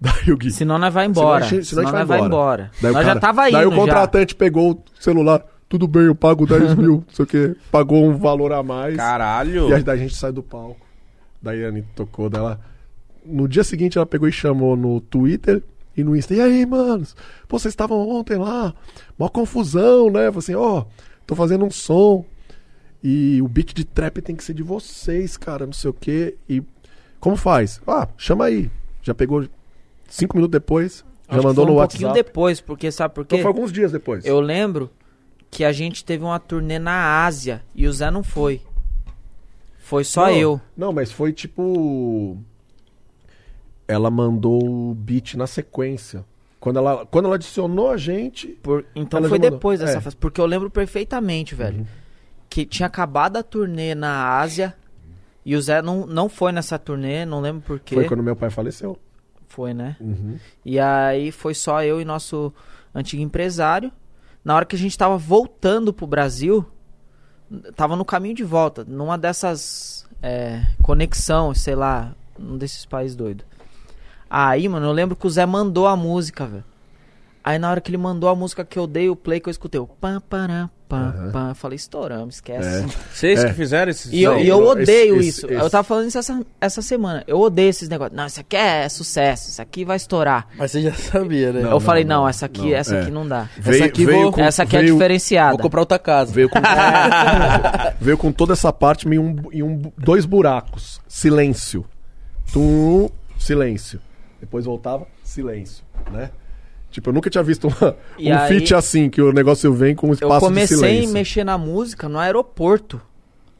Daí o Gui.
Senão nós vai embora.
Senão a gente- senão a gente
nós
vai
vai
embora.
embora.
Daí o
nós já
cara-
tava indo
Daí o
já.
contratante pegou o celular. Tudo bem, eu pago 10 mil, não sei o que. Pagou um valor a mais.
Caralho.
E aí daí a gente sai do palco. Daí a Anitta tocou dela. No dia seguinte ela pegou e chamou no Twitter e no Insta. E aí, manos? Pô, vocês estavam ontem lá, mó confusão, né? Falei assim, ó, tô fazendo um som. E o beat de trap tem que ser de vocês, cara, não sei o quê. E como faz? Ah, chama aí. Já pegou cinco minutos depois, já
Acho que
mandou
foi
no
um
WhatsApp.
pouquinho depois, porque sabe por quê?
Então foi alguns dias depois.
Eu lembro que a gente teve uma turnê na Ásia e o Zé não foi. Foi só
Não,
eu.
Não, mas foi tipo. Ela mandou o beat na sequência. Quando ela, quando ela adicionou a gente.
Por- então
Ela já
foi
mandou.
depois dessa
É. Uhum.
fase. Porque eu lembro perfeitamente, velho. Que tinha acabado a turnê na Ásia. E o Zé não, não foi nessa turnê, não lembro porquê.
Foi quando meu pai faleceu.
Foi, né?
Uhum.
E aí foi só eu e nosso antigo empresário. Na hora que a gente tava voltando pro Brasil, tava no caminho de volta, numa dessas é, conexão, sei lá, num desses países doidos. Aí, mano, eu lembro que o Zé mandou a música, velho. Aí na hora que ele mandou a música que eu dei o play que eu escutei, o pam pará, pam, pam, eu falei, estouramos,
É.
esquece.
Vocês que fizeram esses...
E, eu,
Não,
e eu
não,
odeio
esse-
isso.
esse-
Eu tava falando isso essa, essa semana. Eu odeio esses negócios. Não, isso aqui é sucesso, isso aqui vai estourar
Mas você já sabia, né?
Não,
eu falei, não,
não,
essa aqui,
não,
essa
é.
aqui não dá.
Veio- aqui vou- Com-
essa aqui é
veio-
diferenciada.
Vou comprar outra casa.
Veio com, veio com toda essa parte meio um, e um, dois buracos. Silêncio. Tum, silêncio. Depois voltava, silêncio, né? Tipo, eu nunca tinha visto uma-
E
um
aí-
feat assim, que o negócio vem com um
eu
espaço de
comecei a
silêncio.
mexer na música no aeroporto.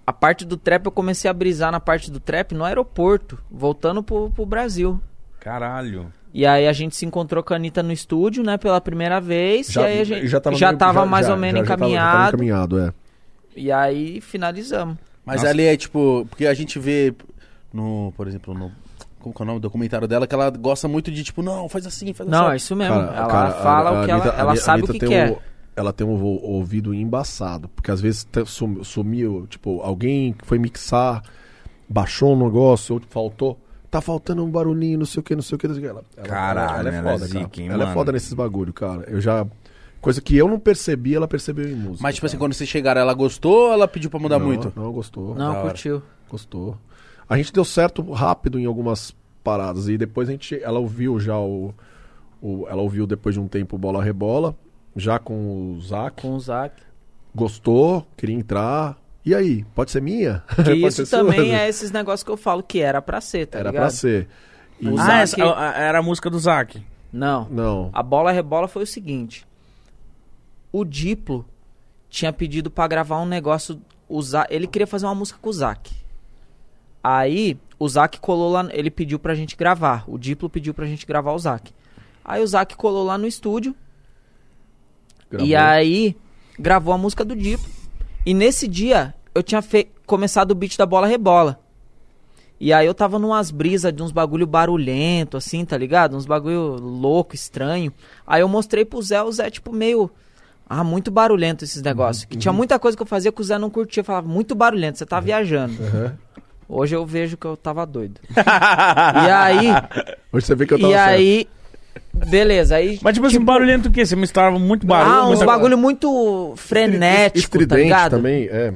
A parte do trap eu comecei a brisar na parte do trap no aeroporto, voltando pro, pro Brasil.
Caralho.
E aí a gente se encontrou com a Anitta no estúdio, né, pela primeira vez. e aí a gente já tava,
meio-
mais
já-
ou menos
já- já tava- já
encaminhado.
tava encaminhado, é.
E aí finalizamos.
Mas
Nossa.
ali é tipo, porque a gente vê no, por exemplo, no como que é o nome do documentário dela, que ela gosta muito de tipo, não, faz assim, faz
Não, é
assim.
isso mesmo.
Cara,
ela
cara,
fala
a-
o que
a Anitta-
ela, ela
a
sabe
Anitta
o que é.
tem
quer.
um- ela tem um vo- ouvido embaçado, porque às vezes te- sum- sumiu, tipo, alguém que foi mixar, baixou um negócio, ou faltou. Tá faltando um barulhinho, não sei o que, não sei o que. Ela, ela-
Caralho, ela é
cara.
zica, hein,
ela
mano?
é foda nesses bagulho, cara. Eu já. Coisa que eu não percebi, ela percebeu em música.
Mas tipo assim,
cara.
quando vocês chegaram, ela gostou ou ela pediu pra mudar
Não,
muito?
Não, gostou.
Não,
Da hora.
curtiu.
Gostou. A gente deu certo rápido em algumas paradas. E depois a gente. Ela ouviu já o. o- ela ouviu depois de um tempo Bola Rebola, já com o Zac.
Com o Zac.
Gostou, queria entrar. E aí, pode ser minha?
Que
Pode
isso
ser sua,
também
né?
é esses negócios que eu falo que era pra ser, tá
Era
ligado?
pra ser. E-
O
Ah,
Zac-
essa, a- a- era a música do Zac.
Não.
Não.
A bola rebola foi o seguinte. O Diplo tinha pedido pra gravar um negócio. O Za- Ele queria fazer uma música com o Zac. Aí, o Zac colou lá. Ele pediu pra gente gravar. O Diplo pediu pra gente gravar o Zac. Aí o Zac colou lá no estúdio.
Gravou.
E aí, gravou a música do Diplo. E nesse dia, eu tinha fe- começado o beat da bola rebola. E aí eu tava numas brisas de uns bagulho barulhento, assim, tá ligado? Uns bagulho louco, estranho. Aí eu mostrei pro Zé, o Zé, tipo, meio. Ah, muito barulhento esses negócios.
Uhum.
Que tinha muita coisa que eu fazia que o Zé não curtia. Eu Falava, muito barulhento, você tá viajando.
Uhum.
Hoje eu vejo que eu tava doido. e aí,
Hoje você vê que eu tava
e
certo.
aí. Beleza, aí.
Mas tipo assim, barulhento o
é
quê? Você misturava muito barulho.
um
Ah, uns
muita-
bagulho muito frenético, tá
Estridente
ligado?
também, é.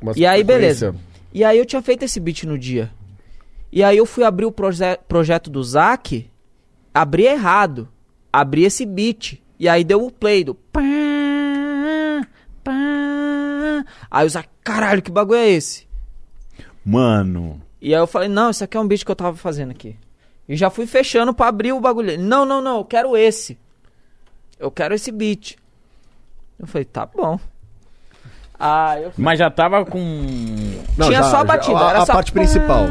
Umas
E aí, beleza.
frequência.
E aí eu tinha feito esse beat no dia. E aí eu fui abrir o proje- projeto do Zac, abri errado. Abri esse beat. E aí deu o play do. pá, pá. Aí o Zac, caralho, que bagulho é esse?
Mano.
E aí eu falei, não, isso aqui é um beat que eu tava fazendo aqui. E já fui fechando pra abrir o bagulho. Ele, Não, não, não, eu quero esse. Eu quero esse beat. Eu falei, tá bom. Ah, eu
Mas já tava com...
Não,
Tinha
já-
só a
já-
batida,
A,
era
a
só-
parte principal.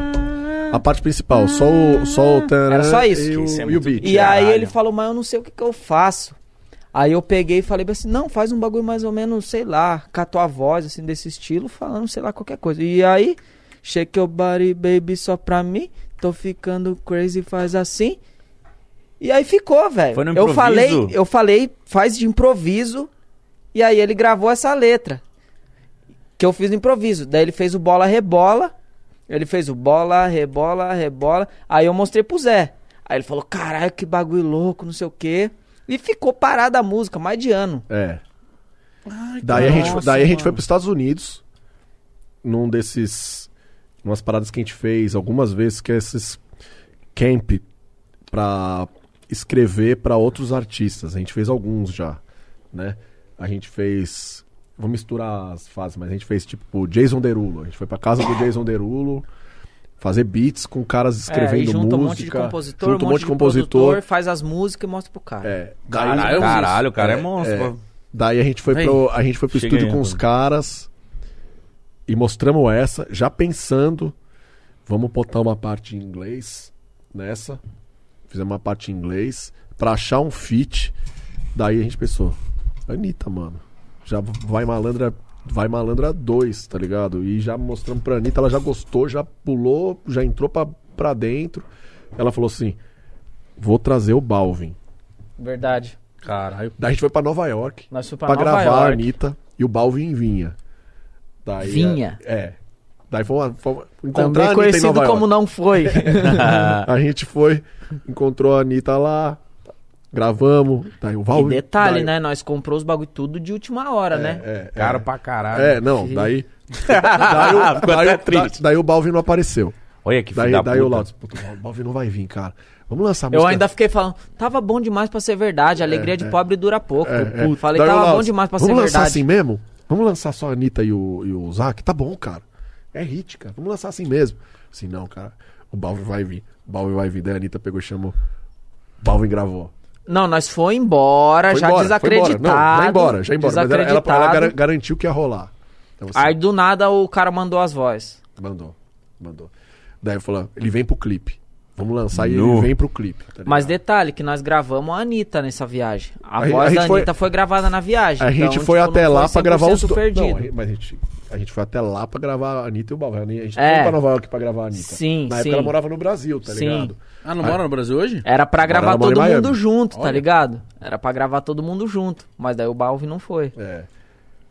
A parte principal. Só o. Só o tarará
Era só isso.
E o,
Isso é
e
muito-
o beat.
E aí
Caralho.
ele falou, mas eu não sei o que, que eu faço. Aí eu peguei e falei pra assim, não, faz um bagulho mais ou menos, sei lá, catou a voz, assim, desse estilo, falando, sei lá, qualquer coisa. E aí, shake your body, baby, só pra mim, tô ficando crazy, faz assim. E aí ficou, velho.
Foi no
Eu
improviso?
falei, eu falei, faz de improviso, e aí ele gravou essa letra. Que eu fiz no improviso. Daí ele fez o bola rebola. Ele fez o bola, rebola, rebola. Aí eu mostrei pro Zé. Aí ele falou: caralho, que bagulho louco, não sei o quê. E ficou parada a música, mais de ano.
É. daí a gente,
nossa,
daí a gente
mano.
foi pros Estados Unidos. Num desses. Umas paradas que a gente fez algumas vezes, que é esses. camp pra escrever pra outros artistas. A gente fez alguns já, né? A gente fez... Vou misturar as fases, mas a gente fez tipo Jason Derulo. A gente foi pra casa do Jason Derulo fazer beats com caras
é, e
escrevendo
junta
música.
um monte de compositor,
junta
um monte de, compositor,
compositor.
faz as músicas e mostra pro cara.
É, daí-
Caralho,
Caralho, o cara é,
É,
monstro.
Daí a gente foi
Vem.
pro, a gente foi pro
Chega
estúdio
aí,
com os
Antônio.
caras e mostramos essa, já pensando, vamos botar uma parte em inglês nessa. Fizemos uma parte em inglês pra achar um fit. Daí a gente pensou, Anitta, mano. Já vai malandra, vai malandra 2, tá ligado? E já mostramos pra Anitta, ela já gostou, já pulou, já entrou pra, pra dentro. Ela falou assim: "Vou trazer o Balvin".
Verdade.
Caralho.
Daí a gente foi pra Nova York
Nós fomos pra,
pra, gravar
Nova
a
York.
Anitta e o Balvin vinha. Daí,
Vinha?
É. é. Daí fomos, fomos encontrar a
Também
Anitta em
conhecido
Nova York.
como Não Foi.
A gente foi, encontrou a Anitta lá, gravamos. Daí o
e
Balvin.
detalhe,
daí-
né? Nós comprou os bagulho tudo de última hora, né?
É, é,
Caro pra caralho.
é, não,
Sim.
daí. daí, o,
Ficou
daí,
até
o-
triste.
da- daí o Balvin não apareceu.
Olha que
daí
filho da
daí o
puta.
Lautz, puta, o Balvin não vai vir, cara. Vamos lançar a
Eu
música.
ainda fiquei falando, tava bom demais pra ser verdade, a alegria de pobre dura pouco.
É, é.
Falei,
Daí o
tava
Lautz,
bom demais pra ser
Vamos lançar
verdade.
assim mesmo? Vamos lançar só a Anitta e o, e o Zac? Tá bom, cara. É hit, cara. Vamos lançar assim mesmo. Assim, não, cara. O Balvin vai vir. O Balvin vai vir. Daí a Anitta pegou e chamou. O Balvin gravou.
Não, nós foi embora,
Foi
É já
embora,
desacreditado.
Foi embora. Não, já embora, já embora. Mas ela, ela,
desacreditado.
ela gar- garantiu que ia rolar. Então, assim,
Aí do nada o cara mandou as vozes.
mandou. Mandou. Daí falou, ele vem pro clipe. Vamos lançar e
Nu.
ele vem pro clipe. tá ligado?
Mas detalhe que nós gravamos a Anitta nessa viagem. A,
A gente-
voz
a
da
gente foi-
Anitta foi gravada na viagem.
A
então,
gente
tipo,
foi
não
até lá pra gravar os
100%
dois.
perdido.
Não, a gente- mas a gente, a gente foi até lá pra gravar a Anitta e o Balvin. A gente
É.
foi pra Nova York pra gravar a Anitta.
Sim,
Na época
sim.
ela morava no Brasil, tá
Sim.
ligado?
Ah, não mora no Brasil hoje?
Era pra gravar
ela mora
todo
em
mundo
Miami.
junto, tá
Olha.
ligado? Era pra gravar todo mundo junto. Mas daí o Balvin não foi.
É.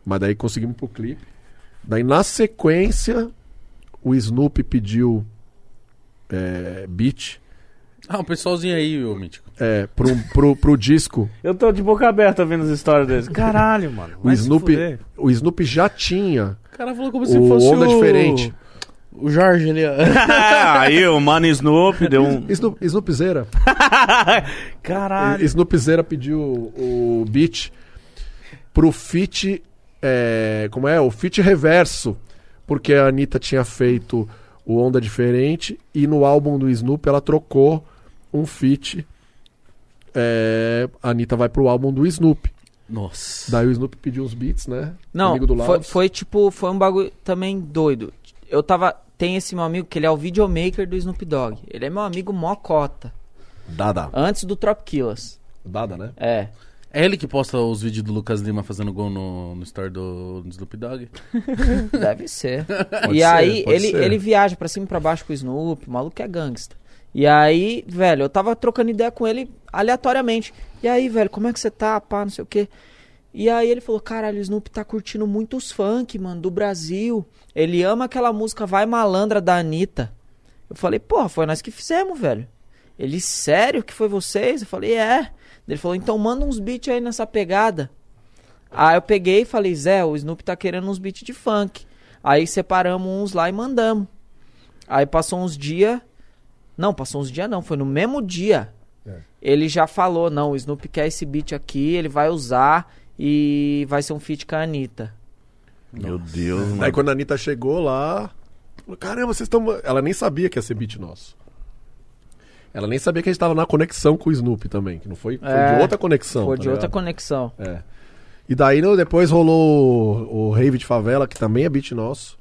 Mas daí conseguimos pro clipe. Daí na sequência, o Snoopy pediu é, beat
Ah, um pessoalzinho aí, ô Mítico.
é, pro, pro, pro disco.
Eu tô de boca aberta vendo as histórias deles. Caralho, mano.
O Snoopy, o Snoopy já tinha
O cara falou como se
o
fosse
Onda
o...
Diferente.
O Jorge é. ali, ó.
É, Aí o mano Snoopy deu um.
Snoop, Snoopzera.
Caralho.
Snoopzera pediu o beat pro feat. é, como é? O feat reverso. Porque a Anitta tinha feito o Onda Diferente e no álbum do Snoop ela trocou um feat. é, a Anitta vai pro álbum do Snoop.
Nossa.
Daí o Snoop pediu uns beats, né?
Não,
Amigo do
foi,
Laos.
foi tipo, foi um bagulho também doido. Eu tava. Tem esse meu amigo que ele é o videomaker do Snoop Dogg. Ele é meu amigo mocota.
Dada.
Antes do Trop Killers.
Dada, né?
É.
É ele que posta os vídeos do Lucas Lima fazendo gol no, no story do, do Snoop Dogg?
Tipo
Deve ser.
Pode
e
ser,
aí,
pode
ele,
ser.
ele viaja pra cima e pra baixo com o Snoop, o maluco é gangsta. E aí, velho, eu tava trocando ideia com ele aleatoriamente. E aí, velho, como é que você tá, pá, não sei o quê. E aí ele falou, caralho, o Snoop tá curtindo muitos funk, mano, do Brasil. Ele ama aquela música Vai Malandra da Anitta. Eu falei, porra, foi nós que fizemos, velho. Ele, sério que foi vocês? Eu falei, é. Ele falou, então manda uns beats aí nessa pegada. Aí eu peguei e falei, Zé, o Snoop tá querendo uns beats de funk. Aí separamos uns lá e mandamos. Aí passou uns dias. Não, passou uns dias não, foi no mesmo dia.
É.
Ele já falou, não, o Snoop quer esse beat aqui, ele vai usar e vai ser um feat com a Anitta.
Meu Deus,
Aí
mano.
quando a Anitta chegou lá, falou, caramba, vocês estão. Ela nem sabia que ia ser beat nosso. Ela nem sabia que a gente tava na conexão com o Snoop também, que não foi, foi
É,
de outra conexão.
foi
tá
de outra
ligado?
conexão.
É. E daí no- depois rolou o, o Rave de Favela, que também é beat nosso.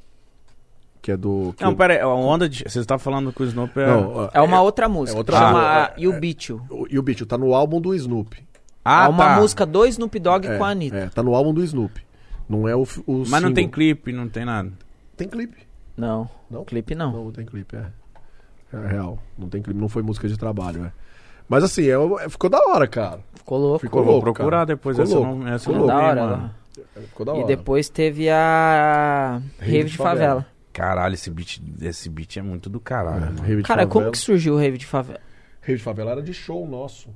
Que é do. Que
Não,
o-
pera aí. A onda de. Você tá falando que o Snoopy é.
Não, a-
É uma outra música,
outra
chama
música, é,
You Beat You.
o- e o beat tá no álbum do Snoop.
Ah,
é uma
tá.
música do Snoop Dogg com a Anitta.
É, tá no álbum do Snoop. Não é o. f- o
Mas não tem
single.
um clipe, não tem nada.
Tem clipe.
Não,
Não?
clipe não.
Não, não tem clipe, é. É real. Não tem clipe, não foi música de trabalho, é. Mas assim, é- ficou da hora, cara.
Ficou louco.
Ficou
Vou
louco,
procurar
cara.
depois.
Ficou
Essa eu
louco.
não, essa eu
Ficou
não
da
vi,
hora.
mano.
lá.
Ficou da
E
hora.
depois teve a Rave de Favela.
Caralho, esse beat, esse beat é muito do caralho, mano.
Rave de
Cara,
favela.
como que surgiu o Rave de Favela?
Rave de favela era de show nosso.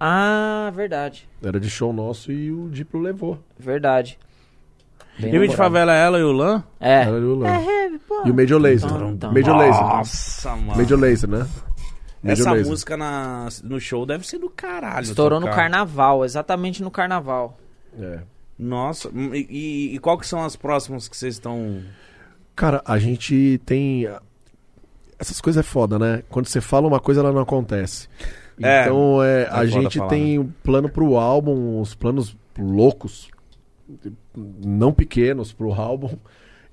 Ah, verdade.
Era de show nosso e o Diplo levou.
Verdade. Bem
Rave de
lembrado.
favela, ela e o Lan?
É.
Era o Lan.
Rave, pô.
E o Major Laser.
Tum, tum.
Major Laser.
Nossa, mano.
Major Laser, né?
Essa
Major Lazer.
música na- no show deve ser do caralho. tá
Estourou no
tocar.
carnaval, exatamente no carnaval.
É.
Nossa, hum, e, e, e qual que são as próximas que vocês estão.
Cara, a gente tem. Essas coisas é foda, né? Quando você fala uma coisa, ela não acontece.
É,
então, é, a
foda
gente
falar,
tem um plano pro álbum, uns planos loucos, não pequenos pro álbum.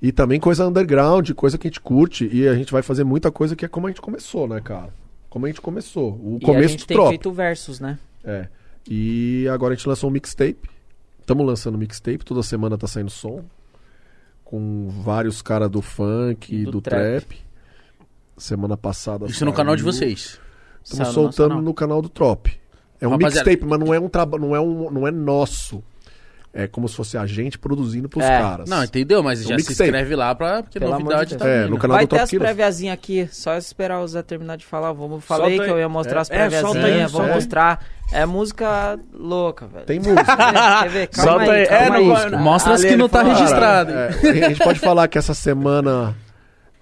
E também coisa underground, coisa que a gente curte. E a gente vai fazer muita coisa que é como a gente começou, né, cara? Como a gente começou. O
e a
começo
gente
do
tem
Trop.
feito versos, né?
É. E agora a gente lançou um mixtape. Estamos lançando mixtape, toda semana tá saindo som. Com vários caras do funk e
Do
do,
trap.
trap. Semana passada.
Isso no canal de
saiu.
vocês.
Estamos
Saiu no nosso
soltando
canal.
no canal do Trop. É um
Rapaziada-
mixtape, mas não é um trabalho, não é um, não é nosso. É como se fosse a gente produzindo pros
É.
caras.
Não, entendeu? Mas
Um
já se
mixtape.
inscreve lá pra. Porque
Pelo amor de
novidade
Deus.
tá
É,
vindo.
no canal
Vai
do
ter
Top
as
Killer.
préviazinhas aqui, só esperar o Zé terminar de falar. Vamos, falei
Solta
que
aí.
eu ia mostrar as
É, é, solta
aí,
préviazinhas, vou
solta aí.
mostrar. É música louca, velho.
Tem música.
Quer ver? Calma
Solta
aí,
aí.
calma
É, não
aí.
vai-
Mostra as
Ali
que
ele
não tá
fala.
registrado. hein?
Cara, é, a gente pode falar que essa semana.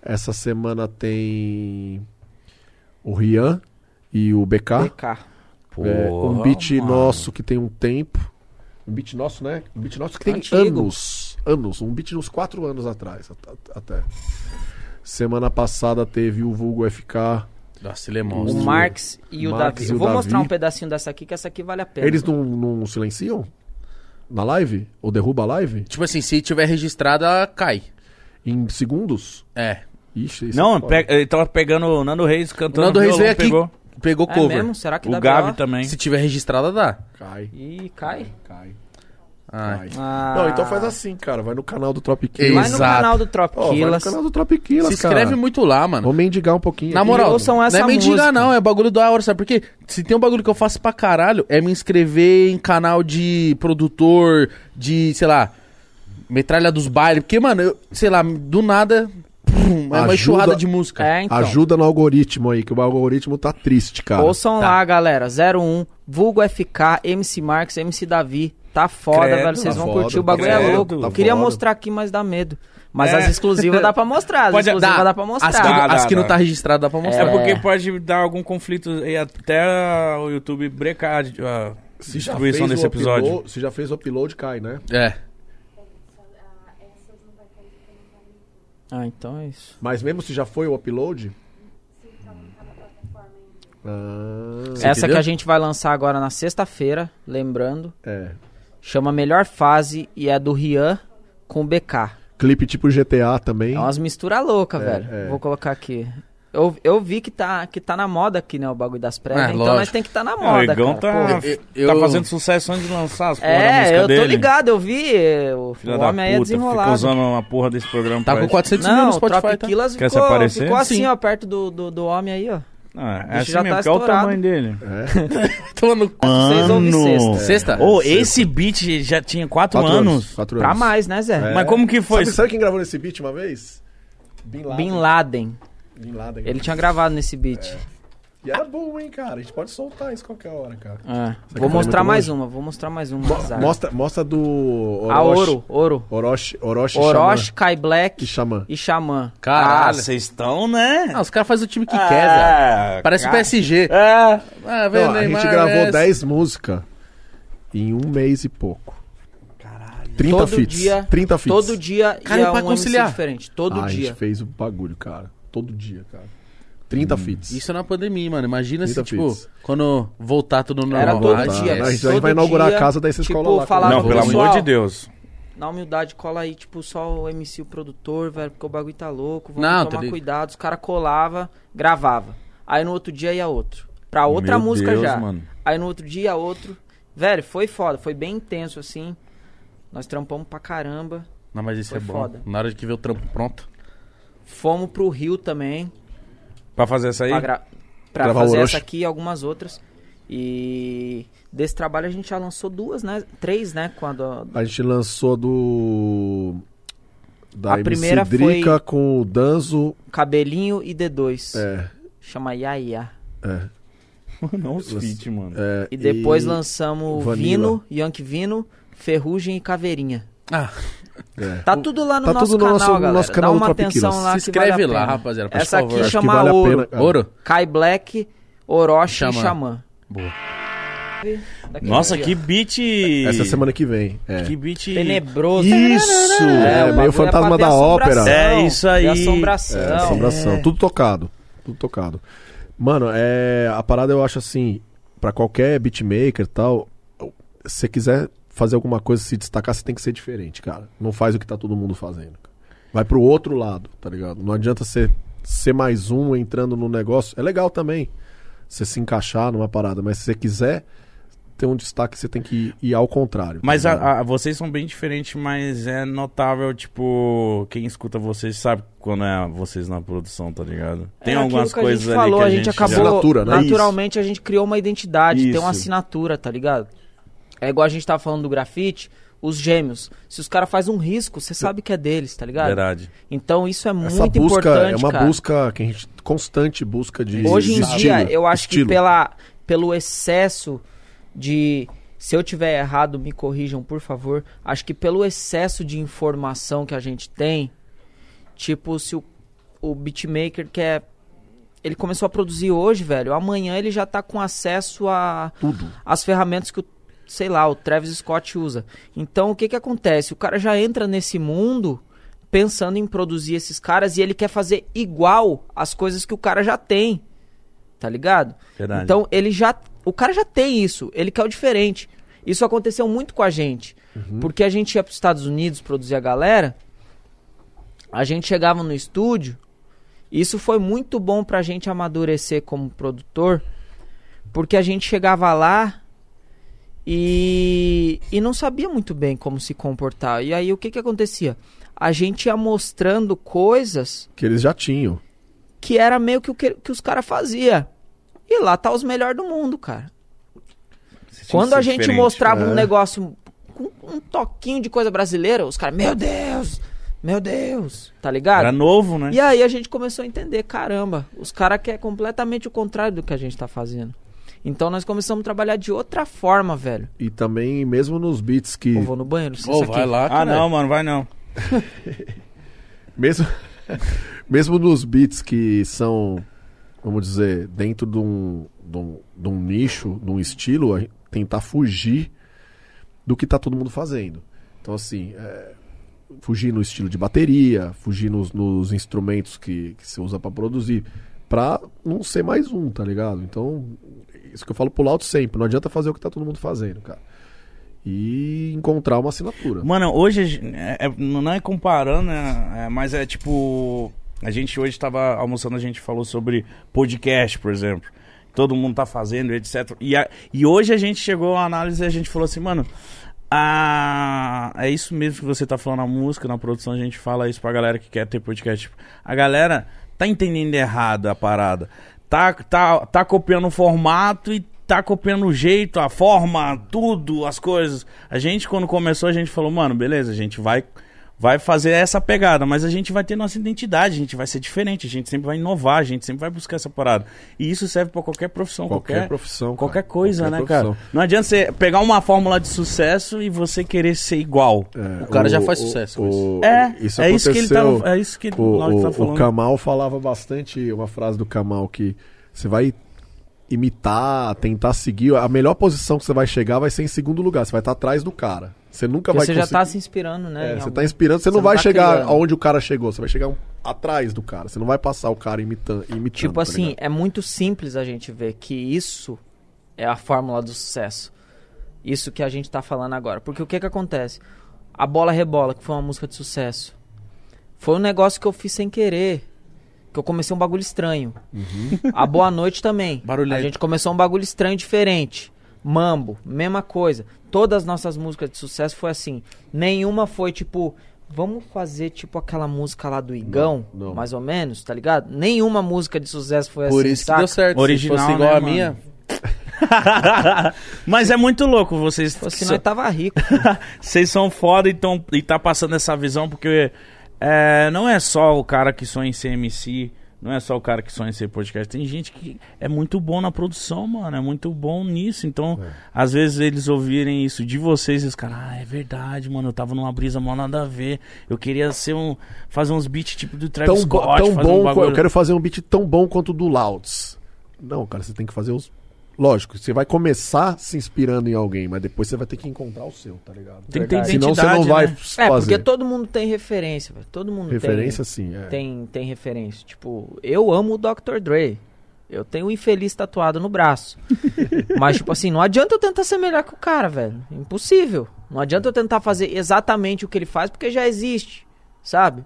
Essa semana tem. O Rian e o BK.
BK.
É, um
Porra,
beat
mano.
nosso que tem um tempo. Um beat nosso, né? Um beat nosso que tem
Antigo.
anos. Anos. Um beat uns quatro anos atrás. at- at- Até. Semana passada teve o Vulgo FK.
Nossa, ele é
O
monstro.
Monstro.
Marx e o
Marx
Davi.
e
Eu
o
vou mostrar
Davi.
um pedacinho dessa aqui, que essa aqui vale a pena.
Eles não, não silenciam? Na live? Ou derruba a live?
Tipo assim, se tiver registrada, cai.
Em segundos?
É.
Ixi, isso é
Não,
foda.
pe- ele tava pegando o Nando Reis
Então,
cantando.
Nando Reis
violão,
veio aqui.
Pegou.
Pegou
É
cover.
mesmo? Será que
Tá
dá
O Gabi
BO?
também.
Se tiver registrada, dá.
Cai.
Ih, cai.
Cai.
Ai.
cai.
Ah.
Não, então faz assim, cara. Vai no canal do Trop
Vai
Killers.
no
Exato.
canal do
Ó, vai no
Tropquilas.
canal do Trop Killers,
Se
cara.
inscreve muito lá, mano.
Vou mendigar um pouquinho.
Na
aqui.
moral,
ouçam
não
essa
é mendigar,
música.
não. É bagulho da hora, sabe? Porque se tem um bagulho que eu faço pra caralho, é me inscrever em canal de produtor, de, sei lá, metralha dos bailes. Porque, mano, eu, sei lá, do nada, pum, é uma
Ajuda-
enxurrada de música.
É, então.
Ajuda no algoritmo aí, que o algoritmo tá triste, cara.
Ouçam
Tá.
lá, galera. 01, Vulgo FK, MC Marx, MC Davi. Tá foda,
Credo,
velho. Vocês
tá
vão
foda,
curtir. O bagulho é
credo,
louco.
tá
Queria
foda.
mostrar aqui, mas dá medo. Mas
É.
as exclusivas dá pra mostrar. As
Pode-
exclusivas dá, pra
As que,
mostrar.
Dá,
as
dá,
que não
dá.
tá registrada dá pra
É
mostrar.
porque pode dar algum conflito e até o YouTube brecar a
Se já
distribuição
fez
desse
o
episódio.
upload- se já fez o upload, cai, né?
É.
Tá
Ah, então é isso.
Mas mesmo se já foi o upload. Ah,
Essa
entendeu?
que a gente vai lançar agora na sexta-feira, lembrando.
é.
Chama Melhor Fase e é do Rian com BK.
Clipe tipo GTA também.
É umas misturas loucas,
É,
velho.
é.
Vou colocar aqui. Eu, eu vi que tá, que tá na moda aqui, né? O bagulho das prévias.
É,
então
lógico.
nós tem que estar tá na
O
moda.
Igão
cara.
tá,
Pô.
Eu-
tá
eu-
fazendo sucesso antes de lançar as porra da
É,
música
eu
dele.
tô ligado, eu vi. O,
Filha
o
da
homem aí é
puta, fica
desenrolado.
usando a porra desse programa
Tá
pra-
com 400 mil
Não,
no
o
Spotify,
Trop
tá?
Quilas
Quer se
ficou,
aparecer?
ficou assim,
Sim.
ó, perto do, do, do homem aí, ó.
Ah, é
Bicho,
assim
já
mesmo,
tá
que é o
estourado.
tamanho dele.
Tomando cu.
Vocês ouvem sexta.
Sexta?
Ô, esse beat já tinha 4
Tá. Quatro
anos.
Quatro
Pra
anos.
mais, né, Zé?
É.
Mas como que foi?
Sabe, sabe quem gravou nesse beat uma vez? Bin Laden.
Bin Laden.
Bin Laden.
Ele tinha gravado nesse beat. É.
E era bom, hein, cara? A gente pode soltar isso qualquer hora, cara.
Ah,
que
Vou
foi
mostrar
muito
mais
longe?
uma, vou mostrar mais uma. azar.
Mostra, mostra do.
Ah. A
Orochi.
Ouro, Ouro.
Orochi, Orochi, e
Orochi,
Xamã.
Kai
e
Black
Xamã.
e Xamã.
Ah,
Caralho.
vocês estão, né?
Ah, os caras fazem o time que quer, Zé. Parece o PSG.
É.
Ah,
Não,
velho,
a gente
Neymar,
gravou
Messi.
10 músicas em um mês e pouco. Caralho. 30
Todo
fits.
dia-
30 fits.
Todo dia
Cara,
ia
e pra
um
conciliar?
MC diferente. Todo
Ah, A
dia.
gente fez o bagulho, cara. Todo dia, cara. 30 fits.
Isso na pandemia, mano. Imagina se,
Eita,
tipo,
Fitz.
quando voltar tudo normal.
Era todo
Ah,
dia.
esquece.
A gente
Todo
vai inaugurar
dia,
a casa dessa
tipo,
escola lá.
falava
Não,
pro
pelo
pessoal.
amor de Deus.
Na humildade, cola aí, tipo, só o MC, o produtor, velho, porque o bagulho tá louco, vamos
Não, tá
tomar
ligado.
cuidado. Os caras colava, gravava. Aí no outro dia ia outro. Pra outra
Meu
música
Deus,
já.
mano.
Aí no outro dia outro. Velho, foi foda, foi bem intenso assim. Nós trampamos pra caramba.
Não, mas isso
Foi
é bom.
foda.
Na hora de que ver o trampo pronto.
Fomos pro Rio também.
Pra fazer essa aí?
Pra, gra- pra
Gravar
fazer
Orochi.
essa aqui e algumas outras. E desse trabalho a gente já lançou duas, né? Três, né? Quando a
A gente lançou do. Da
A
MC
primeira foi-
Drica com o Danzo.
Cabelinho e D2.
É,
Chama Yaya.
é,
Não os feat, mano.
é,
E depois lançamos
Vanilla.
Vino, Yankee Vino, Ferrugem e Caveirinha.
Ah,
é.
Tá tudo lá no
Tá
nosso
tudo no
canal,
nosso- no
galera.
nosso canal
Dá
do
uma
Tropiquilas.
atenção lá
se
que vale
inscreve
a
lá,
pena.
rapaziada, por
Essa
favor.
aqui
Acho que
chama
vale a
Ouro.
pena, cara.
Ouro?
Kai Black, Orochi
Xamã.
e Xamã.
Boa.
Daquele
Nossa,
dia.
que beat.
Essa semana que vem. É.
Que beat.
Tenebroso.
Isso!
É, o
É,
bagulho
meio
é
fantasma
pra ter
da ópera.
assombração,
É, isso aí.
ter Assombração.
É, assombração. Tudo tocado. Tudo tocado. Mano, é, a parada eu acho assim, pra qualquer beatmaker e tal, se você quiser fazer alguma coisa se destacar, você tem que ser diferente, cara. Não faz o que tá todo mundo fazendo. cara. Vai pro outro lado, tá ligado? Não adianta você ser mais um entrando no negócio. É legal também você se encaixar numa parada, mas se você quiser ter um destaque, você tem que ir ao contrário. tá
Mas a-
ligado?
a- vocês são bem diferentes, mas é notável, tipo, quem escuta vocês sabe quando é vocês na produção, tá ligado? Tem
É
algumas
aquilo que
coisas
a gente falou,
ali que
a gente, acabou
já-
Assinatura, né?
naturalmente a gente criou uma identidade, tem
Isso.
uma assinatura, tá ligado? É igual a gente tava falando do grafite, os gêmeos. Se os caras fazem um risco, você sabe que é deles, tá ligado?
Verdade.
Então isso é
Essa
muito
busca
importante,
é uma
cara.
busca que a gente constante busca de
Hoje em
de
dia,
estilo,
eu acho
estilo.
que pela, pelo excesso de. Se eu tiver errado, me corrijam, por favor. Acho que pelo excesso de informação que a gente tem, tipo, se o, o beatmaker quer. Ele começou a produzir hoje, velho. Amanhã ele já tá com acesso a
tudo.
as ferramentas que o, sei lá, o Travis Scott usa. Então, o que que acontece? O cara já entra nesse mundo pensando em produzir esses caras e ele quer fazer igual as coisas que o cara já tem. Tá ligado?
Verdade.
Então, ele já o cara já tem isso, ele quer o diferente. Isso aconteceu muito com a gente. Porque a gente ia para os Estados Unidos produzir a galera, a gente chegava no estúdio, isso foi muito bom pra gente amadurecer como produtor, porque a gente chegava lá e, e não sabia muito bem como se comportar. E aí o que que acontecia? A gente ia mostrando coisas
Que eles já tinham.
que era meio que o que, que os caras faziam. E lá tá os melhores do mundo, cara.
Vocês tinham que
Quando
ser
a gente
diferente. né?
mostrava
É.
um negócio com um toquinho de coisa brasileira, os caras, meu Deus, meu Deus, tá ligado?
Era novo, né?
E aí a gente começou a entender, caramba, os caras querem completamente o contrário do que a gente tá fazendo. Então nós começamos a trabalhar de outra forma, velho.
E também, mesmo nos beats que.
Eu vou no banheiro, se
Ô,
isso
vai
aqui.
lá,
Ah,
cara.
não, mano, vai não.
Mesmo, mesmo nos beats que são, vamos dizer, dentro de um, de um, de um nicho, de um estilo, a gente tentar fugir do que tá todo mundo fazendo. Então, assim, é, fugir no estilo de bateria, fugir nos, nos instrumentos que, que se usa pra produzir, pra não ser mais um, tá ligado? Então, isso que eu falo pro Lauto sempre, não adianta fazer o que tá todo mundo fazendo, cara. E encontrar uma assinatura.
Mano, hoje a gen- é- é- não é comparando, né? É, mas é tipo. A gente hoje tava almoçando, a gente falou sobre podcast, por exemplo. Todo mundo tá fazendo, etc. E, a- e hoje a gente chegou à análise e a gente falou assim, mano. Ah, é isso mesmo que você tá falando na música, na produção, a gente fala isso pra galera que quer ter podcast. Tipo, A galera tá entendendo errado a parada. Tá, tá, tá copiando o formato e tá copiando o jeito, a forma, tudo, as coisas. A gente, quando começou, a gente falou, mano, beleza, a gente vai, vai fazer essa pegada, mas a gente vai ter nossa identidade, a gente vai ser diferente, a gente sempre vai inovar, a gente sempre vai buscar essa parada. E isso serve pra qualquer profissão,
Qualquer
qualquer,
profissão,
Qualquer
cara.
coisa,
Qualquer
né,
profissão.
cara? Não adianta você pegar uma fórmula de sucesso e você querer ser igual.
É,
O cara já faz sucesso com
o-
É, é isso que ele
aconteceu-
tá- é isso que
o,
o Lauro
o,
tá
o
falando.
Kamal falava bastante uma frase do Kamal que você vai imitar, tentar seguir. A melhor posição que você vai chegar vai ser em segundo lugar. Você vai estar atrás do cara. Você nunca
Porque
Então vai
você já tá se inspirando, né?
É,
em
você
algo.
tá inspirando, você,
Você
não
não
vai
tá
chegar
criando.
aonde o cara chegou, você vai chegar um- atrás do cara. Você não vai passar o cara imitando. imitando
Tipo
tá
assim,
ligado?
é muito simples a gente ver que isso é a fórmula do sucesso. Isso que a gente tá falando agora. Porque o que que acontece? A Bola Rebola, que foi uma música de sucesso, foi um negócio que eu fiz sem querer. Que eu comecei um bagulho estranho.
Uhum.
A Boa Noite também.
Barulhento.
A gente começou um bagulho estranho diferente. Mambo, mesma coisa. Todas as nossas músicas de sucesso foi assim. Nenhuma foi tipo, vamos fazer tipo aquela música lá do Igão,
Não, não.
mais ou menos, tá ligado? Nenhuma música de sucesso foi
Por
assim,
isso que
saca?
deu certo.
Original,
Se fosse igual
né,
a
mano?
minha,
Mas é muito louco, vocês,
Fosse
so-
assim, nós tava rico.
vocês são foda e, tão, e tá passando essa visão, porque é, não é só o cara que sonha em ser MC, não é só o cara que sonha em ser podcast. Tem gente que é muito bom na produção, mano, é muito bom nisso. Então,
É.
às vezes eles ouvirem isso de vocês, eles caras, ah, é verdade, mano, eu tava numa brisa mal nada a ver. Eu queria ser um. fazer uns beats tipo do Travis
tão, bo-
Scott,
tão
fazer um
bom, qu-
bagulho.
eu quero fazer um beat tão bom quanto o do Louds. Não, cara, você tem que fazer os. Lógico, você vai começar se inspirando em alguém, mas depois você vai ter que encontrar o seu, tá ligado?
Tem que ter
Verdade.
Senão você não
identidade,
vai
né?
fazer.
É, porque todo mundo tem referência, velho. Todo mundo né?
Referência, sim. É.
tem, tem, tem referência. Tipo, eu amo o Dr. Dre. Eu tenho o infeliz tatuado no braço. Mas, tipo assim, não adianta eu tentar ser melhor que o cara, velho. Impossível. Não adianta eu tentar fazer exatamente o que ele faz, porque já existe, sabe?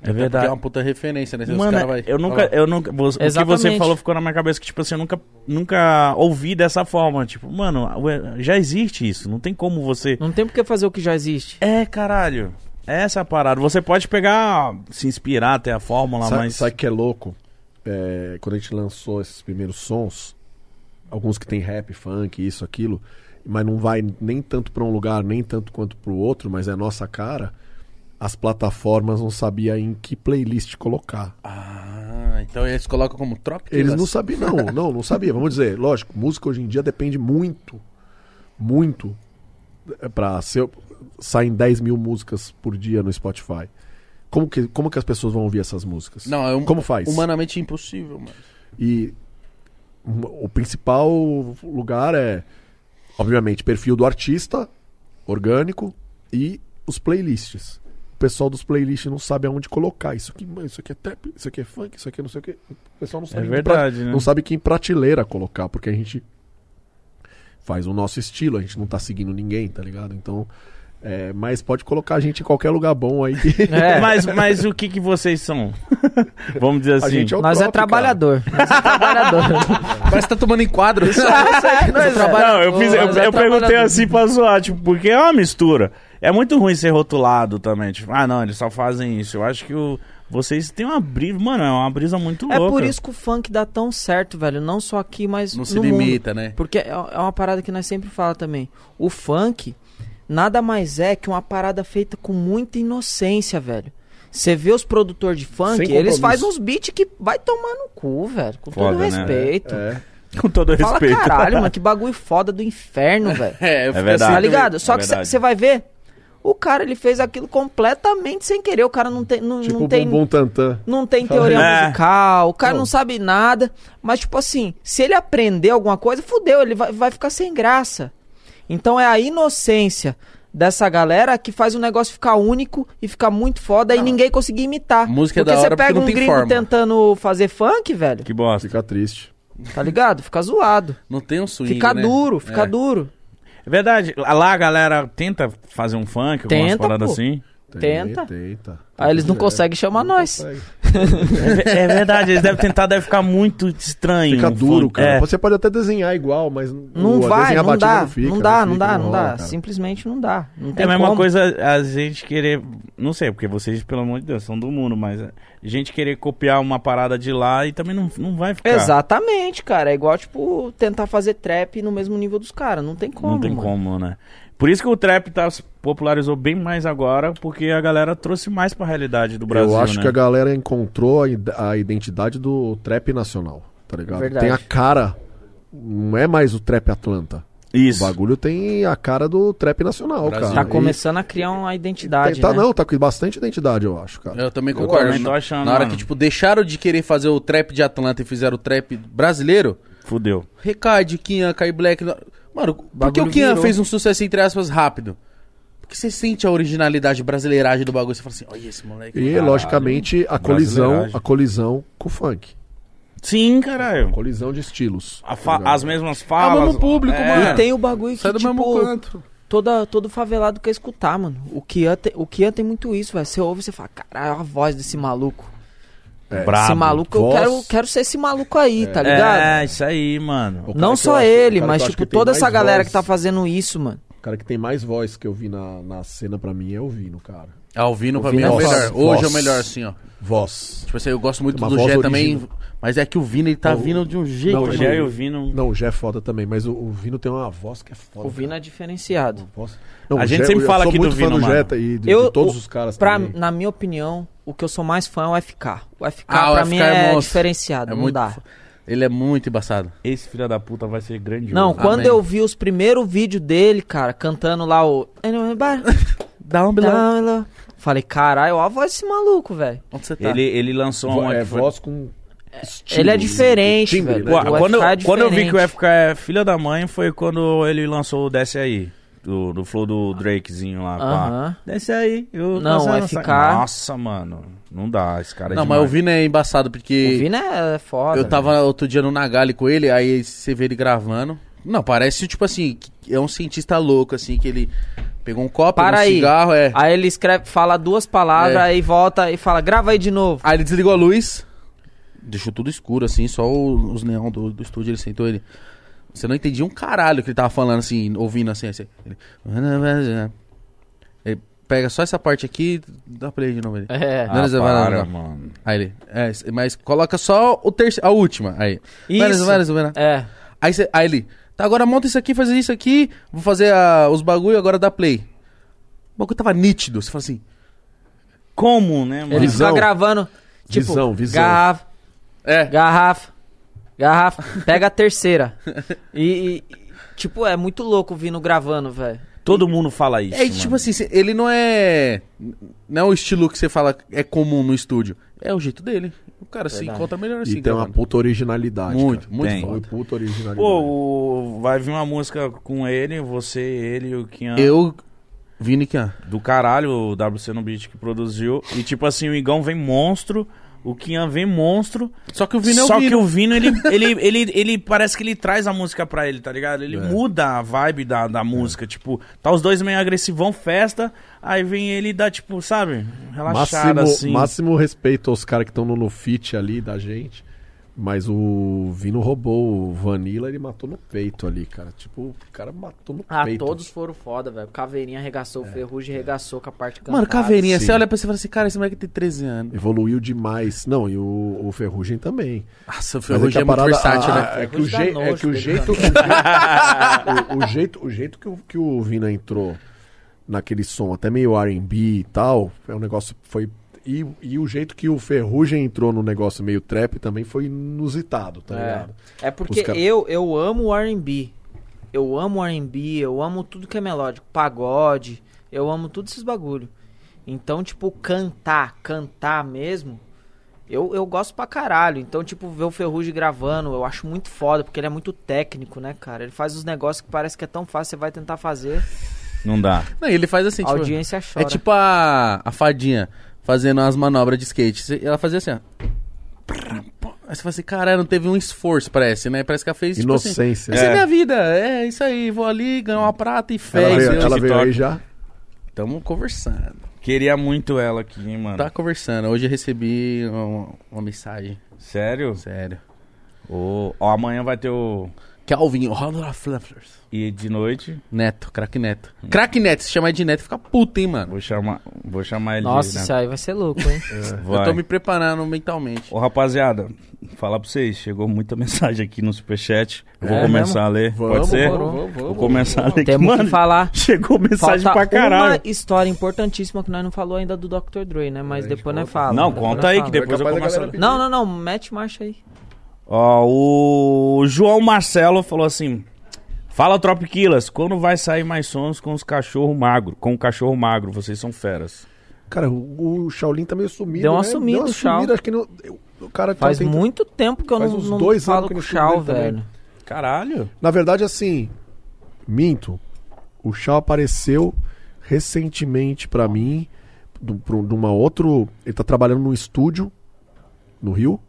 É
Porque é
verdade.
uma puta referência, né? Os
Mano,
cara vai-
eu nunca,
Fala.
eu nunca, você, o que você
Exatamente.
falou ficou na minha cabeça que tipo assim, eu nunca, nunca ouvi dessa forma, tipo, mano, ué, já existe isso, não tem como você
Não tem por que fazer o que já existe.
É, caralho. Essa é a parada. Você pode pegar, se inspirar até a fórmula,
Sabe,
mas
sabe que é louco? É, quando a gente lançou esses primeiros sons, alguns que tem rap, funk, isso, aquilo, mas não vai nem tanto pra um lugar, nem tanto quanto pro outro, mas é nossa cara, as plataformas não sabiam em que playlist colocar.
Ah, então eles colocam como troca? Tipo assim."
Eles não sabiam, não, não, não sabia. Vamos dizer, lógico, música hoje em dia depende muito, muito é, pra ser. Saem 10 mil músicas por dia no Spotify. Como que, como que as pessoas vão ouvir essas músicas?
Não, é um-
Como faz?
Humanamente impossível, mano.
E um- o principal lugar é, obviamente, perfil do artista, orgânico, e os playlists. O pessoal dos playlists não sabe aonde colocar. Isso aqui, mano, isso aqui é trap, isso aqui é funk, isso aqui é não sei o quê. O pessoal não
é
sabe em que
verdade, né?
não sabe que em prateleira colocar, porque a gente faz o nosso estilo, a gente não tá seguindo ninguém, tá ligado? Então. é, mas pode colocar a gente em qualquer lugar bom aí. que
É,
Mas, mas o que que vocês são? Vamos dizer
a
assim.
gente é o
nós
top,
é trabalhador. Nós é trabalhador.
Parece que tá tomando enquadro.
nós é.
Não, eu, fiz- eu-
Nós é
eu perguntei
trabalhador.
assim pra zoar, tipo, porque é uma mistura. É muito ruim ser rotulado também. Tipo, ah, não, eles só fazem isso. Eu acho que o- vocês têm uma brisa. Mano, é uma brisa muito
É
louca.
por isso que o funk dá tão certo, velho. Não só aqui, mas
Não se
no mundo.
limita, né?
Porque é é uma parada que nós sempre falamos também. O funk nada mais é que uma parada feita com muita inocência, velho. Você vê os produtores de funk,
Sem
eles
compromisso.
fazem uns beats que vai tomar no cu, velho. Com
Foda,
todo
né?
respeito.
É.
Com todo
Fala
respeito.
caralho, mano, que bagulho foda do inferno, velho.
É, eu fico
verdade.
Tá
assim,
ligado? Só
é
que
verdade.
você vai ver, o cara ele fez aquilo completamente sem querer. O cara não tem. Não,
Tipo
não
o
tem
Bumbum Tantan.
não tem teoria
assim, "Né?"
É.
musical, o cara
Não.
não sabe nada. Mas, tipo assim, se ele aprender alguma coisa, fudeu, ele vai, vai ficar sem graça. Então é a inocência dessa galera que faz o negócio ficar único e ficar muito foda e ninguém conseguir imitar.
Música é
porque
da
você
hora porque
pega
não
um
tem
gringo
forma.
tentando fazer funk, velho,
Que bosta.
Fica triste.
tá ligado? Fica zoado.
Não tem um swing,
Fica
né?
duro, fica
É.
duro.
É verdade. Lá a galera tenta fazer um funk, algumas
Tenta,
paradas
pô.
assim.
Tenta.
Tenta.
Aí eles não
É,
conseguem chamar
não
nós.
consegue.
É ve- É verdade, eles devem tentar, deve ficar muito estranho.
Fica
um
duro,
funk.
cara.
É.
Você pode até desenhar igual, mas
Não
o- a
vai,
desenhar
não
batida
dá,
não, fica, né?
não dá, não
fica,
dá, não
rola,
dá.
cara.
Simplesmente não dá. Não
É
tem
a mesma
como.
coisa a gente querer. Não sei, porque vocês, pelo amor de Deus, são do mundo, mas a gente querer copiar uma parada de lá e também não, não vai ficar.
Exatamente, cara. É igual, tipo, tentar fazer trap no mesmo nível dos caras. Não tem como.
não tem
mano.
como, né? Por isso que o trap tá, se popularizou bem mais agora, porque a galera trouxe mais pra realidade do Brasil.
Eu acho
né?
que a galera encontrou a, id- a identidade do trap nacional, tá ligado?
Verdade.
Tem a cara. Não é mais o trap Atlanta.
Isso.
O bagulho tem a cara do trap nacional,
Brasil.
cara.
Tá
é
E-
começando a criar uma identidade.
tem- tá,
né?
Não, tá com bastante identidade, eu acho, cara.
Eu também
Eu
concordo.
também tô
Na-
achando,
Na hora
mano.
que, tipo, deixaram de querer fazer o trap de Atlanta e fizeram o trap brasileiro,
Fudeu.
Recade, Kian, Kai Black. no- Mano, por que o
Bagulho
Kian
virou.
fez um sucesso, entre aspas, rápido? Porque você sente a originalidade brasileiragem do bagulho. Você fala assim, olha esse moleque.
E, logicamente,
é
a colisão,
Brasileiragem.
a colisão com o funk.
Sim, caralho.
Colisão de estilos.
A
tá
fa-
ligado?
as É. mesmas
É
falas.
mesmo público,
É.
E tem o bagulho que,
Sai do mesmo
tipo,
canto.
toda, todo favelado quer escutar, mano. O Kian tem, o Kian tem muito isso, velho. Você ouve e você fala, caralho, a voz desse maluco.
É,
Brabo.
esse maluco,
voz.
eu quero, quero ser esse maluco aí, tá ligado?
É, isso aí, mano.
O cara
Não
que eu
só
acho- o
ele,
cara
mas,
que eu acho
tipo,
que tem
toda essa
mais
galera
voz-
que tá fazendo isso, mano.
O cara que tem mais voz que eu vi na, na cena pra mim é o Vino, cara.
Alvino pra mim
Alvino
é o
é
melhor.
voz.
Hoje é o
Voz.
melhor, assim, ó.
Voz.
Tipo assim, eu gosto muito
Uma
do
voz
Gé
original.
também. Mas é que o Vino, ele tá
Não,
vindo de um jeito.
não,
O
mano.
Jair eu vi no...
Não, o Gé é foda também, mas o, o Vino tem uma voz que é foda.
O Vino
cara.
é diferenciado.
Voz- Não,
A
o
gente
Gé-
sempre
eu
fala
sou
aqui do
muito fã
Vino,
do
mano.
Jeta e de,
Eu-
de todos
o-
os caras
Pra,
também.
na minha opinião, o que eu sou mais fã é o FK. O FK
Ah, o
pra
FK
mim
é
é,
monstro.
diferenciado,
É
não
muito
dá.
fo- Ele é muito embaçado.
Esse filho da puta vai ser grandioso.
Não, quando
Amém.
eu vi os primeiros vídeos dele, cara, cantando lá o.
Dá um
Down below. Falei, caralho, olha a voz desse maluco, velho.
Onde você tá?
Ele, ele lançou
Vo-
uma
é
que foi-
voz com
Ele é diferente,
timbre,
velho.
né?
O
Tá
quando,
FK é
quando eu vi que o
diferente.
FK é filha da mãe, foi quando ele lançou o Desce Aí. Do, do flow do Drakezinho lá. com a-
Aham.
Desce aí. Eu,
Não,
nossa,
o
nossa-
FK.
Nossa, mano. Não dá, esse cara é
Não, mas
demais.
o Vina é embaçado,
O
porque
Vina é foda.
eu tava outro dia no Nagali com ele, aí você vê ele gravando. Não, parece tipo assim, que é um cientista louco, assim, que ele pegou um copo,
Para
um
aí.
cigarro, é.
Aí ele escreve, fala duas palavras,
É.
aí volta e fala, grava aí de novo.
Aí ele desligou a luz, deixou tudo escuro, assim, só o- os neon do, do estúdio, ele sentou ele. Você não entendia um caralho que ele tava falando, assim, ouvindo assim, assim. Ele, Ele pega só essa parte aqui, dá play de novo ele.
É.
Não, não,
Ah,
não, não,
para,
não.
mano.
Aí ele, é, mas coloca só o terceiro, a última, aí.
Isso.
Vai, né? vai, vai, vai.
É.
Aí, cê, aí ele, tá, agora monta isso aqui, fazer isso aqui, vou fazer a- os bagulho, agora dá play. O bagulho tava nítido, você fala assim,
Como, né, mano?
Ele
Visão.
fica gravando. Tipo,
Visão, visão.
Garrafa,
é,
garrafa, garrafa. Pega a terceira. E, e- tipo, é muito louco o Vino gravando, velho.
Todo mundo fala isso.
É tipo
mano.
assim, cê- ele não é. Não é o estilo que você fala é comum no estúdio. É o jeito dele. O cara se
Verdade.
encontra melhor assim,
E tem uma
gravando.
puta originalidade.
Muito,
cara.
muito
Tem.
foda.
Uma puta originalidade.
Pô, o- vai vir uma música com ele, você, ele e o Kian.
Eu. Vini Kian.
Do caralho, o WC no Beat que produziu. E tipo assim, o Igão vem monstro. O Kian vem monstro.
Só que o Vini é o
só
Vini.
que o Vino, ele, ele, ele, ele parece que ele traz a música pra ele, tá ligado? Ele muda a vibe da, da música. Tipo, tá os dois meio agressivão, festa. Aí vem ele e dá, tipo, sabe? Relaxado
máximo,
assim.
máximo respeito aos caras que estão no, no fit ali da gente. Mas o Vino roubou o Vanilla, ele matou no peito ali, cara. Tipo, o cara matou no
Ah,
peito.
todos foram foda, velho. Caveirinha arregaçou, Ferrugem arregaçou com a parte cantada.
Mano, caveirinha,
Sim.
você olha pra você e fala assim, cara, esse moleque tem 13 anos.
Evoluiu demais. Não, e o, o Ferrugem também.
Nossa, o
Mas
Ferrugem
que
é
a
muito
parada-
versátil, né?
ah, É que o, jei- é
né?
que o jeito. o, o jeito, o jeito que, o, que o Vina entrou naquele som, até meio RB e tal, é um negócio. Foi. E, e o jeito que o Ferrugem entrou no negócio meio trap também foi inusitado, tá
É,
ligado?
é porque
Os cara-
eu, eu amo o R&B. Eu amo o R&B, eu amo tudo que é melódico. Pagode, eu amo todos esses bagulho. Então, tipo, cantar, cantar mesmo, eu, eu gosto pra caralho. Então, tipo, ver o Ferrugem gravando, eu acho muito foda, porque ele é muito técnico, né, cara? Ele faz os negócios que parece que é tão fácil, você vai tentar fazer,
Não dá.
Não, e ele faz assim,
a
tipo.
audiência
É
chora.
tipo a, a fadinha fazendo as manobras de skate. Cê- Ela fazia assim, ó. Aí você fala assim, cara, não teve um esforço, parece, né? Parece que ela fez. Tipo assim,
Inocência.
Essa é.
É.
minha vida, é isso aí. Vou ali, ganho uma prata e
né?" Ela,
fez.
veio,
né?
Eu-
ela veio
TikTok.
aí já.
Tamo conversando.
Queria muito ela aqui, hein, mano.
Tá conversando. Hoje eu recebi uma, uma mensagem,
Sério?
sério.
Ô, ó, amanhã vai ter o.
Calvin, Ronald Fluffers.
E de noite,
Neto, craque Neto. Craque Neto, se chamar de Neto, fica puto, hein, mano.
vou chamar, vou chamar ele.
Nossa,
né?
isso aí vai ser louco, hein?
Eu
Vai.
tô me preparando mentalmente.
Ô, rapaziada, falar pra vocês, chegou muita mensagem aqui no superchat. Eu vou
É
começar a ler. Pode ser?
vamos,
vou começar a ler. aqui.
Temos
É. Mano,
que falar...
chegou mensagem
Falta
pra caralho.
uma história importantíssima que nós não falou ainda do Dr. Dre, né? Mas depois nós fala.
Não,
depois
conta
nós
aí
fala.
que depois eu
É capaz da
começo a
galera
ler.
Não, não, não, mete marcha aí.
Ó, o João Marcelo falou assim: Fala Tropiquilas, quando vai sair mais sons com os cachorro magro? Com o cachorro magro, vocês são feras.
Cara, o, o Shaolin tá meio sumido.
Deu uma
né?
sumida, o Shao.
Acho que não- eu- o cara tá
Faz
tentando-
muito tempo que eu
faz
não,
uns
não
dois
falo
anos que
com o
eu não
Chau,
escuto dele
velho.
Caralho.
Na verdade, assim, minto. O Shaw apareceu recentemente pra mim, de uma outro. Ele tá trabalhando num estúdio no Rio.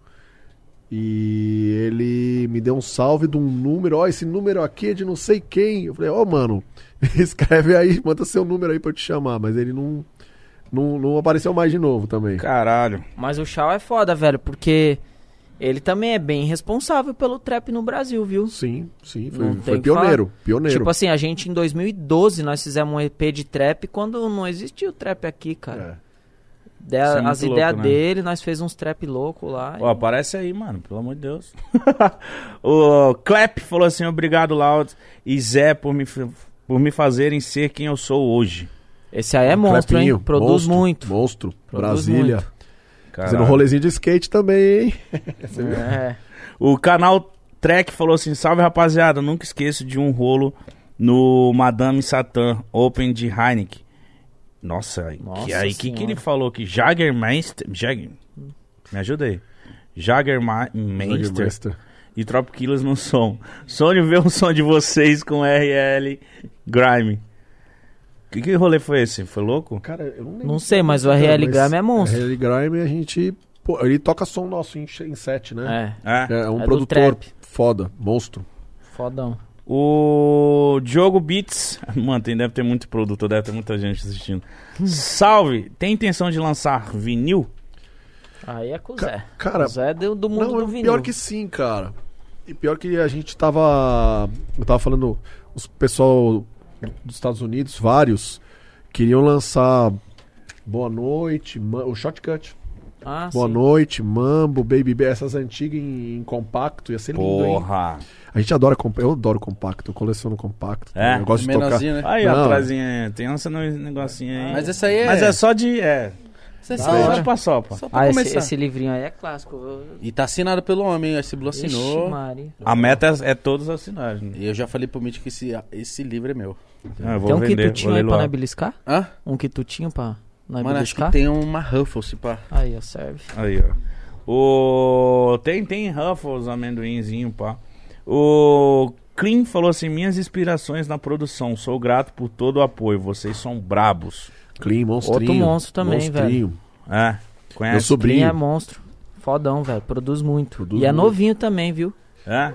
E ele me deu um salve de um número. Ó, esse número aqui é de não sei quem. Eu falei, ô, mano, escreve aí, manda seu número aí pra eu te chamar. Mas ele não, não, não apareceu mais de novo também.
Caralho.
Mas o Chau é foda, velho, porque ele também é bem responsável pelo trap no Brasil, viu?
Sim, sim, foi,
Não tem
foi
o que falar.
pioneiro. Pioneiro.
Tipo assim, a gente em 2012 nós fizemos um EP de trap quando não existia o trap aqui,
É.
cara. De-
Isso é muito
as
louco,
ideias
né?
dele, nós fez uns trap louco lá.
Ó, aparece aí, mano, pelo amor de Deus. o Clap falou assim: obrigado, Loud e Zé, por me, f- por me fazerem ser quem eu sou hoje.
Esse aí é monstro,
Clepinho,
hein? Produz
monstro,
muito.
Monstro.
Produz
Brasília.
muito.
Fazendo um rolezinho de skate também, hein?
É.
O canal Trek falou assim: salve rapaziada, nunca esqueço de um rolo no Madame Satã Open de Heineken. Nossa,
Nossa
que, aí que, que
Senhora.
ele falou que Jagermeister. Jagger. Me ajuda aí. Jagermeister
Master.
e Trop Killers no som. Sônia vê o som de vocês com RL Grime. Que, que rolê foi esse? Foi louco?
Cara, eu lembro,
Não sei, mas o
cara,
RL
mas
Grime é monstro.
RL Grime a gente. pô, ele toca som nosso em, em set, né?
É,
Ah,
É, um
É do
produtor
trap.
foda, monstro.
fodão.
O Diogo Beats. Mano, tem, deve ter muito produtor, deve ter muita gente assistindo. Salve! Tem intenção de lançar vinil?
Aí é com o
Ca-
Zé.
Cara,
o Zé é do, do mundo
Não,
do vinil.
pior que sim, cara. E pior que a gente tava. Eu tava falando, os pessoal dos Estados Unidos, vários, queriam lançar Boa Noite, Ma- o Shotcut.
Ah,
Boa
sim.
Noite, Mambo, Baby Bear, essas antigas em, em compacto, ia ser lindo, hein?
Porra!
A gente adora, comp- eu adoro compacto, eu coleciono compacto.
É?
também, eu gosto de tocar.
Menorzinho, né?
Aí,
Não.
ó, trazinha, tem essa no- negocinho aí.
Mas essa aí é.
Mas é só de. É,
essa é
Da
só,
hora.
tipo,
sopa, sopa.
só pra
Ah, esse,
começar.
esse livrinho aí é clássico. Eu-
E tá assinado pelo homem, esse Blue
Ixi,
assinou.
Maria.
A meta é, é todos assinar. Né?
e eu já falei pro Mitch que esse, esse livro é meu.
Ah, eu vou
Tem um
vender,
quitutinho
vou
aí pra não
leiloar.
beliscar?
Hã?
Um quitutinho pra não
Mano, acho que
beliscar?
tem uma Ruffles, se pá.
Aí, ó, serve.
Aí, ó. O... Tem, tem Ruffles, amendoinzinho, pá. O Clean falou assim: minhas inspirações na produção. Sou grato por todo o apoio. Vocês são brabos.
Clean, monstrinho.
Outro monstro também,
monstrinho.
É.
Meu
Conhece?
Quem
sobrinho.
é monstro. Fodão, velho. Produz muito.
Produz
e é
muito.
novinho também, viu?
É.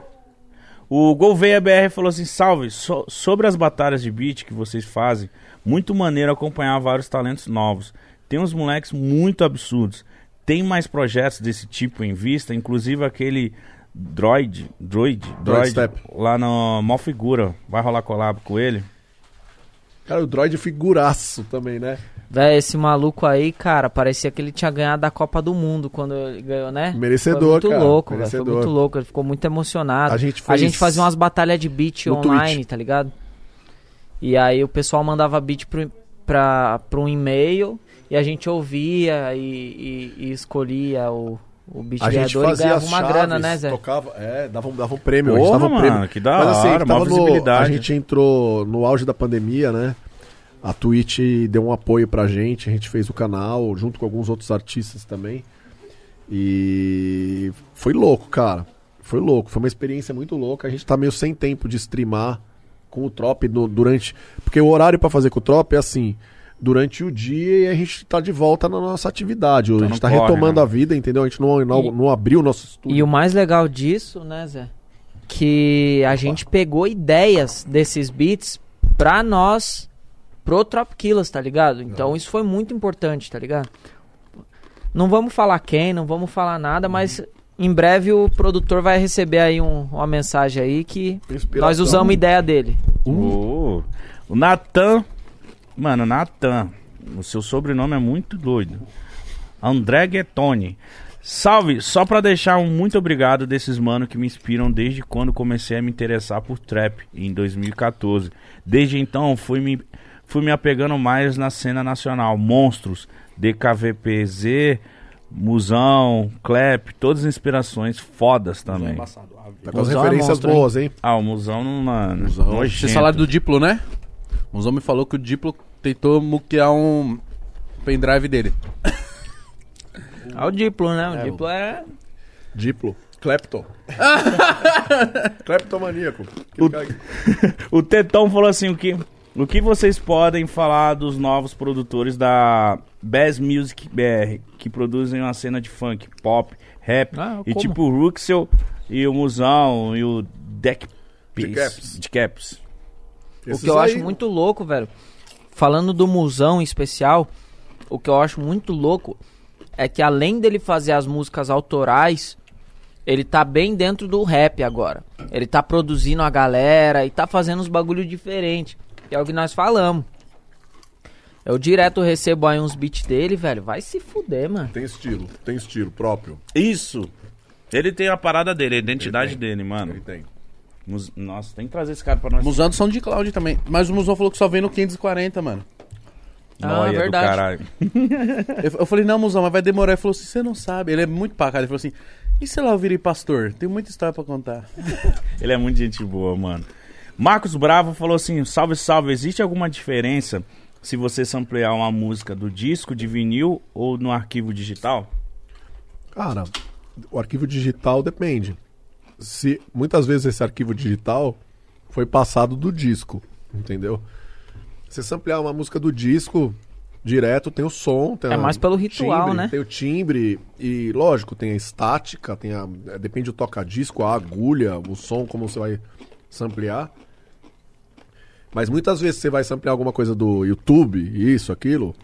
O Gouveia BR falou assim: salve, so- sobre as batalhas de beat que vocês fazem, muito maneiro acompanhar vários talentos novos. Tem uns moleques muito absurdos. Tem mais projetos desse tipo em vista, inclusive aquele Droid, Droid, Droid,
Step.
lá no Mó Figura. Vai rolar collab com ele.
Cara, o droid é figuraço também, né?
Véi, esse maluco aí, cara, parecia que ele tinha ganhado a Copa do Mundo quando ele ganhou, né?
Merecedor,
Foi muito
cara,
louco, velho. Foi
merecedor.
muito louco. Ele ficou muito emocionado.
A gente fez-
fazia umas batalhas de beat
No
online,
Twitch.
tá ligado? E aí o pessoal mandava beat pro, pra, pra um e-mail e a gente ouvia e, e- e escolhia o, o beat
A gente
ganhador e
fazia
ganhava
as
uma
chaves,
grana, né, Zé?
tocava, é, dava um, dava um prêmio, a gente
Porra,
dava um
mano,
prêmio.
que da
Mas assim,
hora, mó
tava no, a
visibilidade.
gente entrou no auge da pandemia, né? A Twitch deu um apoio pra gente, a gente fez o canal, junto com alguns outros artistas também. E foi louco, cara. Foi louco, foi uma experiência muito louca. A gente tá meio sem tempo de streamar com o Trop no- durante. Porque o horário pra fazer com o Trop é assim, durante o dia e a gente tá de volta na nossa atividade. a gente
não
tá
corre,
retomando
né?
a vida, entendeu? A gente não, não,
E-
não abriu o nosso estúdio.
E o mais legal disso, né, Zé? Que a gente pegou ideias desses beats pra nós, pro Trop Killers, tá ligado? Então isso foi muito importante, tá ligado? Não vamos falar quem, não vamos falar nada, mas em breve o produtor vai receber aí um- uma mensagem aí que
Inspiração.
nós usamos ideia dele.
O- O Natan. Mano, Natan. O seu sobrenome é muito doido. André Guettoni. Salve! Só pra deixar um muito obrigado desses mano que me inspiram desde quando comecei a me interessar por trap, em 2014. Desde então, fui me, fui me apegando mais na cena nacional. Monstros, DKVPZ, Musão, Clap, todas inspirações fodas
é
também.
Tá com as
Usar é
referências
monstro, hein?
boas, hein?
Ah, o Musão, mano.
Esse
nojento.
salário do Diplo, né? Os homens falou que o Diplo tentou muquear um pendrive dele.
É o Diplo, né? O Diplo é.
Diplo. Clepto. Cleptomaníaco.
O- O Tetão falou assim: o que, o que vocês podem falar dos novos produtores da Best Music BR, que produzem uma cena de funk, pop, rap,
Ah,
e
como?
tipo o Ruxel e o Musão e o Deck
De Caps.
De Caps.
O que eu acho muito louco, velho. Falando do Musão em especial, o que eu acho muito louco é que além dele fazer as músicas autorais, ele tá bem dentro do rap agora. Ele tá produzindo a galera e tá fazendo uns bagulho diferente. Que é o que nós falamos. Eu direto recebo aí uns beats dele, velho. Vai se fuder, mano.
Tem estilo, tem estilo próprio.
Isso! Ele é tem a parada dele, a identidade dele, mano.
Ele tem.
Mus- Nossa, tem que trazer esse cara pra nós.
Musão do SoundCloud também. Mas o Musão falou que só vem no 540, mano.
Nóia
é
Ah,
do
verdade.
caralho.
Eu, eu falei, não, Musão, mas vai demorar. Ele falou assim, você não sabe. Ele é muito pacado. Ele falou assim, e sei lá, eu virei pastor? Tem muita história pra contar.
Ele é muito gente boa, mano. Marcos Bravo falou assim: salve, salve, existe alguma diferença se você samplear uma música do disco de vinil ou no arquivo digital?
Cara, o arquivo digital depende. Se muitas vezes esse arquivo digital foi passado do disco, entendeu? Se você ampliar uma música do disco direto, tem o som, tem
É
a-
mais pelo ritual,
timbre,
né?
Tem o timbre e lógico, tem a estática, tem a depende do toca disco, a agulha, o som como você vai samplear. Mas muitas vezes você vai samplear alguma coisa do YouTube, isso, aquilo,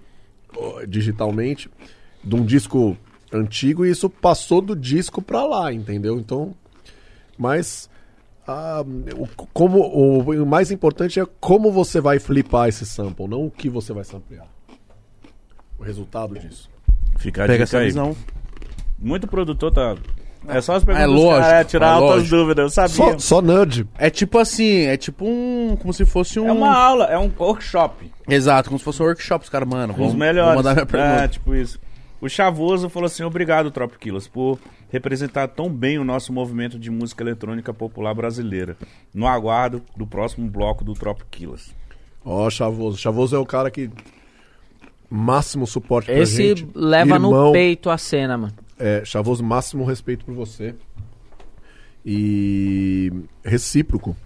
ó, digitalmente, de um disco antigo e isso passou do disco pra lá, entendeu? Então, mas ah, o, como, o, o mais importante é como você vai flipar esse sample, não o que você vai samplear. O resultado disso.
Fica a
Pega
dica
essa
aí.
visão.
Muito produtor tá. É só as perguntas
É
dos
lógico,
caras, é tirar
é
altas
lógico.
dúvidas, eu sabia.
Só, só nudge.
É tipo assim, é tipo um. Como se fosse um.
É uma aula, é um workshop.
Exato, como se fosse um workshop, os caras, mano.
Com os
vamos-
melhores.
vamos mandar minha pergunta.
É, tipo isso. O Chavoso falou assim: obrigado, Trop Quilos, por representar tão bem o nosso movimento de música eletrônica popular brasileira. No aguardo do próximo bloco do Trop Quilos.
Ó, Chavoso. Chavoso é o cara que. Máximo suporte pra
Esse
gente.
leva
Irmão.
no peito a cena, mano.
É, Chavoso, máximo respeito por você. E recíproco.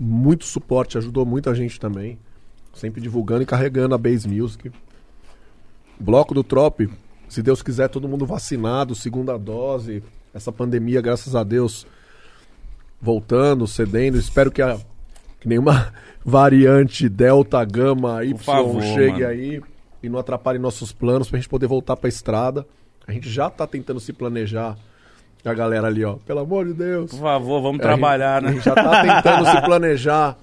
Muito suporte, ajudou muita gente também. Sempre divulgando e carregando a Base Music. Bloco do Trop, se Deus quiser, todo mundo vacinado, segunda dose. Essa pandemia, graças a Deus, voltando, cedendo. Espero que, a- que nenhuma variante Delta, Gama, Y
favor,
chegue
mano.
aí e não atrapalhe nossos planos pra gente poder voltar pra estrada. A gente já tá tentando se planejar. A galera ali, ó, pelo amor de Deus.
Por favor, vamos
É,
trabalhar,
A
né?
gente já tá tentando se planejar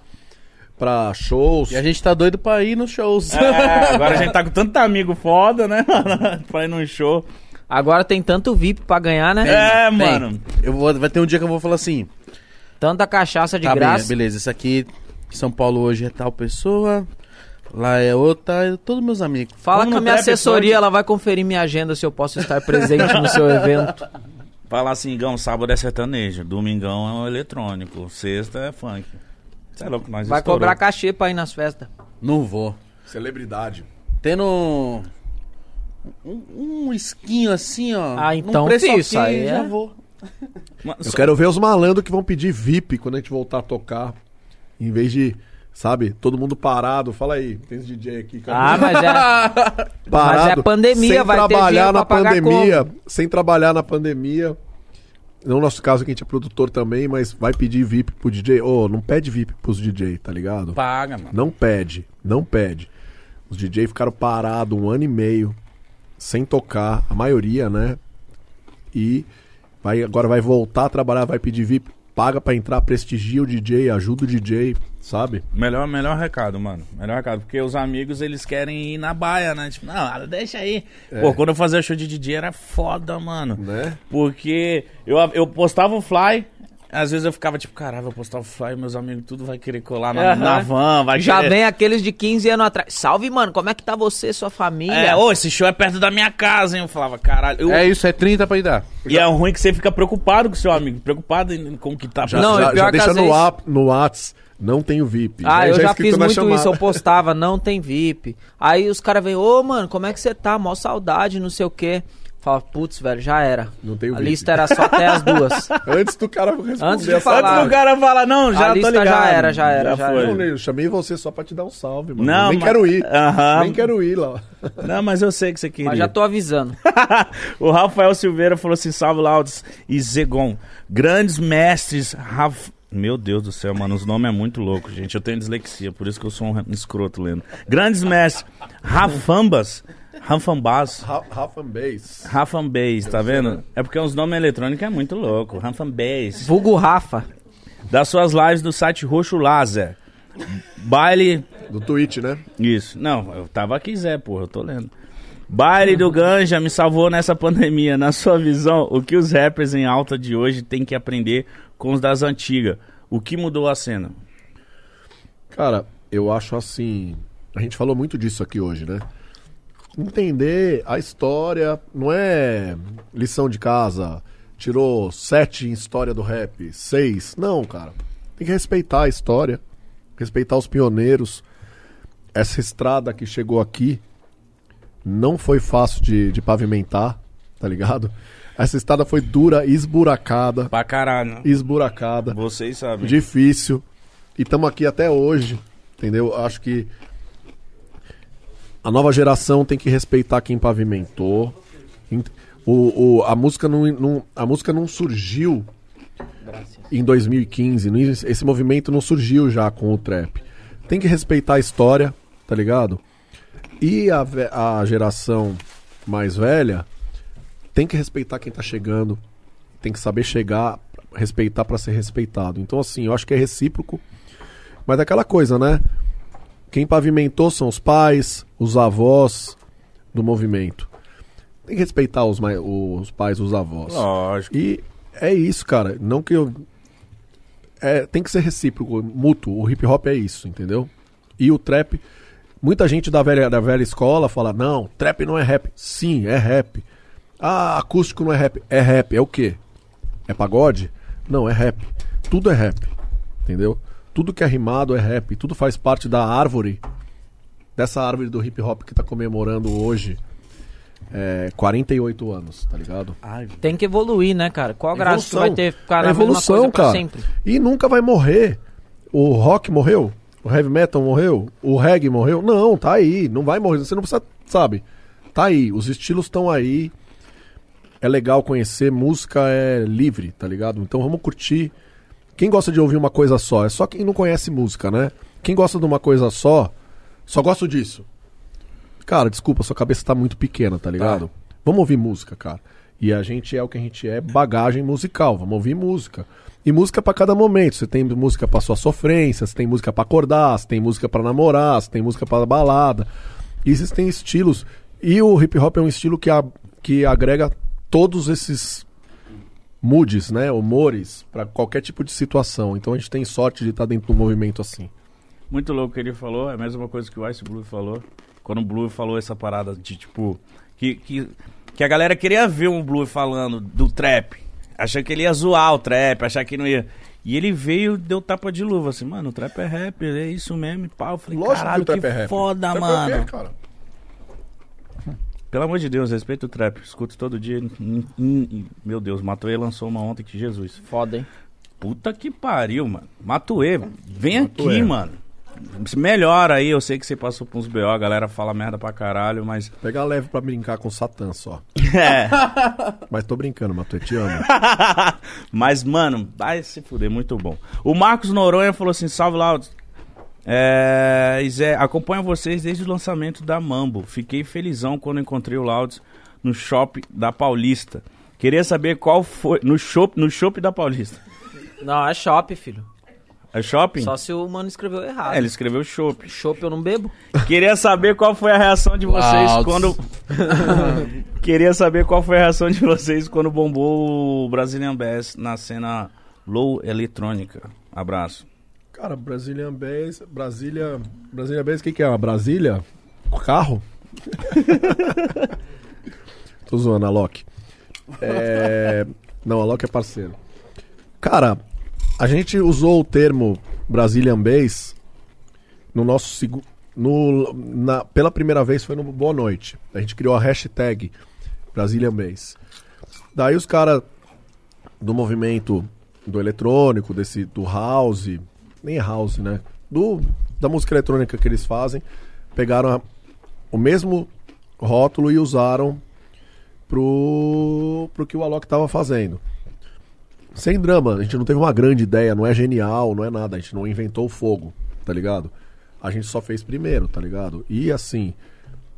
pra shows.
E a gente tá doido pra ir nos shows.
É, agora a gente tá com tanto amigo foda, né? pra ir num show.
Agora tem tanto VIP pra ganhar, né?
É,
Tem.
mano.
Eu vou, vai ter um dia que eu vou falar assim.
Tanta cachaça de
tá
graça.
bem, beleza. Isso aqui, São Paulo hoje é tal pessoa. Lá é outra. é Todos meus amigos.
Fala
Vamos
com a
no
minha
trap
assessoria,
episódio.
ela vai conferir minha agenda se eu posso estar presente no seu evento.
Falar assim, Igão, sábado é sertanejo, domingão é o eletrônico, sexta é funk. Você é louco, nós
Vai
estourou.
cobrar cachê pra ir nas festas.
Não vou.
Celebridade.
Tendo um, um esquinho assim, ó.
Ah, então,
num preço
filho, isso
ok,
aí
já
é-
vou.
Mas
Eu
só-
quero ver os malandros que vão pedir VIP quando a gente voltar a tocar. Em vez de, sabe, todo mundo parado. Fala aí, tem esse DJ aqui. cara,
Ah, mas é.
parado,
mas é pandemia,
sem
vai ter
trabalhar
dinheiro
na
pra pagar
pandemia. Sem trabalhar na pandemia. No nosso caso, que a gente é produtor também, mas vai pedir VIP pro DJ. Ô, não pede VIP pros DJ, tá ligado?
Paga, mano.
Não pede, não pede. Os DJ ficaram parados um ano e meio, sem tocar, a maioria, né? E vai, agora vai voltar a trabalhar, vai pedir VIP, paga pra entrar, prestigia o DJ, ajuda o DJ, sabe?
Melhor, melhor recado, mano. Melhor recado. Porque os amigos, eles querem ir na baia, né? Tipo, não, deixa aí.
É.
Pô, quando eu fazia show de DJ era foda, mano.
Né?
Porque eu, eu postava o fly, às vezes eu ficava tipo, caralho, vou postar o fly, meus amigos tudo vai querer colar na,
Aham.
na van, vai
Já
querer...
vem aqueles de 15 anos atrás. Salve, mano, como é que tá você, sua família?
É, ô, esse show é perto da minha casa, hein? Eu falava, caralho. eu-
É isso, é 30 pra ir dar.
E é ruim que você fica preocupado com seu amigo, preocupado em- com o que tá
Já,
Não,
já,
é pior
já
que
deixa
às
no,
vezes-
app, no Whats, não tenho VIP.
Ah, eu
é
já
escrito
fiz
na
muito
chamada.
isso, eu postava, não tem VIP. Aí os caras vêm, ô mano, como é que você tá? Mó saudade, não sei o quê. Fala, putz, velho, já era.
Não tem o
A
VIP.
lista era só até as duas.
Antes do cara responder
Antes de
essa-
falar.
Antes do cara falar, não, já
A
tô
lista já
ligado.
era, já era, um já
foi.
Não, Leandro, eu chamei você só pra te dar um salve, mano.
Não,
Nem
mas-
quero ir.
Ah.
Aham.
Nem quero ir lá.
Não, mas eu sei que você queria.
Mas já tô avisando.
o Rafael Silveira falou assim: salve Laudes e Zegon. Grandes mestres. Raf... Meu Deus do céu, mano, os nomes é muito louco, gente. Eu tenho dislexia, por isso que eu sou um escroto lendo. Grandes mestres. Rafambas. Rafambas.
Ra- Rafa Bass.
Rafambas, tá vendo? É porque uns nomes eletrônicos é muito louco. Rafambas.
Vulgo Rafa.
Das suas lives do site Roxo Laser. Baile
Do Twitch, né?
Isso. Não, eu tava aqui, Zé, porra, eu tô lendo. Baile do Ganja me salvou nessa pandemia. Na sua visão, o que os rappers em alta de hoje têm que aprender com os das antigas? O que mudou a cena?
Cara, eu acho assim. A gente falou muito disso aqui hoje, né? Entender a história não é lição de casa. Tirou sete em história do rap, seis. Não, cara. Tem que respeitar a história, respeitar os pioneiros. Essa estrada que chegou aqui não foi fácil de, de pavimentar, tá ligado? Essa estrada foi dura, esburacada,
Pra caralho.
esburacada,
né? Vocês sabem.
difícil. E estamos aqui até hoje, entendeu? Acho que a nova geração tem que respeitar quem pavimentou. Ent- O, o- a, música não, não- a música não surgiu em 2015. não- Esse movimento não surgiu já com o trap. Tem que respeitar a história, tá ligado? E a, ve- a geração mais velha tem que respeitar quem tá chegando, tem que saber chegar, respeitar pra ser respeitado. Então, assim, eu acho que é recíproco. Mas é aquela coisa, né? Quem pavimentou são os pais, os avós do movimento. Tem que respeitar os, mai- os pais, os avós.
Lógico.
E é isso, cara. Não que eu. É, tem que ser recíproco, mútuo. O hip hop é isso, entendeu? E o trap. Muita gente da velha, da velha escola fala: não, trap não é rap. Sim, é rap. Ah, acústico não é rap. É rap. É o quê? É pagode? Não, é rap. Tudo é rap. Entendeu? Tudo que é rimado é rap. Tudo faz parte da árvore. Dessa árvore do hip hop que tá comemorando hoje é, 48 anos, tá ligado?
Tem que evoluir, né, cara? Qual a graça que
Evolução.
vai ter ficar na
É
mesma coisa
evolução,
pra
cara.
sempre?
E nunca vai morrer. O rock morreu? O heavy metal morreu? O reggae morreu? Não, tá aí. Não vai morrer. Você não precisa, sabe? Tá aí. Os estilos estão aí. É legal conhecer. Música é livre, tá ligado? Então vamos curtir. Quem gosta de ouvir uma coisa só? É só quem não conhece música, né? Quem gosta de uma coisa só, só gosto disso. Cara, desculpa, sua cabeça tá muito pequena, tá ligado? Vamos ouvir música, cara. E a gente é o que a gente é, bagagem musical. Vamos ouvir música. E música pra cada momento. Você tem música pra sua sofrência, você tem música pra acordar, você tem música pra namorar, você tem música pra balada. E existem estilos. E o hip hop é um estilo que, a- que agrega todos esses moods, né? Humores pra qualquer tipo de situação. Então a gente tem sorte de estar dentro de um movimento assim.
Muito louco o que ele falou, é a mesma coisa que o Ice Blue falou. Quando o Blue falou essa parada de tipo. Que, que, que a galera queria ver um Blue falando do trap. Achando que ele ia zoar o trap, achar que não ia. E ele veio deu tapa de luva, assim, mano, o trap é rap, é isso mesmo, e pau. Eu falei, caralho, que, foda, Ah,
é
mano. Pelo amor de Deus, respeita o trap. Escuto todo dia. Hum, hum, hum. Meu Deus, Matuê lançou uma ontem que Jesus.
Foda, hein?
Puta que pariu, mano. Matuê, vem
Matuê.
aqui, mano. Se Melhora aí, eu sei que você passou por uns BO, a galera fala merda pra caralho, mas.
Pegar leve pra brincar com Satã só.
É.
Mas tô brincando, Matuê, te amo.
mas, mano, vai se fuder, muito bom. O Marcos Noronha falou assim: salve lá. É, Zé, acompanho vocês desde o lançamento da Mambo. Fiquei felizão quando encontrei o Laudes no shopping da Paulista. Queria saber qual foi. No shopping no shop da Paulista.
Não, é shop, filho.
É shopping?
Só se o mano escreveu errado.
É, ele escreveu shopping.
Chopp eu não bebo?
Queria saber qual foi a reação de vocês
Uau.
quando. Queria saber qual foi a reação de vocês quando bombou o Brazilian Bass na cena low eletrônica. Abraço.
Cara, Brazilian Bass, Brasília. Brasília Bass, o que, que é? Uma Brasília? Carro? Tô zoando, a Loki. É... Não, a Loki é parceiro. Cara, a gente usou o termo Brazilian Bass no nosso segundo. No, na, pela primeira vez foi no Boa Noite. A gente criou a hashtag Brazilian Bass. Daí os caras do movimento do eletrônico, desse do house, nem é house, né? Do da música eletrônica que eles fazem, pegaram a- o mesmo rótulo e usaram pro pro que o Alok tava fazendo. Sem drama, a gente não teve uma grande ideia, não é genial, não é nada, a gente não inventou o fogo, tá ligado? A gente só fez primeiro, tá ligado? E assim,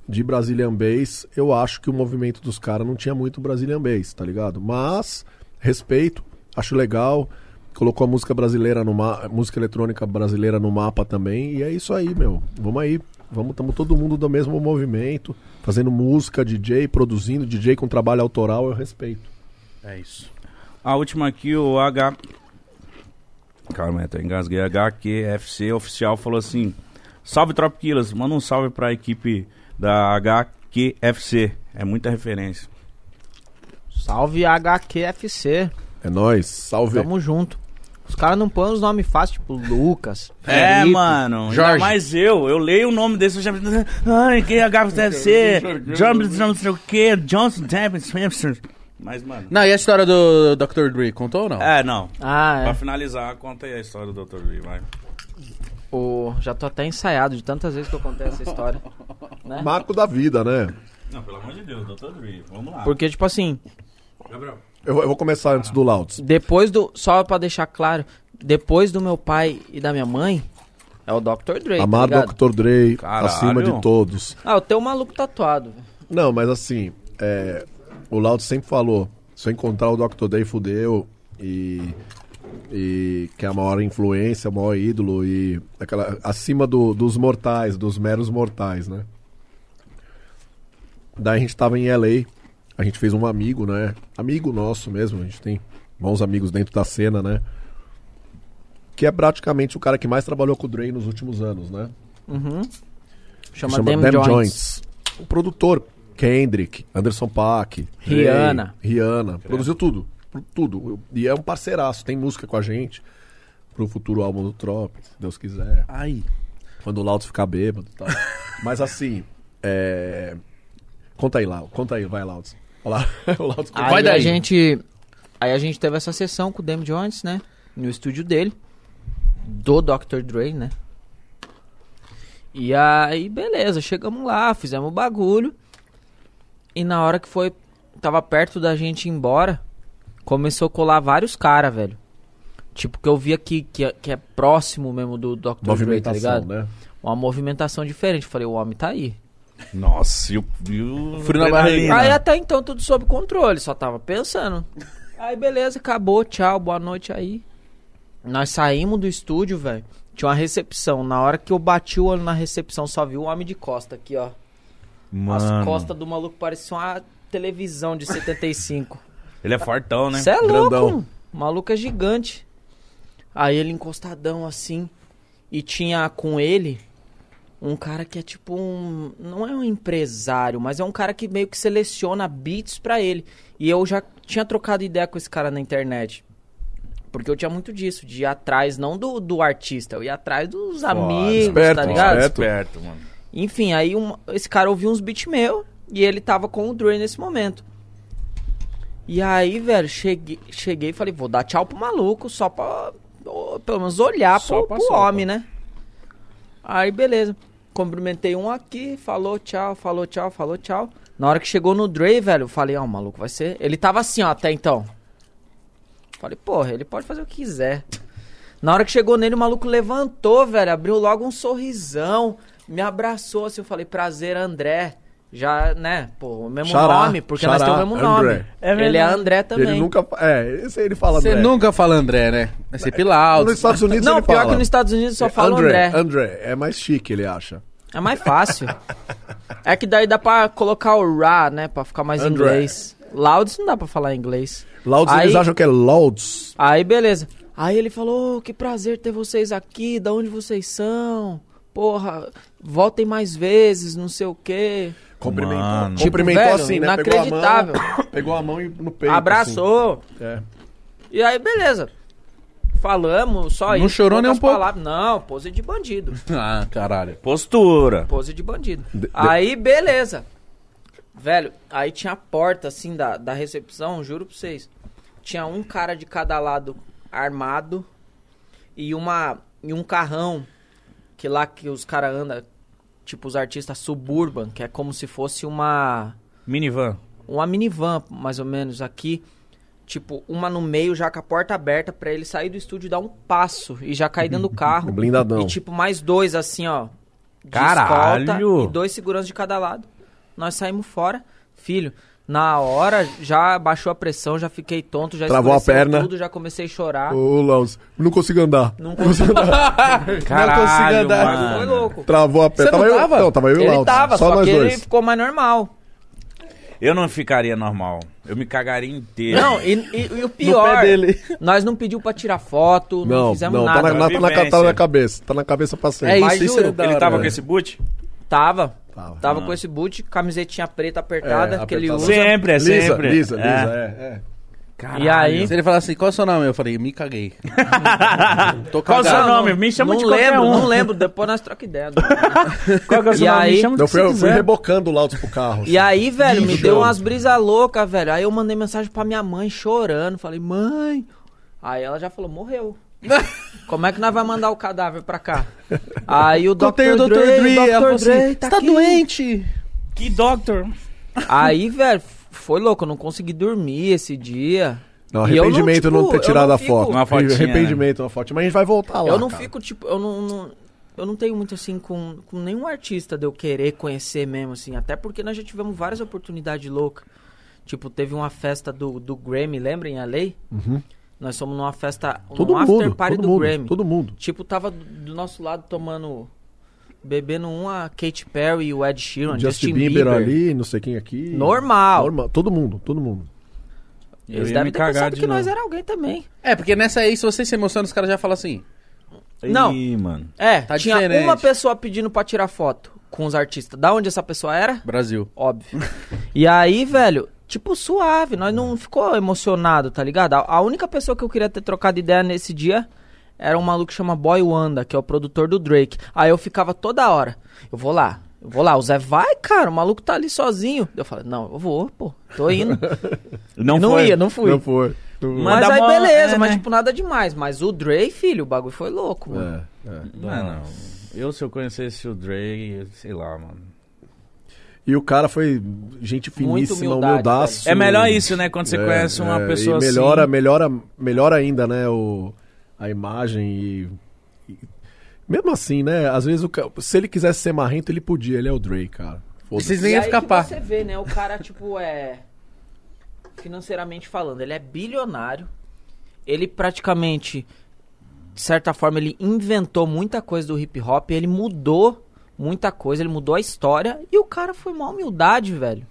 de Brazilian Bass, eu acho que o movimento dos caras não tinha muito Brazilian Bass, tá ligado? Mas, respeito, acho legal. Colocou a música brasileira no ma- música eletrônica brasileira no mapa também. E é isso aí, meu. Vamos aí. Vamos, estamos todo mundo do mesmo movimento, fazendo música, DJ, produzindo, DJ com trabalho autoral, eu respeito.
É isso.
A última aqui, o H. Calma, até engasguei. HQFC oficial falou assim: Salve Tropiquilas, manda um salve pra equipe da HQFC. É muita referência.
Salve HQFC.
É nóis. Salve.
Tamo junto. Os caras não põem os nomes fáceis, tipo Lucas.
É,
Felipe.
mano. ainda
Jorge.
mais eu. Eu leio o nome desse, eu já... né? Ai, que HFC, Johnson, não sei o quê, Johnson, Davis, Simpson. Mas, mano.
Não, e a história do Dr. Dre, contou ou não?
É, não. Pra
Ah,
finalizar, conta aí a história do Dr. Lee, vai.
é. O... já tô até ensaiado de tantas vezes que eu contei essa história. né?
Marco da vida, né?
Não, pelo amor de Deus, Dr. Lee, vamos lá.
Porque, tipo assim,
Gabriel.
Eu, eu vou começar antes do Louds.
depois do. Só pra deixar claro, depois do meu pai e da minha mãe, é o Dr. Dre. tá
Amar
ligado?
Dr. Dre
Caralho.
acima de todos.
Ah, eu tenho um maluco tatuado.
Não, mas assim, é, o Laudo sempre falou: se eu encontrar o Dr. Day, fudeu. E, e que é a maior influência, o maior ídolo. E aquela, acima do- dos mortais, dos meros mortais, né? Daí a gente tava em LA. A gente fez um amigo, né? Amigo nosso mesmo. A gente tem bons amigos dentro da cena, né? Que é praticamente o cara que mais trabalhou com o Dre nos últimos anos, né?
Uhum. Chama,
chama,
Damn,
Damn
Joints.
Joints. O produtor, Kendrick, Anderson Paak, Ray,
Rihanna.
Rihanna, produziu tudo. pro- Tudo. E é um parceiraço, tem música com a gente. Pro futuro álbum do Trop, se Deus quiser.
Ai.
Quando o Lautos ficar bêbado e tal. Mas assim, é... Conta aí, Lau. Conta aí, vai, Lautos. Olha lá. o Lautos
Aí
Vai daí.
a gente. Aí a gente teve essa sessão com o Damon Jones, né? No estúdio dele. Do Dr. Dre, né? E aí, beleza, chegamos lá, fizemos o bagulho. E na hora que foi. Tava perto da gente ir embora. Começou a colar vários caras, velho. Tipo, que eu vi aqui que é, que é próximo mesmo do Dr. Dre, tá
Movimentação,
ligado?
né?
Uma movimentação diferente. Falei, o homem tá aí.
Nossa, e o. e o-
Frio na
adrenalina.
barriga.
Aí até então tudo sob controle, só tava pensando. Aí beleza, acabou, tchau, boa noite aí. Nós saímos do estúdio, velho. Tinha uma recepção. Na hora que eu bati o olho na recepção, só vi o homem de costa aqui, ó. As
Mano,
costas do maluco pareciam uma televisão de 75.
Ele é fortão, né?
Você é
Grandão.
louco? O maluco é gigante. Aí ele encostadão assim. E tinha com ele um cara que é tipo um. Não é um empresário, mas é um cara que meio que seleciona beats pra ele. E eu já tinha trocado ideia com esse cara na internet. Porque eu tinha muito disso, de ir atrás, não do, do artista, eu ia atrás dos amigos, tá
esperto,
ligado?
esperto.
Esperto, mano.
Enfim, aí um- esse cara ouviu uns beats meu e ele tava com o Dre nesse momento. E aí, velho, cheguei, cheguei e falei, vou dar tchau pro maluco, só pra ô, pelo menos olhar pro,
Sopa,
pro
sopa.
homem, né? Aí, beleza. Cumprimentei um aqui, falou tchau, falou tchau, falou tchau. Na hora que chegou no Dre, velho, eu falei, ah, o maluco vai ser. Ele tava assim, ó, até então. Falei, porra, ele pode fazer o que quiser. Na hora que chegou nele, o maluco levantou, velho, abriu logo um sorrisão, me abraçou assim, eu falei, prazer, André. Já, né, pô, o mesmo
Xará,
nome, porque nós
xará,
temos o mesmo
André.
nome. ele é André também.
Ele nunca... fa- É, esse aí ele fala
Você
André.
nunca fala André, né? É sempre Loud.
Nos Estados Unidos
Não,
ele
pior
fala.
que nos Estados Unidos só fala
André.
André.
André. É mais chique, ele acha.
É mais fácil. é que daí dá pra colocar o ra, né, pra ficar mais
André.
inglês. Louds não dá pra falar em inglês.
Louds,
Aí-
eles acham que é Louds.
Aí, beleza. Aí ele falou: "Ô, que prazer ter vocês aqui, da onde vocês são? Porra, voltem mais vezes, não sei o quê.
Cumprimentou,
Mano.
cumprimentou
Tipo, velho,
assim, né? Pegou a
inacreditável.
mão, pegou a mão e no peito.
Abraçou.
assim. É.
E aí, beleza. Falamos, só
Não
isso.
chorou nem
poucas
um pouco?
palavras. Não, pose de bandido.
Ah, caralho.
Postura.
Pose de bandido.
De- de-
Aí, beleza. Velho, aí tinha a porta, assim, da, da recepção, juro pra vocês. Tinha um cara de cada lado armado e uma e um carrão que lá que os caras andam, tipo os artistas suburban, que é como se fosse uma
Minivan.
uma minivan, mais ou menos, aqui. Tipo, uma no meio, já com a porta aberta pra ele sair do estúdio, dar um passo e já cair dentro do carro.
Blindadão.
E tipo, mais dois assim, ó. De
Caralho!
escolta e dois seguranças de cada lado. Nós saímos fora. Filho, na hora já baixou a pressão, já fiquei tonto, já
Travou a
escureceu
perna.
tudo, já comecei a chorar.
Ô, Louds, não consigo andar.
Não consigo
Caralho, mano.
Foi louco.
Travou a
Você
perna.
não
eu,
tava?
Não, tava eu e o
Ele
Louds.
tava,
só,
só,
nós
que
dois.
ele ficou mais normal.
Eu não ficaria normal. Eu me cagaria inteiro.
Não, e, e- e o pior, nós não pediu pra tirar foto, não,
Não,
fizemos
não, tá na,
nada.
na, tá na,
Vivência.
tá na cabeça. Tá na cabeça pra sempre.
É
Mas
isso, isso
juro,
é da
Ele
hora,
tava
né?
com esse boot?
Tava.
um Tava.
Tava, com esse boot, camisetinha
É,
preta apertada que ele
apertada.
usa.
Sempre, é
Lisa,
sempre.
Lisa,
É.
Lisa, é. é.
Caralho.
E aí-
Se ele falar assim, qual é o seu nome? Eu falei, me caguei. Tô
Qual o seu
cagado.
nome? Me chama
não
de qualquer
lembro,
um.
Não lembro, depois nós troca ideia.
Qual que é o seu
E
nome?
aí-
Me chama de
Eu
que você
fui, eu fui
quiser.
rebocando lá pro carro.
né?
assim.
E aí, velho, me
Bicho.
deu umas brisas loucas, velho. Aí eu mandei mensagem pra minha mãe chorando. Falei, mãe. Aí ela já falou, morreu. Como é que nós vai mandar o cadáver pra cá? Aí o Dr.
Contei o
Dre,
Dr. Dre, ela falou
Dr.
assim,
Dre tá,
"Você tá
aqui."
doente.
Que doctor?
Aí, velho, foi louco, eu não consegui dormir esse dia.
Não,
E eu não,
arrependimento
tipo,
não, ter
eu
tirado
não
a
fico-
foto.
Uma fotinha,
arrependimento, uma foto. Mas a gente vai voltar lá.
eu não
cara.
fico, tipo, eu não, não- Eu não tenho muito assim com, com nenhum artista de eu querer conhecer mesmo, assim. Até porque nós já tivemos várias oportunidades loucas. Tipo, teve uma festa do, do Grammy, lembrem a lei?
Uhum.
Nós fomos numa festa,
Todo
num
mundo,
after party
todo
do
mundo,
Grammy.
todo mundo.
Tipo, tava do- do nosso lado tomando. Bebendo um a Katy Perry e o Ed Sheeran,
Justin,
Justin,
Bieber, ali, não sei quem aqui.
Normal.
Normal. Todo mundo, todo mundo.
Eu
Eles
ia me
devem ter
cagar
pensado
de
que nós
novo.
era alguém também.
É, porque nessa aí, se você se emociona, os caras já falam assim.
Não.
Ih, mano.
É,
Tá
tinha
diferente.
uma pessoa pedindo pra tirar foto com os artistas. Da onde essa pessoa era?
Brasil.
Óbvio. e aí, velho, tipo, suave. Nós não ficou emocionado, tá ligado? A, a única pessoa que eu queria ter trocado ideia nesse dia era um maluco que chama Boy Wanda, que é o produtor do Drake. Aí eu ficava toda hora. Eu vou lá. Eu vou lá, o Zé vai, cara, o maluco tá ali sozinho. Eu falei, não, eu vou, pô, tô indo.
Não,
não
foi.
ia, não fui.
Não foi. Não foi.
Mas
Manda
aí,
mó-
beleza,
é,
mas
né?
tipo, nada demais. Mas o Dre, filho, o bagulho foi louco, mano.
É, é.
Não, não. Eu, se eu conhecesse o Dre, eu- sei lá, mano.
E o cara foi gente
Muito
finíssima,
humildade,
humildaço.
É melhor isso, né? Quando você conhece uma
é,
pessoa
e
assim.
melhora, melhora, melhora ainda, né? O, a imagem e, e- Mesmo assim, né? Às vezes, o, ca- se ele quisesse ser marrento, ele podia. Ele é o Dre, cara. Foda-se.
Vocês nem
e
iam
aí
ficar
que
pá.
você vê, né? O cara, tipo, é. Financeiramente falando, ele é bilionário. Ele praticamente, de certa forma, ele inventou muita coisa do hip hop. Ele mudou muita coisa, ele mudou a história. E o cara foi uma humildade, velho.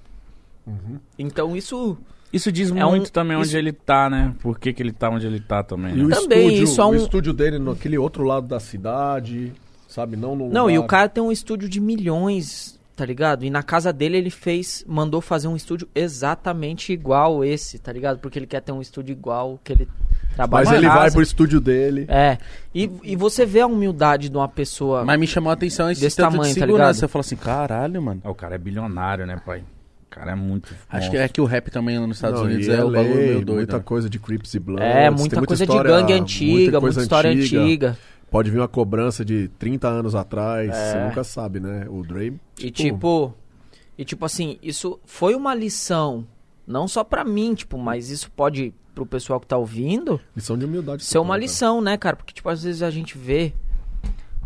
Uhum.
Então isso.
assim. Isso diz
É um-
muito também onde
isso-
ele tá, né? Por que, que ele tá onde ele tá também.
E
né?
o
Também,
estúdio,
isso é
o
um-
estúdio dele naquele outro lado da cidade, sabe? Não no
Não, e o
lugar-
cara tem um estúdio de milhões, tá ligado? E na casa dele ele fez, mandou fazer um estúdio exatamente igual esse, tá ligado? Porque ele quer ter um estúdio igual que ele trabalha
Mas
na
ele
casa.
vai pro estúdio dele.
É. E, e você vê a humildade de uma pessoa.
Mas me chamou a atenção esse
Desse
tanto
tamanho,
de
tá
segurança.
ligado?
eu falo assim, caralho, mano.
Ah, o cara é bilionário, né, pai? O cara é muito.
Acho
monstro.
que é que o rap também lá nos Estados
Não,
Unidos
e
é o
LA,
bagulho meio doido.
Muita
né?
coisa de Crips e Bloods.
é,
tem
muita coisa
história-
de gangue antiga, muita, história antiga.
Pode vir uma cobrança de 30 anos atrás,
É.
você nunca sabe, né? O Dre.
E tipo. E tipo assim, isso foi uma lição. Não só pra mim, tipo, mas isso pode, pro pessoal que tá ouvindo,
Lição de humildade.
ser uma
total,
lição, né, cara? Porque, tipo, às vezes a gente vê.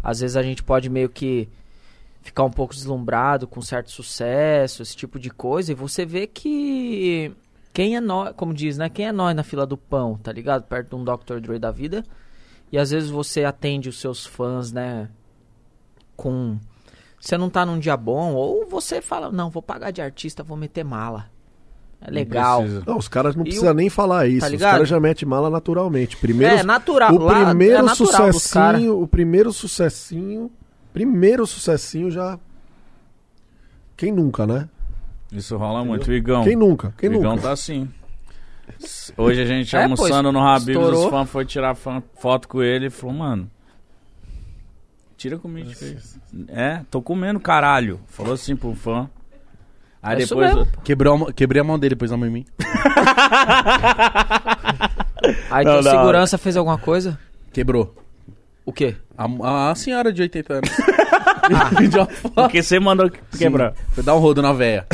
Às vezes a gente pode meio que ficar um pouco deslumbrado com certo sucesso, esse tipo de coisa, e você vê que quem é nós, como diz, né? Quem é nós na fila do pão, tá ligado? Perto de um Dr. Dre da vida. E às vezes você atende os seus fãs, né? Com. Você não tá num dia bom, ou você fala, não, vou pagar de artista, vou meter mala. É legal.
precisa.
Não, os caras não
E
precisam
o- Tá
nem falar isso. os
ligado?
caras já metem mala naturalmente. Primeiro,
é, natural.
o
lá é
primeiro
natural dos caras.
sucessinho, o primeiro sucessinho, primeiro sucessinho já Quem nunca, né?
Isso rola muito. O Igão.
Quem nunca? Quem
O Igão
nunca?
tá assim. Hoje a gente
É,
almoçando
pois,
no Rabib, os
estourou.
fãs foram tirar fã- foto com ele e falou, mano. Tira comida de aí. É, tô comendo caralho. Falou assim pro fã. Aí
É isso
depois.
mesmo.
Quebrou a mão- quebrei a mão dele, pôs a mão em mim.
Aí
Não,
teu
da
segurança fez alguma coisa?
Quebrou.
O quê?
A, a senhora de 80 anos. Pediu uma foto.
Porque você mandou que- quebrar.
Foi dar um rodo na véia.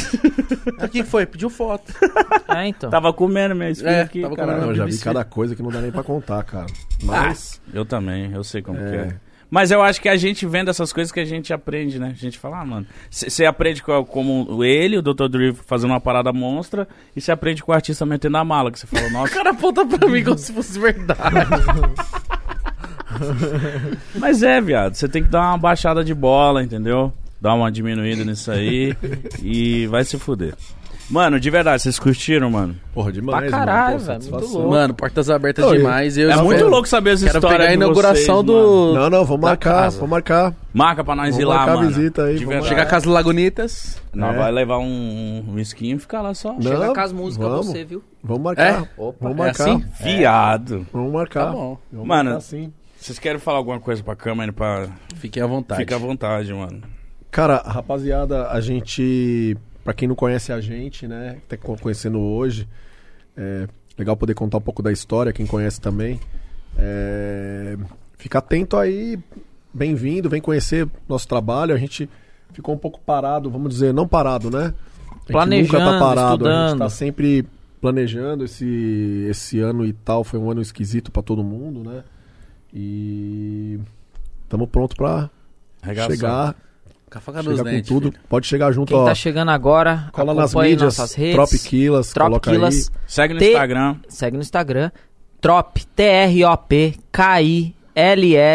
O que que foi? Pediu foto.
É, então.
Tá
Tava comendo minha espinha
É,
aqui,
tava
cara.
comendo.
Não, eu já vi
BBC.
cada coisa que não dá nem pra contar, cara. Mas
Eu também, eu sei como
É.
que é. Mas eu acho que a gente vendo essas coisas que a gente aprende, né? A gente fala, ah, mano, você aprende com, como ele, o Dr. Dre fazendo uma parada monstra, e você aprende com o artista metendo a mala, que você fala,
O
nossa.
cara aponta pra mim como se fosse verdade.
Mas é, viado, você tem que dar uma baixada de bola, entendeu? Dar uma diminuída nisso aí e vai se fuder. Mano, de verdade, vocês curtiram, mano?
Porra, demais,
Pra caralho,
mano. Pô,
velho, muito
satisfação.
louco.
Mano, portas abertas
Não, eu-
demais. Eu
é
espero-
muito louco saber as
Quero
histórias
pegar a
de
inauguração
vocês, mano.
do.
Não, não, vamos marcar,
casa.
vamos marcar.
Marca pra nós
Vamos
ir lá,
marcar a
mano.
visita aí,
de
vamos
verdade.
Chegar com as Lagunitas.
Não,
É.
vai levar um, um esquinho e ficar lá só.
Não,
Chega com as músicas,
vamos,
você, viu?
Vamos marcar.
É?
Opa,
vamos
é
marcar.
assim?
Viado.
Vamos marcar.
Tá bom.
Vamos
Mano.
marcar sim.
Vocês querem falar alguma coisa pra câmera? Pra...
Fiquem à vontade.
Fica à vontade, mano.
Cara, rapaziada, a gente. Pra quem não conhece a gente, né? que Tá co- conhecendo hoje. É legal poder contar um pouco da história, quem conhece também. É, fica atento aí. Bem-vindo, vem conhecer nosso trabalho. A gente ficou um pouco parado, vamos dizer, não parado, né? A gente nunca tá
Planejando,
parado, a gente
estudando.
tá sempre planejando esse, esse ano e tal. Foi um ano esquisito pra todo mundo, né? E estamos pronto pra
Arregaçar.
chegar
Com a faca nos
Chega com
dentes.
tudo.
filho.
Pode chegar junto,
Quem
ó.
tá chegando agora,
cola nas
acompanhe
mídias.
nossas redes.
Tropiquilas, coloca
Tropquilas.
aí.
Segue no
T-
Instagram.
Segue no Instagram. Trop,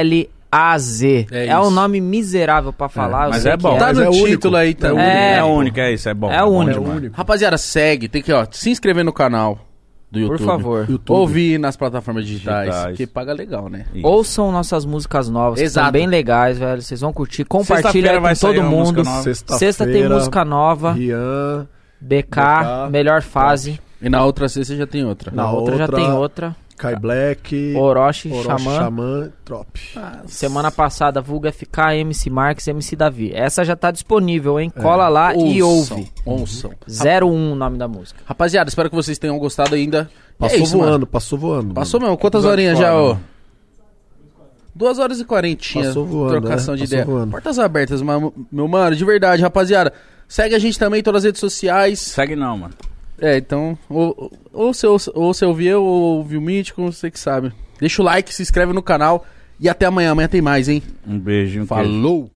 T-R-O-P-K-I-L-L-A-Z.
É
É,
isso.
o nome miserável pra falar. eu
mas
sei
é
que
bom.
Tá no
Mas é
título
único.
aí também.
É.
É, único, é isso, é bom.
É
bom
único.
demais.
Rapaziada, segue. Tem que ó, se inscrever no canal do
Por
YouTube.
favor.
YouTube.
Ouvir nas plataformas digitais,
Digitais.
que paga legal, né?
Isso.
Ouçam nossas músicas novas, que
Exato.
são bem legais, velho. Vocês vão curtir.
Sexta-feira
Compartilha aí com
vai sair
todo
uma música
mundo.
nova.
Sexta-feira.
Sexta tem música nova.
Rian.
BK,
BK,
melhor fase.
E na outra sexta já tem outra.
Na
Na outra, já
outra-
tem outra.
Kai Black.
Orochi,
Orochi
Xamã. Ah,
Xamã. Trop.
Semana passada, Vulga FK, MC Marques, MC Davi. Essa já tá disponível, hein? Cola lá Ah, e
Ouçam,
ouve.
Ouçam.
01 o nome da música.
Rapaziada, espero que vocês tenham gostado ainda.
Passou
é isso,
voando,
mano.
passou voando.
Passou
mano.
mesmo. Quantas
Episódio
horinhas
fora,
já, ô?
mano.
Duas horas e quarentinha.
Passou voando,
Trocação
né?
de
Passou
ideia.
voando.
Portas abertas, ma- meu mano, de verdade, rapaziada. Segue a gente também em todas as redes sociais.
Segue não, mano.
É, então, ou, ou, você, ou, você ouve eu, ou ouve o Mítico, você que sabe. Deixa o like, se inscreve no canal e até amanhã. Amanhã tem mais, hein?
Um beijinho. um queijo.
Falou!